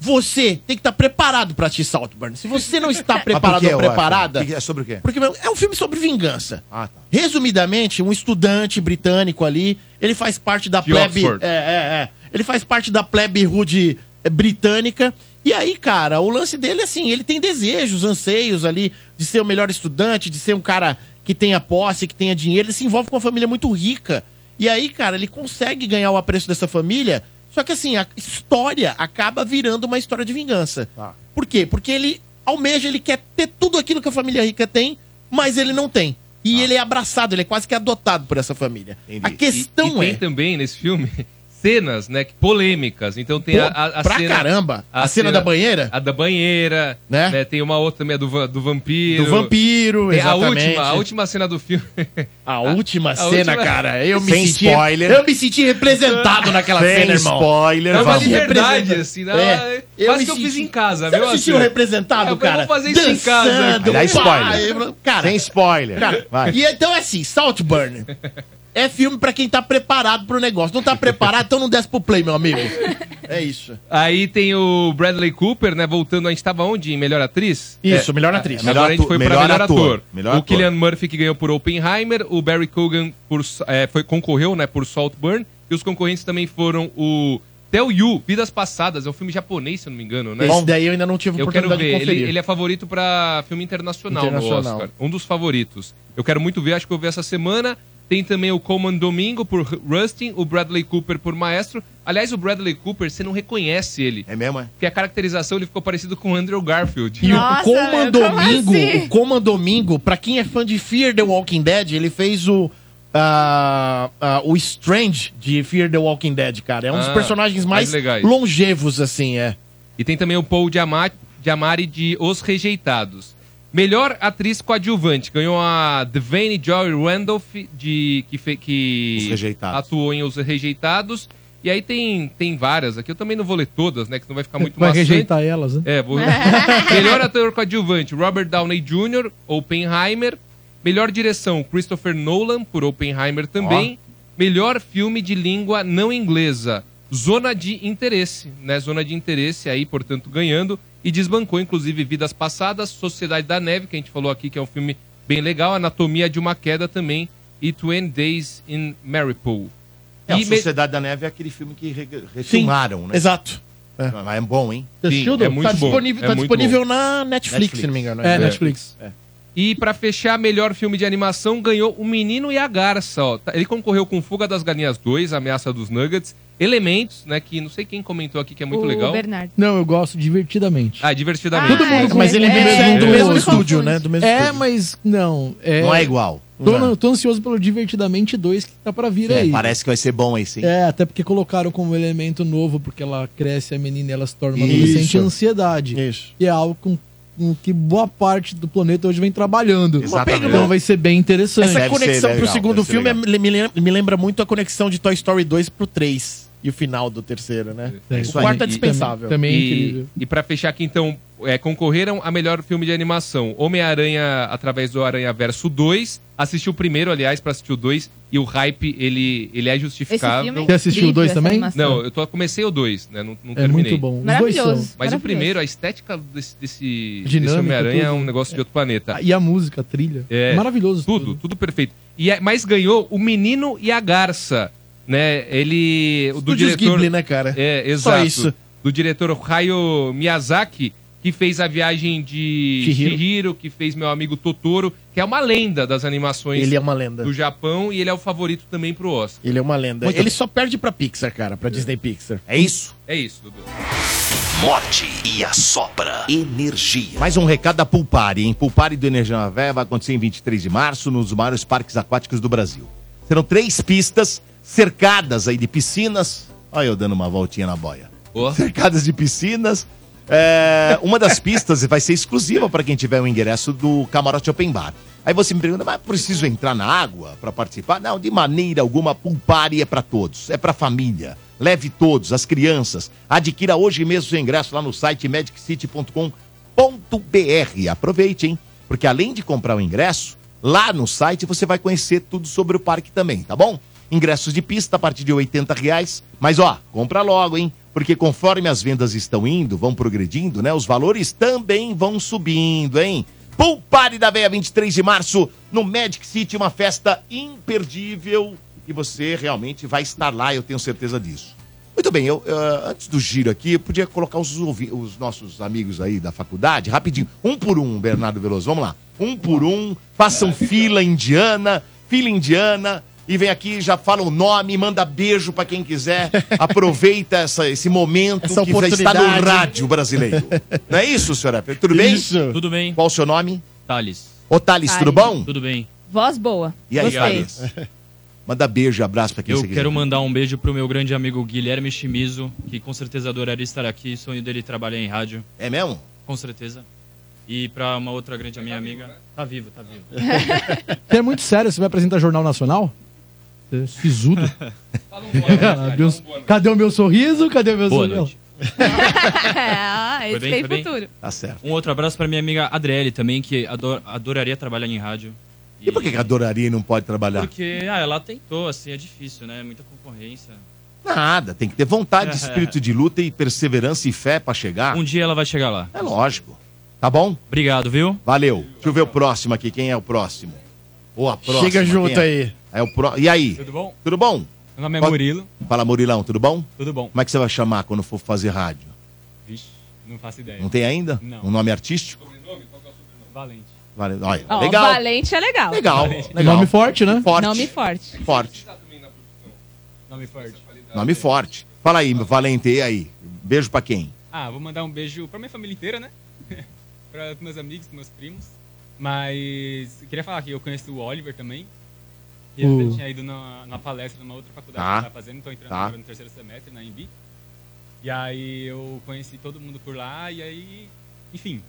[SPEAKER 6] Você tem que estar preparado pra assistir Saltburn. Se você não
[SPEAKER 2] Ah,
[SPEAKER 6] está preparado ou preparada.
[SPEAKER 2] É sobre o quê?
[SPEAKER 6] Porque meu, é um filme sobre vingança. Resumidamente, um estudante britânico ali, ele faz parte da
[SPEAKER 2] De
[SPEAKER 6] plebe.
[SPEAKER 2] Oxford.
[SPEAKER 6] É, é, é. Ele faz parte da plebe rude eh, britânica. E aí, cara, o lance dele é assim, ele tem desejos, anseios ali de ser o melhor estudante, de ser um cara que tenha posse, que tenha dinheiro. Ele se envolve com uma família muito rica. E aí, cara, ele consegue ganhar o apreço dessa família. Só que assim, a história acaba virando uma história de vingança.
[SPEAKER 8] Tá.
[SPEAKER 6] Por quê? Porque ele almeja, ele quer ter tudo aquilo que a família rica tem, mas ele não tem. E
[SPEAKER 8] Tá.
[SPEAKER 6] ele é abraçado, ele é quase que adotado por essa família. A questão
[SPEAKER 8] e,
[SPEAKER 6] é.
[SPEAKER 8] e tem também nesse filme cenas, né, que- polêmicas. Então tem
[SPEAKER 6] Pô,
[SPEAKER 8] a, a, a
[SPEAKER 6] pra
[SPEAKER 8] cena,
[SPEAKER 6] caramba. A cena da banheira?
[SPEAKER 8] A da banheira, né? Tem uma outra também a do, va- do vampiro.
[SPEAKER 6] Do vampiro,
[SPEAKER 8] Tem
[SPEAKER 6] exatamente.
[SPEAKER 8] A última, a última cena do filme.
[SPEAKER 6] A última cena, cara, eu me
[SPEAKER 8] Sem
[SPEAKER 6] senti.
[SPEAKER 8] spoiler.
[SPEAKER 6] Eu me senti representado naquela
[SPEAKER 8] Sem
[SPEAKER 6] cena, irmão. É
[SPEAKER 8] spoiler,
[SPEAKER 6] Eu
[SPEAKER 8] Não, mas
[SPEAKER 6] me
[SPEAKER 8] de verdade,
[SPEAKER 6] representa-
[SPEAKER 8] assim, não,
[SPEAKER 6] É,
[SPEAKER 8] eu que
[SPEAKER 6] me
[SPEAKER 8] eu fiz
[SPEAKER 6] senti-
[SPEAKER 8] em
[SPEAKER 6] Você
[SPEAKER 8] casa, viu?
[SPEAKER 6] não se sentiu
[SPEAKER 8] assim?
[SPEAKER 6] representado,
[SPEAKER 8] Eu falei,
[SPEAKER 6] cara?
[SPEAKER 8] vou fazer isso em casa.
[SPEAKER 6] Dançando,
[SPEAKER 8] Aliás,
[SPEAKER 6] pá,
[SPEAKER 8] spoiler.
[SPEAKER 6] eu- Cara,
[SPEAKER 2] Sem spoiler.
[SPEAKER 6] Cara,
[SPEAKER 2] Vai.
[SPEAKER 6] E então é assim, é Saltburn. É filme pra quem tá preparado pro negócio. Não tá preparado, então não desce pro play, meu amigo. É isso.
[SPEAKER 8] Aí tem o Bradley Cooper, né? Voltando, a gente tava onde? Em melhor atriz? É.
[SPEAKER 6] Isso, melhor atriz.
[SPEAKER 8] Agora
[SPEAKER 6] Melhor
[SPEAKER 8] a gente
[SPEAKER 6] atu-
[SPEAKER 8] foi pra
[SPEAKER 6] melhor
[SPEAKER 8] melhor ator.
[SPEAKER 6] ator. Melhor
[SPEAKER 8] o
[SPEAKER 6] ator.
[SPEAKER 8] Killian Murphy que ganhou por Oppenheimer, o Barry Cogan por, é, foi, concorreu, né, por Saltburn. E os concorrentes também foram o Tell You, Vidas Passadas. É um filme japonês, se eu não me engano, né?
[SPEAKER 6] Esse daí eu ainda não tive
[SPEAKER 8] Eu quero
[SPEAKER 6] oportunidade
[SPEAKER 8] ver.
[SPEAKER 6] de
[SPEAKER 8] Ele,
[SPEAKER 6] conferir.
[SPEAKER 8] ele é favorito pra filme internacional,
[SPEAKER 6] Internacional.
[SPEAKER 8] no Oscar. Um dos favoritos. Eu quero muito ver, acho que eu vou ver essa semana. Tem também o Coleman Domingo por Rustin, o Bradley Cooper por Maestro. Aliás, o Bradley Cooper, você não reconhece ele.
[SPEAKER 6] É mesmo, é?
[SPEAKER 8] Porque a caracterização ele ficou parecido com o Andrew Garfield.
[SPEAKER 6] E o Coman Domingo,
[SPEAKER 17] assim?
[SPEAKER 6] o Coman Domingo, pra quem é fã de Fear the Walking Dead, ele fez o ah, ah, o Strange de Fear the Walking Dead, cara. É um dos
[SPEAKER 8] Ah,
[SPEAKER 6] personagens mais,
[SPEAKER 8] mais legais.
[SPEAKER 6] longevos, assim, é.
[SPEAKER 8] E tem também o Paul Giamatti, Giamatti de Os Rejeitados. Melhor atriz coadjuvante. Ganhou a Devane Joy Randolph, de, que, fe- que atuou em Os Rejeitados. E aí tem, tem várias aqui. Eu também não vou ler todas, né? Que senão vai ficar muito
[SPEAKER 7] Vai
[SPEAKER 8] maçante.
[SPEAKER 7] rejeitar elas, né?
[SPEAKER 8] É, vou... Melhor ator coadjuvante, Robert Downey Jr., Oppenheimer. Melhor direção, Christopher Nolan, por Oppenheimer também. Melhor filme de língua não inglesa, Zona de Interesse, né? Zona de Interesse aí, portanto, ganhando. E desbancou, inclusive, Vidas Passadas, Sociedade da Neve, que a gente falou aqui, que é um filme bem legal. Anatomia de uma Queda também. E 20 Days in Mariupol.
[SPEAKER 2] É, a
[SPEAKER 8] E me-
[SPEAKER 2] Sociedade da Neve é aquele filme que re
[SPEAKER 6] Sim,
[SPEAKER 2] refilmaram, né?
[SPEAKER 6] Exato.
[SPEAKER 2] É. Mas é bom, hein?
[SPEAKER 6] Você assistiu, Dom? tá disponível, tá disponível na Netflix, se não me engano.
[SPEAKER 8] É, Netflix. E pra fechar, melhor filme de animação ganhou O Menino e a Garça. Ó. Tá- Ele concorreu com Fuga das Galinhas 2, Ameaça dos Nuggets, Elementos, né? Que não sei quem comentou aqui que é muito legal.
[SPEAKER 7] Não, eu gosto divertidamente.
[SPEAKER 8] Ah, divertidamente.
[SPEAKER 7] Todo mundo
[SPEAKER 6] mas ele é do mesmo- do mesmo estúdio, né? Do mesmo
[SPEAKER 7] é,
[SPEAKER 6] estúdio.
[SPEAKER 7] mas não. É,
[SPEAKER 2] Não é igual.
[SPEAKER 7] Tô,
[SPEAKER 2] Não é.
[SPEAKER 7] tô ansioso pelo Divertidamente 2 que tá pra vir
[SPEAKER 2] É,
[SPEAKER 7] aí.
[SPEAKER 2] parece que vai ser bom aí, sim.
[SPEAKER 7] É, até porque colocaram como elemento novo, porque ela cresce a menina e ela se torna uma
[SPEAKER 2] Isso.
[SPEAKER 7] adolescente ansiedade. Isso. Que é algo com, com que boa parte do planeta hoje vem trabalhando.
[SPEAKER 6] Exatamente.
[SPEAKER 7] Então vai ser bem interessante.
[SPEAKER 6] Essa conexão pro segundo filme é- me, lembra, me lembra muito a conexão de Toy Story 2 pro 3. E o final do terceiro, né? o quarto é dispensável.
[SPEAKER 8] e, e pra fechar aqui, então, é, concorreram a melhor filme de animação. Homem-Aranha através do Aranha Verso 2. Assisti o primeiro, aliás, pra assistir o 2. E o hype, ele, ele é justificável.
[SPEAKER 7] Esse filme é Você assistiu o incrível, dois essa também? animação.
[SPEAKER 8] Não, eu tô, comecei o 2, né? Não, não
[SPEAKER 7] É
[SPEAKER 8] terminei.
[SPEAKER 7] muito bom. Os dois
[SPEAKER 8] Maravilhoso.
[SPEAKER 7] são.
[SPEAKER 8] Mas o
[SPEAKER 7] Maravilhoso.
[SPEAKER 8] primeiro, a estética desse, desse, desse
[SPEAKER 7] Dinâmica,
[SPEAKER 8] Homem-Aranha é um
[SPEAKER 7] tudo. Ah,
[SPEAKER 8] negócio de outro planeta.
[SPEAKER 7] E a música, a trilha.
[SPEAKER 8] É,
[SPEAKER 7] Maravilhoso.
[SPEAKER 8] Tudo, tudo, perfeito. E é- mas ganhou o Menino e a Garça, né? Ele o do
[SPEAKER 6] Estúdios
[SPEAKER 8] diretor
[SPEAKER 6] Ghibli, né, cara?
[SPEAKER 8] É,
[SPEAKER 6] Só
[SPEAKER 8] exato.
[SPEAKER 6] isso.
[SPEAKER 8] Do diretor Hayao Miyazaki, que fez a viagem de
[SPEAKER 6] Chihiro.
[SPEAKER 8] Chihiro. que fez meu amigo Totoro, que é uma lenda das animações
[SPEAKER 6] Ele é uma lenda.
[SPEAKER 8] do Japão e ele é o favorito também pro Oscar.
[SPEAKER 6] Ele é uma lenda.
[SPEAKER 8] Muito
[SPEAKER 6] ele
[SPEAKER 8] bom.
[SPEAKER 6] só perde pra Pixar, cara, pra Disney Pixar.
[SPEAKER 2] É isso.
[SPEAKER 8] É isso, Dudu.
[SPEAKER 3] Morte e a sopra. Energia.
[SPEAKER 2] Mais um recado da Pulpari, hein? Pulpari do Energia Nové vai acontecer em 23 de março nos maiores parques aquáticos do Brasil. Serão três pistas cercadas aí de piscinas. Olha eu dando uma voltinha na boia. Cercadas de piscinas. É, uma das pistas vai ser exclusiva para quem tiver o ingresso do Camarote Open Bar. Aí você me pergunta, mas preciso entrar na água para participar? Não, de maneira alguma, Pulpari é para todos, é para família. Leve todos, as crianças. Adquira hoje mesmo seu ingresso lá no site mediccity.com www.cultura.br. Aproveite, hein? Porque além de comprar o ingresso, lá no site você vai conhecer tudo sobre o parque também, tá bom? Ingressos de pista a partir de 80 reais. Mas ó, compra logo, hein? Porque conforme as vendas estão indo, vão progredindo, né? Os valores também vão subindo, hein? Pool Party da Veia, 23 de março, no Magic City, uma festa imperdível. E você realmente vai estar lá, eu tenho certeza disso. Muito bem, eu, eh, antes do giro aqui, eu podia colocar os, ouvi- os nossos amigos aí da faculdade, rapidinho. Um por um, Bernardo Veloso, vamos lá. Um por um, façam fila indiana, fila indiana, e vem aqui, já fala o nome, manda beijo pra quem quiser. Aproveita essa- esse momento
[SPEAKER 6] Essa
[SPEAKER 2] que já está no
[SPEAKER 6] oportunidade.
[SPEAKER 2] rádio brasileiro. Não é isso, senhor Apple? Tudo bem?
[SPEAKER 18] Isso. Tudo bem.
[SPEAKER 2] Qual o seu nome?
[SPEAKER 18] Thales.
[SPEAKER 2] Ô, Thales, tudo bom?
[SPEAKER 18] Tudo bem.
[SPEAKER 4] Voz boa.
[SPEAKER 2] E aí,
[SPEAKER 18] Obrigado.
[SPEAKER 2] Thales? Manda beijo, abraço pra quem
[SPEAKER 18] Eu
[SPEAKER 2] você
[SPEAKER 18] quero mandar um beijo pro meu grande amigo Guilherme Chimizo, que com certeza adoraria estar aqui. Sonho dele trabalhar em rádio.
[SPEAKER 2] É mesmo?
[SPEAKER 18] Com certeza. E pra uma outra grande minha amiga. Tá vivo, tá vivo.
[SPEAKER 7] Você é muito sério, você vai apresentar Jornal Nacional? Você é sisudo. Cadê os- Cadê o meu sorriso? Cadê o meu
[SPEAKER 18] Boa
[SPEAKER 7] sorriso?
[SPEAKER 18] noite.
[SPEAKER 4] ah,
[SPEAKER 18] Foi
[SPEAKER 4] esse
[SPEAKER 18] bem,
[SPEAKER 4] tem
[SPEAKER 18] foi bem?
[SPEAKER 4] futuro.
[SPEAKER 2] Tá certo.
[SPEAKER 18] Um outro abraço pra minha amiga Adriele também, que ador- adoraria trabalhar em rádio.
[SPEAKER 2] E por que que a Doraria não pode trabalhar?
[SPEAKER 18] Porque, ah, ela tentou, assim, é difícil, né? Muita concorrência.
[SPEAKER 2] Nada, tem que ter vontade, espírito de luta e perseverança e fé pra chegar.
[SPEAKER 18] Um dia ela vai chegar lá.
[SPEAKER 2] É lógico. Tá bom?
[SPEAKER 18] Obrigado, viu?
[SPEAKER 2] Valeu. Deixa eu ver o próximo aqui. Quem é o próximo? Ou a próxima.
[SPEAKER 6] Chega
[SPEAKER 2] quem
[SPEAKER 6] junto
[SPEAKER 2] é?
[SPEAKER 6] aí.
[SPEAKER 2] É o pró... E aí?
[SPEAKER 6] Tudo bom?
[SPEAKER 2] Tudo bom?
[SPEAKER 6] Meu nome é
[SPEAKER 2] Qual-
[SPEAKER 6] Murilo.
[SPEAKER 2] Fala, Murilão, tudo bom?
[SPEAKER 6] Tudo bom.
[SPEAKER 2] Como é que você vai chamar quando for fazer rádio?
[SPEAKER 6] Vixe, não faço ideia.
[SPEAKER 2] Não tem ainda?
[SPEAKER 18] É. Não.
[SPEAKER 2] Um nome artístico?
[SPEAKER 18] Valente.
[SPEAKER 2] Vale... Olha,
[SPEAKER 4] Ó,
[SPEAKER 2] legal.
[SPEAKER 4] Valente é legal.
[SPEAKER 2] Legal. legal.
[SPEAKER 7] Nome forte, né?
[SPEAKER 2] Forte.
[SPEAKER 4] Nome forte.
[SPEAKER 2] Forte.
[SPEAKER 18] Nome forte.
[SPEAKER 2] Nome forte. Fala aí, Valente, e aí? Beijo pra quem?
[SPEAKER 16] Ah, vou mandar um beijo pra minha família inteira, né? pra meus amigos, meus primos. Mas eu queria falar que eu conheço o Oliver também. E ele
[SPEAKER 18] Uh.
[SPEAKER 16] tinha ido na, na palestra numa outra faculdade
[SPEAKER 18] Tá.
[SPEAKER 16] que eu tava fazendo, tô entrando
[SPEAKER 18] Tá.
[SPEAKER 16] agora no terceiro semestre na Embi. E aí eu conheci todo mundo por lá e aí, enfim.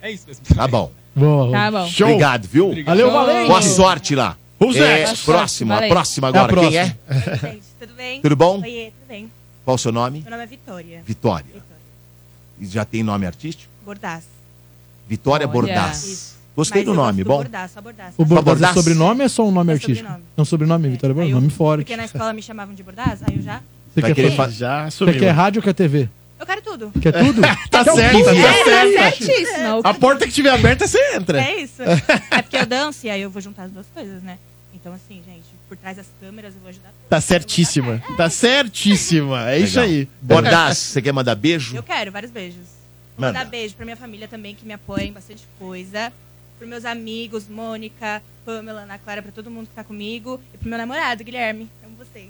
[SPEAKER 16] É isso, pessoal.
[SPEAKER 2] Tá bom.
[SPEAKER 7] Boa.
[SPEAKER 16] Tá bom.
[SPEAKER 2] Show. Obrigado, viu?
[SPEAKER 16] Obrigado. Valeu, Valente.
[SPEAKER 2] Boa sorte lá.
[SPEAKER 6] Who's
[SPEAKER 2] É,
[SPEAKER 6] next?
[SPEAKER 2] próxima, a
[SPEAKER 17] Valente.
[SPEAKER 6] É
[SPEAKER 2] próxima
[SPEAKER 6] a
[SPEAKER 2] agora. Quem
[SPEAKER 6] próxima.
[SPEAKER 2] é?
[SPEAKER 17] Oi, gente, tudo bem?
[SPEAKER 2] Tudo bom?
[SPEAKER 17] Oiê, tudo bem.
[SPEAKER 2] Qual o seu nome?
[SPEAKER 17] Meu nome é Vitória.
[SPEAKER 2] Vitória. E já tem nome artístico?
[SPEAKER 17] Bordaço.
[SPEAKER 2] Vitória
[SPEAKER 17] Olha.
[SPEAKER 2] Bordas.
[SPEAKER 17] Isso.
[SPEAKER 2] Gostei
[SPEAKER 17] Mas
[SPEAKER 2] do
[SPEAKER 17] eu
[SPEAKER 2] nome,
[SPEAKER 17] gosto do
[SPEAKER 2] bom?
[SPEAKER 17] Bordas, só Bordas.
[SPEAKER 7] O
[SPEAKER 17] Só
[SPEAKER 7] Bordas é
[SPEAKER 17] Bordas?
[SPEAKER 7] sobrenome ou é só um nome
[SPEAKER 17] É
[SPEAKER 7] artístico?
[SPEAKER 17] sobrenome.
[SPEAKER 7] É um sobrenome, Vitória Bordas. Nome forte.
[SPEAKER 17] Porque na escola me chamavam de Bordas, aí eu já...
[SPEAKER 7] Você
[SPEAKER 2] Vai
[SPEAKER 7] quer,
[SPEAKER 2] querer
[SPEAKER 7] fa-
[SPEAKER 2] fa- Já
[SPEAKER 7] Você quer rádio ou quer TV?
[SPEAKER 17] Eu quero tudo.
[SPEAKER 7] Quer tudo?
[SPEAKER 6] Tá
[SPEAKER 7] Quer o
[SPEAKER 6] certo,
[SPEAKER 7] quê?
[SPEAKER 6] tá
[SPEAKER 7] É,
[SPEAKER 6] certo.
[SPEAKER 17] certíssimo.
[SPEAKER 6] A porta que tiver aberta, você entra.
[SPEAKER 17] É isso. É porque eu danço e aí eu vou juntar as duas coisas, né? Então, assim, gente, por trás das câmeras eu vou ajudar.
[SPEAKER 6] Tá certíssima. Tá certíssima. É isso
[SPEAKER 2] Legal.
[SPEAKER 6] aí.
[SPEAKER 2] Bordas, você quer mandar beijo?
[SPEAKER 17] Eu quero vários beijos. Vou
[SPEAKER 2] Manda.
[SPEAKER 17] mandar beijo pra minha família também, que me apoia em bastante coisa. Pros meus amigos, Mônica, Pamela, Ana Clara, pra todo mundo que tá comigo. E pro meu namorado, Guilherme. Amo vocês.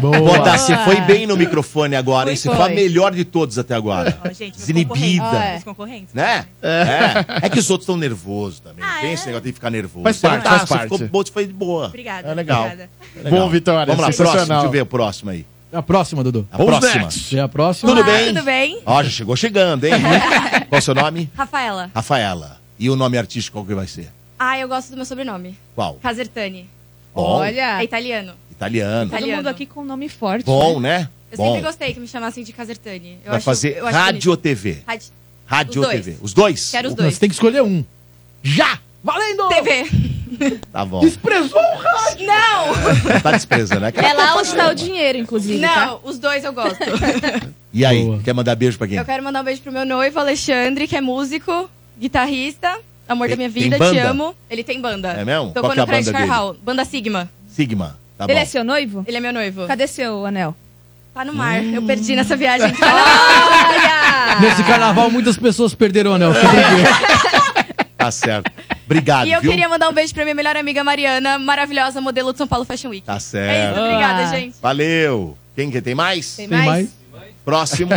[SPEAKER 2] Boa. Bordas, você foi bem no microfone agora,
[SPEAKER 17] Foi,
[SPEAKER 2] hein? Você
[SPEAKER 17] foi.
[SPEAKER 2] foi a melhor de todos até agora.
[SPEAKER 17] Ó, gente, meus
[SPEAKER 2] Desinibida.
[SPEAKER 17] concorrentes. Meus concorrentes. Ah, é?
[SPEAKER 2] Né?
[SPEAKER 6] É.
[SPEAKER 2] É. É que os outros estão nervosos também. Tem esse negócio de ficar nervoso.
[SPEAKER 6] Faz
[SPEAKER 2] Você
[SPEAKER 6] parte,
[SPEAKER 2] não tá,
[SPEAKER 6] faz
[SPEAKER 2] você
[SPEAKER 6] parte. Ah,
[SPEAKER 2] Ficou, boa, você foi de boa.
[SPEAKER 17] Obrigada.
[SPEAKER 2] É legal.
[SPEAKER 17] Obrigada.
[SPEAKER 2] É legal.
[SPEAKER 6] Bom, Vitória,
[SPEAKER 2] Vamos lá,
[SPEAKER 6] sensacional.
[SPEAKER 2] próximo. Deixa eu ver o próximo aí.
[SPEAKER 7] A próxima, Dudu.
[SPEAKER 2] A próxima.
[SPEAKER 7] É a próxima.
[SPEAKER 2] Tudo bem?
[SPEAKER 19] Tudo bem?
[SPEAKER 2] Ó, já chegou chegando, hein? Qual é o seu nome?
[SPEAKER 19] Rafaela.
[SPEAKER 2] Rafaela. E o nome artístico qual que vai ser?
[SPEAKER 19] Ah, eu gosto do meu sobrenome.
[SPEAKER 2] Qual?
[SPEAKER 19] Casertani.
[SPEAKER 2] Bom.
[SPEAKER 19] Olha. É italiano.
[SPEAKER 2] Italiano.
[SPEAKER 19] Todo mundo aqui com um nome forte.
[SPEAKER 2] Bom, né?
[SPEAKER 19] Eu
[SPEAKER 2] Bom.
[SPEAKER 19] sempre gostei que me chamassem de Casertani. Eu
[SPEAKER 2] Vai
[SPEAKER 19] acho-
[SPEAKER 2] fazer
[SPEAKER 19] eu acho
[SPEAKER 2] rádio ou
[SPEAKER 19] bonito.
[SPEAKER 2] TV?
[SPEAKER 19] Rádio.
[SPEAKER 2] Rádio
[SPEAKER 19] Os
[SPEAKER 2] ou
[SPEAKER 19] dois.
[SPEAKER 2] TV? Os dois?
[SPEAKER 19] Quero os dois.
[SPEAKER 7] Você tem que escolher um. Já!
[SPEAKER 19] Valendo! TV.
[SPEAKER 2] Tá bom.
[SPEAKER 7] Desprezou o
[SPEAKER 19] rádio! Não!
[SPEAKER 2] Tá desprezando, né? cara?
[SPEAKER 4] É lá onde tá o dinheiro, inclusive.
[SPEAKER 19] Não, os dois eu gosto.
[SPEAKER 2] E aí, quer mandar beijo pra quem?
[SPEAKER 19] eu quero mandar um beijo pro meu noivo, Alexandre, que é músico, guitarrista, amor da minha
[SPEAKER 2] tem
[SPEAKER 19] vida, te
[SPEAKER 2] banda?
[SPEAKER 19] amo. Ele tem banda.
[SPEAKER 2] É mesmo?
[SPEAKER 19] Tocou
[SPEAKER 2] Qual que é
[SPEAKER 19] no
[SPEAKER 2] a
[SPEAKER 19] Crash
[SPEAKER 2] banda dele?
[SPEAKER 19] Carhal, banda Sigma.
[SPEAKER 2] Sigma. Tá
[SPEAKER 19] Ele
[SPEAKER 2] bom.
[SPEAKER 19] é seu noivo? Ele é meu noivo.
[SPEAKER 4] Cadê seu anel?
[SPEAKER 19] Tá no mar.
[SPEAKER 2] Hum.
[SPEAKER 19] Eu perdi nessa viagem. de Olha!
[SPEAKER 7] Nesse carnaval, muitas pessoas perderam o anel. Fica tranquilo.
[SPEAKER 2] Tá certo. Obrigado,
[SPEAKER 19] E eu
[SPEAKER 2] viu?
[SPEAKER 19] queria mandar um beijo pra minha melhor amiga Mariana, maravilhosa modelo do São Paulo Fashion Week.
[SPEAKER 2] Tá
[SPEAKER 19] É
[SPEAKER 2] certo.
[SPEAKER 19] isso, obrigada, gente.
[SPEAKER 2] Valeu. Quem que tem mais?
[SPEAKER 19] Tem Tem mais? mais?
[SPEAKER 2] Próximo.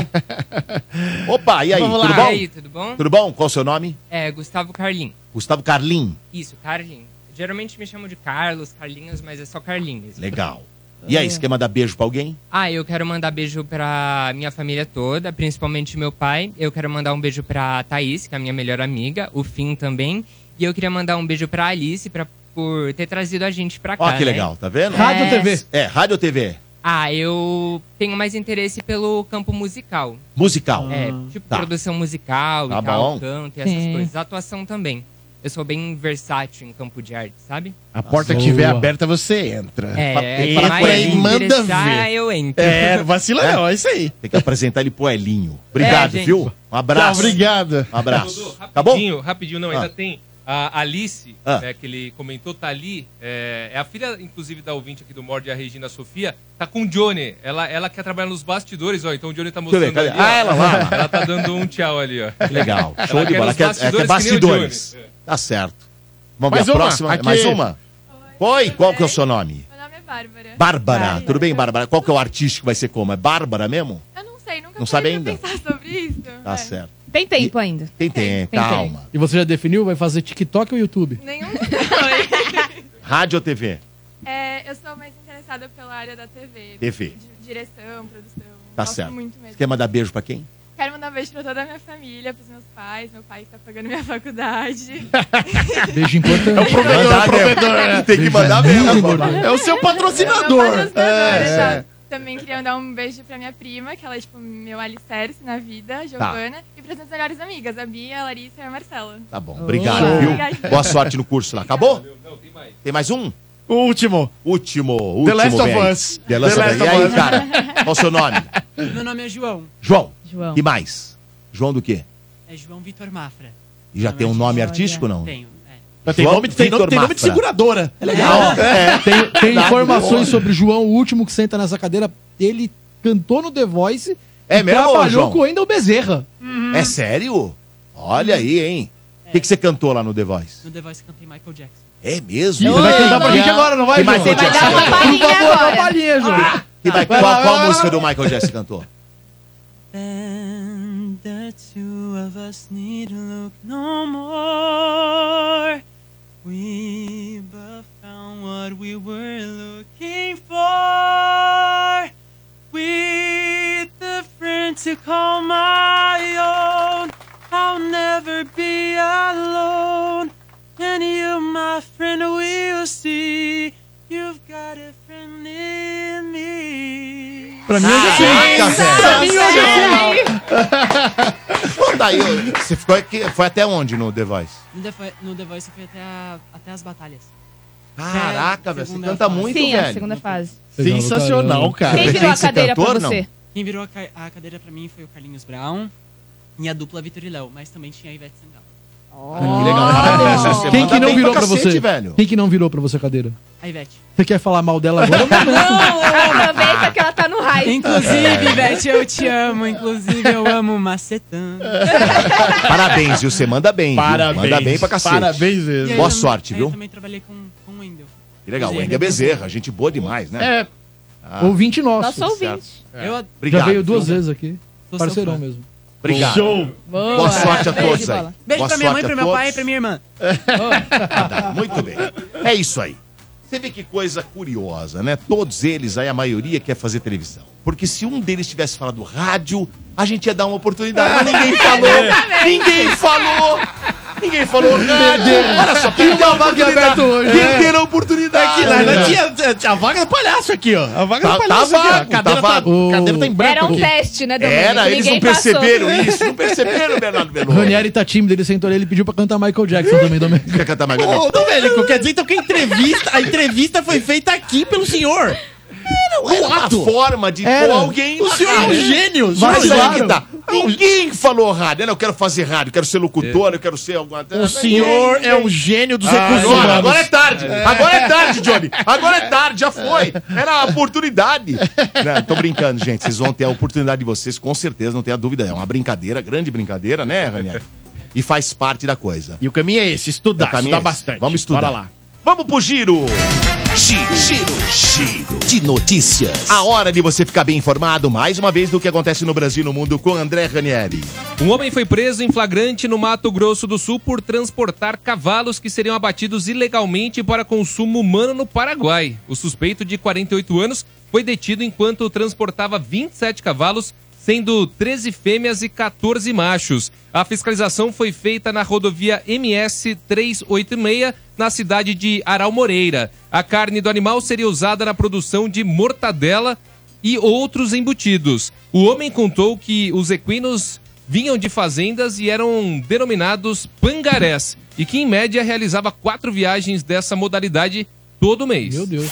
[SPEAKER 2] Opa, Ah, e aí,
[SPEAKER 20] Vamos
[SPEAKER 2] tudo
[SPEAKER 20] lá.
[SPEAKER 2] bom?
[SPEAKER 20] E aí, tudo bom?
[SPEAKER 2] Tudo bom? Qual o seu nome?
[SPEAKER 20] É, Gustavo Carlin.
[SPEAKER 2] Gustavo Carlin.
[SPEAKER 20] Isso, Carlin. Geralmente me chamam de Carlos, Carlinhos, mas é só Carlinhos.
[SPEAKER 2] Legal. E aí,
[SPEAKER 20] É.
[SPEAKER 2] você quer mandar beijo pra alguém?
[SPEAKER 20] Ah, eu quero mandar beijo pra minha família toda, principalmente meu pai. Eu quero mandar um beijo pra Thaís, que é a minha melhor amiga, o Fim também. E eu queria mandar um beijo pra Alice pra, por ter trazido a gente pra cá.
[SPEAKER 2] Ó, que
[SPEAKER 20] né?
[SPEAKER 2] legal, tá vendo?
[SPEAKER 20] Rádio
[SPEAKER 2] é.
[SPEAKER 20] ou TV?
[SPEAKER 2] É, rádio ou TV?
[SPEAKER 20] Ah, eu tenho mais interesse pelo campo musical.
[SPEAKER 2] Musical.
[SPEAKER 20] É, tipo
[SPEAKER 2] Tá.
[SPEAKER 20] produção musical
[SPEAKER 2] Tá
[SPEAKER 20] e tal,
[SPEAKER 2] bom.
[SPEAKER 20] canto e essas
[SPEAKER 2] Sim.
[SPEAKER 20] coisas. Atuação também. Eu sou bem versátil em campo de arte, sabe?
[SPEAKER 6] A porta que tiver aberta, você entra.
[SPEAKER 20] É,
[SPEAKER 6] Fala
[SPEAKER 20] mas
[SPEAKER 6] pra ele,
[SPEAKER 20] se
[SPEAKER 6] manda
[SPEAKER 20] interessar,
[SPEAKER 6] ver.
[SPEAKER 20] eu entro.
[SPEAKER 6] É, vacila não, é isso aí.
[SPEAKER 2] Tem que apresentar ele pro Elinho. Obrigado,
[SPEAKER 20] É, gente.
[SPEAKER 2] viu? Um abraço.
[SPEAKER 6] Tá, obrigado.
[SPEAKER 2] Um abraço.
[SPEAKER 21] Dudu,
[SPEAKER 2] Tá bom?
[SPEAKER 21] Rapidinho, rapidinho, não,
[SPEAKER 2] Ah.
[SPEAKER 21] ainda tem a Alice,
[SPEAKER 2] Ah.
[SPEAKER 21] né, que ele comentou, tá ali. É, é a filha, inclusive, da ouvinte aqui do Mord, a Regina Sofia, tá com o Johnny. Ela, ela quer trabalhar nos bastidores, ó. Então o Johnny tá
[SPEAKER 2] Deixa eu ver,
[SPEAKER 21] mostrando ali.
[SPEAKER 2] cadê? Ah,
[SPEAKER 21] ó.
[SPEAKER 2] ela lá.
[SPEAKER 21] Ela tá dando um tchau ali, ó.
[SPEAKER 2] Que Legal. Show
[SPEAKER 21] Ela
[SPEAKER 2] de
[SPEAKER 21] quer
[SPEAKER 2] bola.
[SPEAKER 21] nos
[SPEAKER 2] Quer, é, quer
[SPEAKER 21] que nem o Johnny.
[SPEAKER 2] bastidores. Tá certo. Vamos
[SPEAKER 6] Mais
[SPEAKER 2] ver a
[SPEAKER 6] uma,
[SPEAKER 2] próxima.
[SPEAKER 6] aqui.
[SPEAKER 2] Mais uma? Oi, qual que é o seu nome?
[SPEAKER 22] Meu nome é Bárbara.
[SPEAKER 2] Bárbara. Tudo bem, Bárbara? Qual que é o artístico que vai ser como? É Bárbara mesmo?
[SPEAKER 22] Eu não sei, nunca
[SPEAKER 2] Não sabe
[SPEAKER 22] parei pra
[SPEAKER 2] ainda?
[SPEAKER 22] pensar sobre isso.
[SPEAKER 2] Tá
[SPEAKER 22] É.
[SPEAKER 2] certo.
[SPEAKER 4] Tem tempo ainda.
[SPEAKER 2] Tem tempo,
[SPEAKER 4] tem
[SPEAKER 2] calma.
[SPEAKER 7] E você já definiu? Vai fazer TikTok ou YouTube?
[SPEAKER 22] Nenhum dos dois.
[SPEAKER 2] Rádio ou TV?
[SPEAKER 22] É, eu sou mais interessada pela área da TV.
[SPEAKER 2] TV.
[SPEAKER 22] De direção, produção.
[SPEAKER 2] Tá
[SPEAKER 22] Gosto
[SPEAKER 2] certo.
[SPEAKER 22] muito mesmo.
[SPEAKER 2] Quer mandar beijo pra quem?
[SPEAKER 22] Quero mandar um beijo pra toda a minha família, pros meus pais, meu pai que tá pagando minha faculdade.
[SPEAKER 7] Beijo importante.
[SPEAKER 6] É o provedor, é o
[SPEAKER 2] Mandar mesmo.
[SPEAKER 6] provedor. né?
[SPEAKER 2] Tem que mandar
[SPEAKER 6] Beijo
[SPEAKER 2] mesmo,
[SPEAKER 6] importante. É o seu patrocinador.
[SPEAKER 22] É o meu patrocinador,
[SPEAKER 6] É,
[SPEAKER 22] exato. Também queria mandar um beijo pra minha prima, que ela é, tipo, meu alicerce na vida,
[SPEAKER 2] Tá.
[SPEAKER 22] Giovana. E pras minhas melhores amigas, a Bia, a Larissa e a Marcela.
[SPEAKER 2] Tá bom, obrigado,
[SPEAKER 22] Opa.
[SPEAKER 2] viu? Boa sorte no curso lá. Acabou? Tem mais um?
[SPEAKER 6] O último.
[SPEAKER 2] Último, último.
[SPEAKER 6] The Last of
[SPEAKER 2] vem.
[SPEAKER 6] Us.
[SPEAKER 2] The Last,
[SPEAKER 6] The
[SPEAKER 2] of
[SPEAKER 6] Last
[SPEAKER 2] Us. E aí,
[SPEAKER 6] of Us.
[SPEAKER 2] cara? Qual o seu nome?
[SPEAKER 1] Meu nome é João.
[SPEAKER 2] João.
[SPEAKER 1] João.
[SPEAKER 2] E mais? João do quê?
[SPEAKER 1] É João Vitor Mafra.
[SPEAKER 2] E já tem um nome artístico ou não?
[SPEAKER 1] Tenho.
[SPEAKER 2] Já
[SPEAKER 7] Tem nome, de- tem
[SPEAKER 2] Victor
[SPEAKER 7] nome- tem nome de
[SPEAKER 2] Mafra.
[SPEAKER 7] seguradora.
[SPEAKER 2] É legal. É.
[SPEAKER 7] Tem, tem
[SPEAKER 2] Verdade.
[SPEAKER 7] informações sobre o João, o último que senta nessa cadeira. Ele cantou no The Voice
[SPEAKER 2] É
[SPEAKER 7] e
[SPEAKER 2] mesmo,
[SPEAKER 7] trabalhou
[SPEAKER 2] João?
[SPEAKER 7] com o Endel Bezerra.
[SPEAKER 2] É sério? Olha aí, hein? O que, que você cantou lá no The Voice?
[SPEAKER 1] No The Voice cantei Michael Jackson.
[SPEAKER 2] É mesmo?
[SPEAKER 1] Você vai cantar pra gente agora, não vai,
[SPEAKER 2] Que
[SPEAKER 1] João?
[SPEAKER 2] Michael
[SPEAKER 1] Você vai
[SPEAKER 2] Jackson
[SPEAKER 1] dar uma
[SPEAKER 2] cantou?
[SPEAKER 1] palhinha
[SPEAKER 2] Por favor,
[SPEAKER 1] agora.
[SPEAKER 2] dá uma palhinha, João.
[SPEAKER 1] Ah,
[SPEAKER 2] Que vai-
[SPEAKER 1] vai lá,
[SPEAKER 2] qual
[SPEAKER 1] vai
[SPEAKER 2] qual
[SPEAKER 1] lá, vai
[SPEAKER 2] música
[SPEAKER 1] lá.
[SPEAKER 2] do Michael Jackson cantou?
[SPEAKER 1] And the two of us need look no more. We both found what we were looking for. With a friend to call my own, I'll never be alone. And you, my friend, will see you've got a friend in me.
[SPEAKER 2] Pra mim, eu
[SPEAKER 1] Ah,
[SPEAKER 2] já sei. Caraca, velho. Pra mim, eu já sei. Pô, daí,
[SPEAKER 1] é.
[SPEAKER 2] você ficou aqui, foi até onde no The Voice?
[SPEAKER 1] No The, Vo- no The Voice eu fui até, a- até as batalhas. Né?
[SPEAKER 2] Caraca, velho, você
[SPEAKER 1] segunda
[SPEAKER 2] canta
[SPEAKER 1] fase.
[SPEAKER 2] muito,
[SPEAKER 16] Sim, é
[SPEAKER 2] velho.
[SPEAKER 16] a segunda
[SPEAKER 1] Então
[SPEAKER 16] fase.
[SPEAKER 2] né?
[SPEAKER 6] Sensacional, cara.
[SPEAKER 16] Quem virou a cadeira pra você?
[SPEAKER 1] Quem virou a, ca- a cadeira pra mim foi o Carlinhos Brown e a dupla Vitor e Léo, mas também tinha a Ivete Sangalo.
[SPEAKER 7] Ah, Que legal. Parabéns, você Quem que
[SPEAKER 1] manda
[SPEAKER 7] não
[SPEAKER 1] bem
[SPEAKER 7] virou
[SPEAKER 1] pra
[SPEAKER 7] pra,
[SPEAKER 1] cacete,
[SPEAKER 7] você?
[SPEAKER 1] velho.
[SPEAKER 7] Quem que não virou pra você a cadeira?
[SPEAKER 1] A Ivete.
[SPEAKER 7] Você quer falar mal dela agora?
[SPEAKER 16] Não, aproveita que ela tá no raio.
[SPEAKER 7] É.
[SPEAKER 1] Inclusive, Ivete, eu te amo. Inclusive, eu amo macetando.
[SPEAKER 2] Parabéns, viu? Você manda bem. viu?
[SPEAKER 6] Parabéns.
[SPEAKER 2] Manda bem pra cacete.
[SPEAKER 6] Parabéns mesmo.
[SPEAKER 2] Boa
[SPEAKER 1] Aí eu-
[SPEAKER 2] sorte,
[SPEAKER 1] aí Eu
[SPEAKER 2] viu?
[SPEAKER 1] também trabalhei com, com o Wendel.
[SPEAKER 2] Que legal. O Ender Bezerra, gente boa demais, né?
[SPEAKER 1] É.
[SPEAKER 2] Ah.
[SPEAKER 7] Ouvinte nosso.
[SPEAKER 1] Nosso ouvinte.
[SPEAKER 2] Certo.
[SPEAKER 1] Eu-
[SPEAKER 2] Obrigado.
[SPEAKER 7] Já veio duas
[SPEAKER 2] viu?
[SPEAKER 7] vezes aqui.
[SPEAKER 1] Sou
[SPEAKER 7] Parceirão
[SPEAKER 1] seu fã.
[SPEAKER 7] mesmo.
[SPEAKER 2] Obrigado.
[SPEAKER 7] Show.
[SPEAKER 2] Boa, sorte a
[SPEAKER 1] Beijo,
[SPEAKER 2] todos aí.
[SPEAKER 1] bola. Beijo
[SPEAKER 2] Boa
[SPEAKER 1] pra minha mãe,
[SPEAKER 2] sorte a
[SPEAKER 1] pro meu pai e
[SPEAKER 2] todos.
[SPEAKER 1] pra minha irmã.
[SPEAKER 2] Muito bem. É isso aí. Você vê que coisa curiosa, né? Todos eles, aí a maioria quer fazer televisão. Porque se um deles tivesse falado rádio, a gente ia dar uma oportunidade. Mas ninguém falou. Ninguém falou. Ninguém falou
[SPEAKER 6] "É,
[SPEAKER 2] rádio.
[SPEAKER 4] Perderam.
[SPEAKER 2] Olha só,
[SPEAKER 4] Tinha
[SPEAKER 2] perdeu
[SPEAKER 4] uma vaga aberta hoje.
[SPEAKER 6] né?
[SPEAKER 2] Perderam
[SPEAKER 4] É.
[SPEAKER 2] a oportunidade. É. Tá,
[SPEAKER 4] Aqui, lá, lá tinha-
[SPEAKER 2] a vaga do palhaço aqui, ó. A
[SPEAKER 4] vaga do
[SPEAKER 16] assim,
[SPEAKER 4] palhaço aqui, ó. A cadeira tá- a cadeira tá em branco
[SPEAKER 16] Era um
[SPEAKER 4] aqui.
[SPEAKER 16] teste, né, Domênico?
[SPEAKER 2] Era, eles não
[SPEAKER 16] Ninguém passou.
[SPEAKER 2] perceberam isso. Não perceberam, Bernardo Belo.
[SPEAKER 7] Ranieri tá tímido, ele sentou ali, ele pediu pra cantar Michael Jackson também, Domênico.
[SPEAKER 2] Quer cantar mais
[SPEAKER 7] Ô,
[SPEAKER 6] Ô, Domênico, quer dizer então que a entrevista, a entrevista foi feita aqui pelo senhor?
[SPEAKER 2] É, Não era uma forma de
[SPEAKER 6] Era.
[SPEAKER 2] pôr alguém.
[SPEAKER 6] O senhor é um gênio,
[SPEAKER 2] Mas
[SPEAKER 6] senhor é
[SPEAKER 2] aí que
[SPEAKER 6] claro.
[SPEAKER 2] tá. Ninguém falou rádio. Não, eu quero fazer rádio, eu quero ser locutor, eu quero ser alguma
[SPEAKER 6] É. O senhor é um gênio dos
[SPEAKER 2] Ah,
[SPEAKER 6] recursos
[SPEAKER 2] agora,
[SPEAKER 6] humanos.
[SPEAKER 2] agora é tarde. Agora é tarde, Johnny. Agora é tarde, já foi. Era a oportunidade. Não, tô brincando, gente. Vocês vão ter a oportunidade de vocês, com certeza, não tenha dúvida. É uma brincadeira, grande brincadeira, né, Ranieri? E faz parte da coisa. E o caminho é esse, estudar,
[SPEAKER 6] estudar bastante.
[SPEAKER 2] Vamos estudar.
[SPEAKER 6] Bora lá.
[SPEAKER 2] Vamos pro giro. Giro, giro, giro de notícias. A hora de você ficar bem informado mais uma vez do que acontece no Brasil e no mundo com André Ranieri.
[SPEAKER 8] Um homem foi preso em flagrante no Mato Grosso do Sul por transportar cavalos que seriam abatidos ilegalmente para consumo humano no Paraguai. O suspeito, de 48 anos, foi detido enquanto transportava 27 cavalos, sendo 13 fêmeas e 14 machos. A fiscalização foi feita na rodovia MS 386, na cidade de Aral Moreira. A carne do animal seria usada na produção de mortadela e outros embutidos. O homem contou que os equinos vinham de fazendas e eram denominados pangarés, e que em média realizava quatro viagens dessa modalidade todo mês. Meu
[SPEAKER 7] Deus.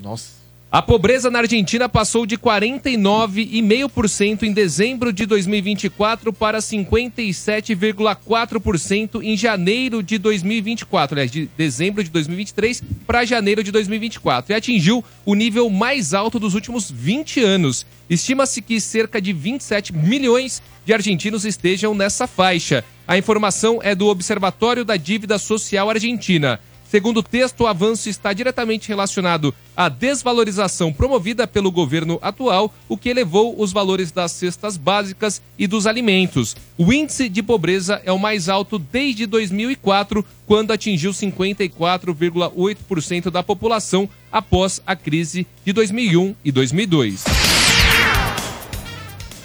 [SPEAKER 6] Nossa.
[SPEAKER 8] A pobreza na Argentina passou de 49,5% em dezembro de 2024 para 57,4% em janeiro de 2024. Aliás, de dezembro de 2023 para janeiro de 2024. E atingiu o nível mais alto dos últimos 20 anos. Estima-se que cerca de 27 milhões de argentinos estejam nessa faixa. A informação é do Observatório da Dívida Social Argentina. Segundo o texto, o avanço está diretamente relacionado à desvalorização promovida pelo governo atual, o que elevou os valores das cestas básicas e dos alimentos. O índice de pobreza é o mais alto desde 2004, quando atingiu 54,8% da população após a crise de 2001 e 2002.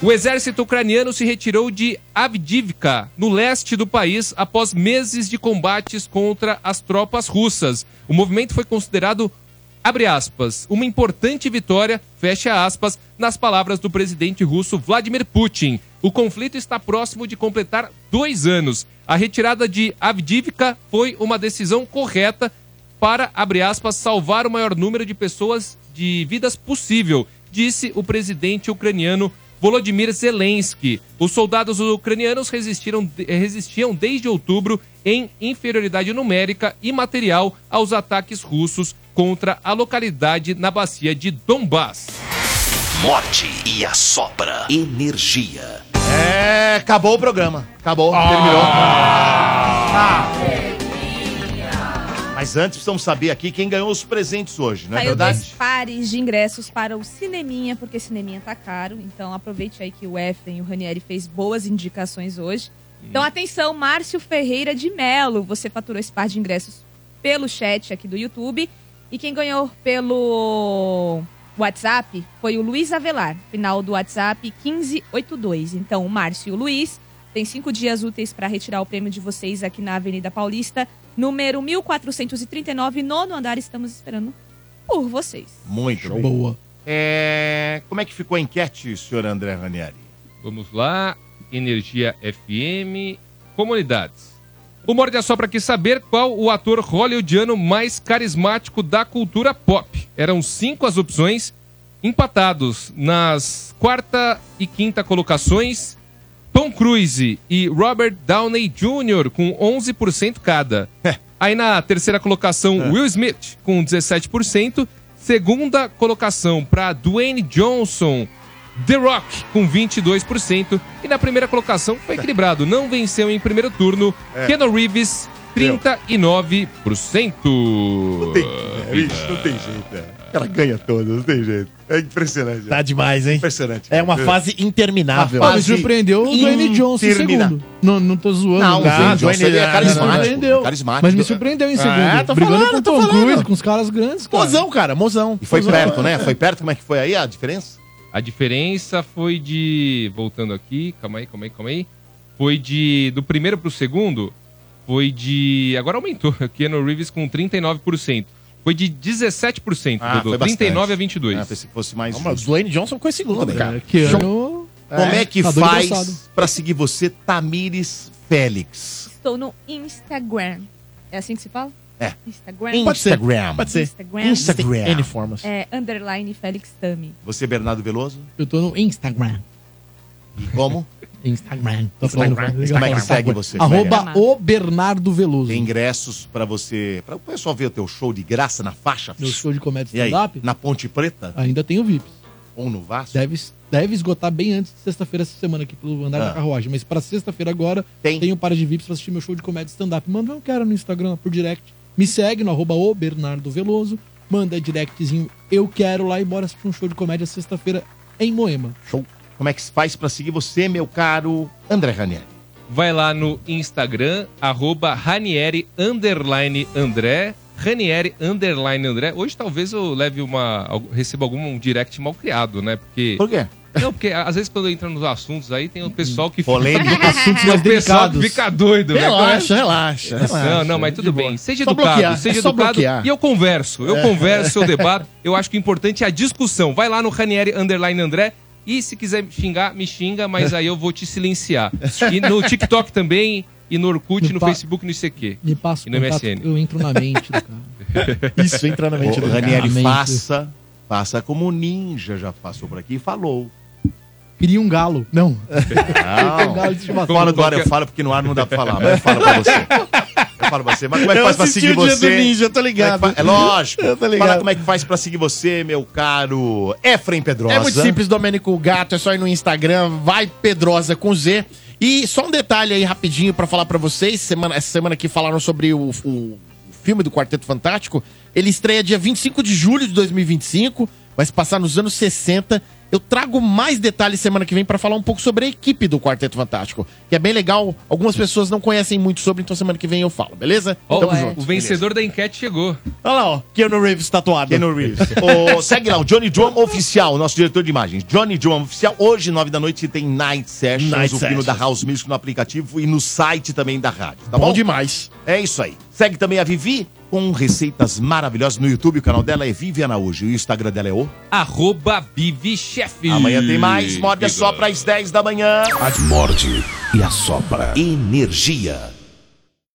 [SPEAKER 8] O exército ucraniano se retirou de Avdivka, no leste do país, após meses de combates contra as tropas russas. O movimento foi considerado abre aspas, uma importante vitória, fecha aspas, nas palavras do presidente russo Vladimir Putin. O conflito está próximo de completar dois anos. A retirada de Avdivka foi uma decisão correta para, abre aspas, salvar o maior número de pessoas de vidas possível, disse o presidente ucraniano Volodymyr Zelensky. Os soldados ucranianos resistiram, eh, resistiam desde outubro em inferioridade numérica e material aos ataques russos contra a localidade na bacia de Donbass.
[SPEAKER 3] Morte e assopra. Energia.
[SPEAKER 2] É, acabou o programa. Acabou, terminou. Ah. Mas antes precisamos saber aqui quem ganhou os presentes hoje, não é
[SPEAKER 4] Saiu dois
[SPEAKER 2] verdade?
[SPEAKER 4] pares de ingressos para o Cineminha, porque Cineminha tá caro. Então aproveite aí que o Efren e o Ranieri fez boas indicações hoje.
[SPEAKER 2] Hum.
[SPEAKER 4] Então atenção, Márcio Ferreira de Melo, você faturou esse par de ingressos pelo chat aqui do YouTube. E quem ganhou pelo WhatsApp foi o Luiz Avelar, final do WhatsApp 1582. Então o Márcio e o Luiz têm cinco dias úteis para retirar o prêmio de vocês aqui na Avenida Paulista, número 1439, nono andar. Estamos esperando por vocês.
[SPEAKER 2] Muito bem.
[SPEAKER 7] Boa.
[SPEAKER 2] É, como é que ficou a enquete, senhor André Ranieri?
[SPEAKER 8] Vamos lá, Energia FM, comunidades. O Morde Sopra quis saber qual o ator hollywoodiano mais carismático da cultura pop. Eram cinco as opções, empatados nas quarta e quinta colocações, Tom Cruise e Robert Downey Jr. com 11% cada. Aí na terceira colocação, Will Smith com 17%. Segunda colocação para Dwayne Johnson, The Rock com 22%. E na primeira colocação foi equilibrado, não venceu em primeiro turno,
[SPEAKER 2] É.
[SPEAKER 8] Keanu Reeves 39%. Não
[SPEAKER 2] tem, é, não tem jeito, é. Ela ganha todas, não tem jeito. É impressionante.
[SPEAKER 6] Tá demais, hein?
[SPEAKER 2] Impressionante.
[SPEAKER 6] É uma fase interminável.
[SPEAKER 7] Ah, me surpreendeu o Dwayne Johnson em
[SPEAKER 6] intermina-
[SPEAKER 7] segundo. Não, não tô zoando.
[SPEAKER 6] Não, o Dwayne Johnson, ele é carismático,
[SPEAKER 7] Me surpreendeu.
[SPEAKER 6] carismático.
[SPEAKER 7] Mas me surpreendeu em
[SPEAKER 6] É,
[SPEAKER 7] segundo.
[SPEAKER 6] tô
[SPEAKER 7] brigando
[SPEAKER 6] falando,
[SPEAKER 7] com o
[SPEAKER 6] tô
[SPEAKER 7] Tom
[SPEAKER 6] falando.
[SPEAKER 7] Cruise, com os caras grandes, cara.
[SPEAKER 6] Mozão, cara, mozão.
[SPEAKER 2] E foi
[SPEAKER 6] Mozão.
[SPEAKER 2] perto, né? Foi perto, como é que foi aí a diferença?
[SPEAKER 8] A diferença foi de. Voltando aqui, calma aí, calma aí, calma aí. Foi de. Do primeiro pro segundo, foi de. Agora aumentou. Keanu Reeves com 39%. Foi de 17%,
[SPEAKER 2] Ah,
[SPEAKER 8] Dodô.
[SPEAKER 2] foi bastante.
[SPEAKER 8] 39 a 22.
[SPEAKER 2] Ah, pensei que fosse mais.
[SPEAKER 8] Não,
[SPEAKER 6] Mas o É Dwayne Johnson ficou em segundo, né? cara.
[SPEAKER 7] Que
[SPEAKER 6] João-
[SPEAKER 7] ano...
[SPEAKER 2] Como é que
[SPEAKER 7] tá doido embaçado.
[SPEAKER 2] faz pra seguir você, Tamires Félix?
[SPEAKER 4] Estou no Instagram. É assim que se fala?
[SPEAKER 2] É.
[SPEAKER 4] Instagram.
[SPEAKER 2] Instagram. Pode ser.
[SPEAKER 4] Instagram.
[SPEAKER 2] Instagram. N
[SPEAKER 6] formas.
[SPEAKER 4] É, underline Félix Tami.
[SPEAKER 2] Você, é Bernardo Veloso?
[SPEAKER 7] Eu tô no Instagram.
[SPEAKER 2] E como?
[SPEAKER 7] Instagram. Tô
[SPEAKER 2] Instagram.
[SPEAKER 7] Tá falando-
[SPEAKER 2] Instagram. Tá Como é que segue você?
[SPEAKER 7] Arroba o Bernardo Veloso.
[SPEAKER 2] Tem ingressos pra você. Pra o pessoal ver o teu show de graça na faixa.
[SPEAKER 7] Meu show de comédia
[SPEAKER 2] E aí?
[SPEAKER 7] stand-up.
[SPEAKER 2] Na Ponte Preta?
[SPEAKER 7] Ainda tenho VIPs.
[SPEAKER 2] Ou no Vasco?
[SPEAKER 7] Deve, deve esgotar bem antes de sexta-feira essa semana aqui pelo andar
[SPEAKER 2] Ah.
[SPEAKER 7] da carruagem. Mas pra sexta-feira agora,
[SPEAKER 2] tem.
[SPEAKER 7] tenho para de VIPs pra assistir meu show de comédia stand-up. Manda um cara no Instagram lá por direct. Me segue no arroba o Bernardo Veloso. Manda directzinho eu quero lá e bora assistir um show de comédia sexta-feira em Moema.
[SPEAKER 2] Show. Como é que se faz pra seguir você, meu caro André Ranieri?
[SPEAKER 8] Vai lá no Instagram, arroba Ranieri underline André. Ranieri underline André. Hoje talvez eu leve uma. algu- receba algum um direct mal criado, né? Porque.
[SPEAKER 2] Por quê?
[SPEAKER 8] Não, porque às vezes quando entra nos assuntos aí tem o pessoal que.
[SPEAKER 2] Polêmica.
[SPEAKER 8] assuntos
[SPEAKER 6] mais
[SPEAKER 8] pessoal que
[SPEAKER 6] delicados.
[SPEAKER 8] fica doido, né?
[SPEAKER 6] Relaxa,
[SPEAKER 8] Quando-
[SPEAKER 6] relaxa, relaxa.
[SPEAKER 8] Não, não, mas tudo bem. Seja
[SPEAKER 6] Só
[SPEAKER 8] educado,
[SPEAKER 6] bloquear,
[SPEAKER 8] seja
[SPEAKER 6] é só
[SPEAKER 8] educado.
[SPEAKER 6] bloquear.
[SPEAKER 8] E eu converso, eu
[SPEAKER 6] É.
[SPEAKER 8] converso, eu debato. Eu acho que o importante é a discussão. Vai lá no Ranieri Underline André. E se quiser me xingar, me xinga, mas aí eu vou te silenciar. E no TikTok também, e no Orkut, no
[SPEAKER 7] pa-
[SPEAKER 8] Facebook, no ICQ.
[SPEAKER 7] Me passa o
[SPEAKER 8] E no
[SPEAKER 7] contato,
[SPEAKER 8] MSN.
[SPEAKER 7] eu entro na mente do cara.
[SPEAKER 6] Isso, entra na mente
[SPEAKER 2] Ô,
[SPEAKER 6] do
[SPEAKER 2] Ranieri,
[SPEAKER 6] cara.
[SPEAKER 2] faça. Faça como o Ninja já passou por aqui e falou.
[SPEAKER 7] Cria um galo. Não.
[SPEAKER 2] Não.
[SPEAKER 7] Um galo de estimação.
[SPEAKER 2] Fora do ar eu falo, porque no ar não dá pra falar, mas eu falo pra você. Eu falo pra você. Mas como é que
[SPEAKER 6] Eu
[SPEAKER 2] faz pra
[SPEAKER 6] assisti
[SPEAKER 2] seguir
[SPEAKER 6] o dia
[SPEAKER 2] você?
[SPEAKER 6] do Ninja, eu tô ligado.
[SPEAKER 2] Como É, que fa- é lógico.
[SPEAKER 6] Eu tô
[SPEAKER 2] Fala
[SPEAKER 6] ligado.
[SPEAKER 2] como é que faz pra seguir você, meu caro Efraim Pedrosa.
[SPEAKER 6] É muito simples, Domênico Gato. É só ir no Instagram, vai Pedrosa com Z. E só um detalhe aí rapidinho pra falar pra vocês. Semana, essa semana que falaram sobre o, o filme do Quarteto Fantástico. Ele estreia dia 25 de julho de 2025, vai se passar nos anos 60. Eu trago mais detalhes semana que vem pra falar um pouco sobre a equipe do Quarteto Fantástico, que é bem legal. Algumas pessoas não conhecem muito sobre, então semana que vem eu falo, beleza?
[SPEAKER 8] Ó,
[SPEAKER 7] É.
[SPEAKER 6] Tamo
[SPEAKER 8] o vencedor da enquete chegou.
[SPEAKER 6] Olha lá, ó. Keanu Reeves tatuado.
[SPEAKER 2] Keanu Reeves. Ô, segue lá, o Johnny Drum Oficial, nosso diretor de imagens. Johnny Drum Oficial, hoje, nove da noite, tem Night Sessions,
[SPEAKER 6] Night
[SPEAKER 2] o filho
[SPEAKER 6] Sessions.
[SPEAKER 2] da House Music no aplicativo e no site também da rádio, tá
[SPEAKER 6] Bom
[SPEAKER 2] bom?
[SPEAKER 6] demais.
[SPEAKER 2] É isso aí. Segue também a Vivi, com receitas maravilhosas no YouTube. O canal dela é Vivi Araújo e o Instagram dela é o...
[SPEAKER 8] Arroba Bibi Chef.
[SPEAKER 2] Amanhã tem mais. Morde só para às 10 da manhã.
[SPEAKER 3] Morde e assopra. Energia.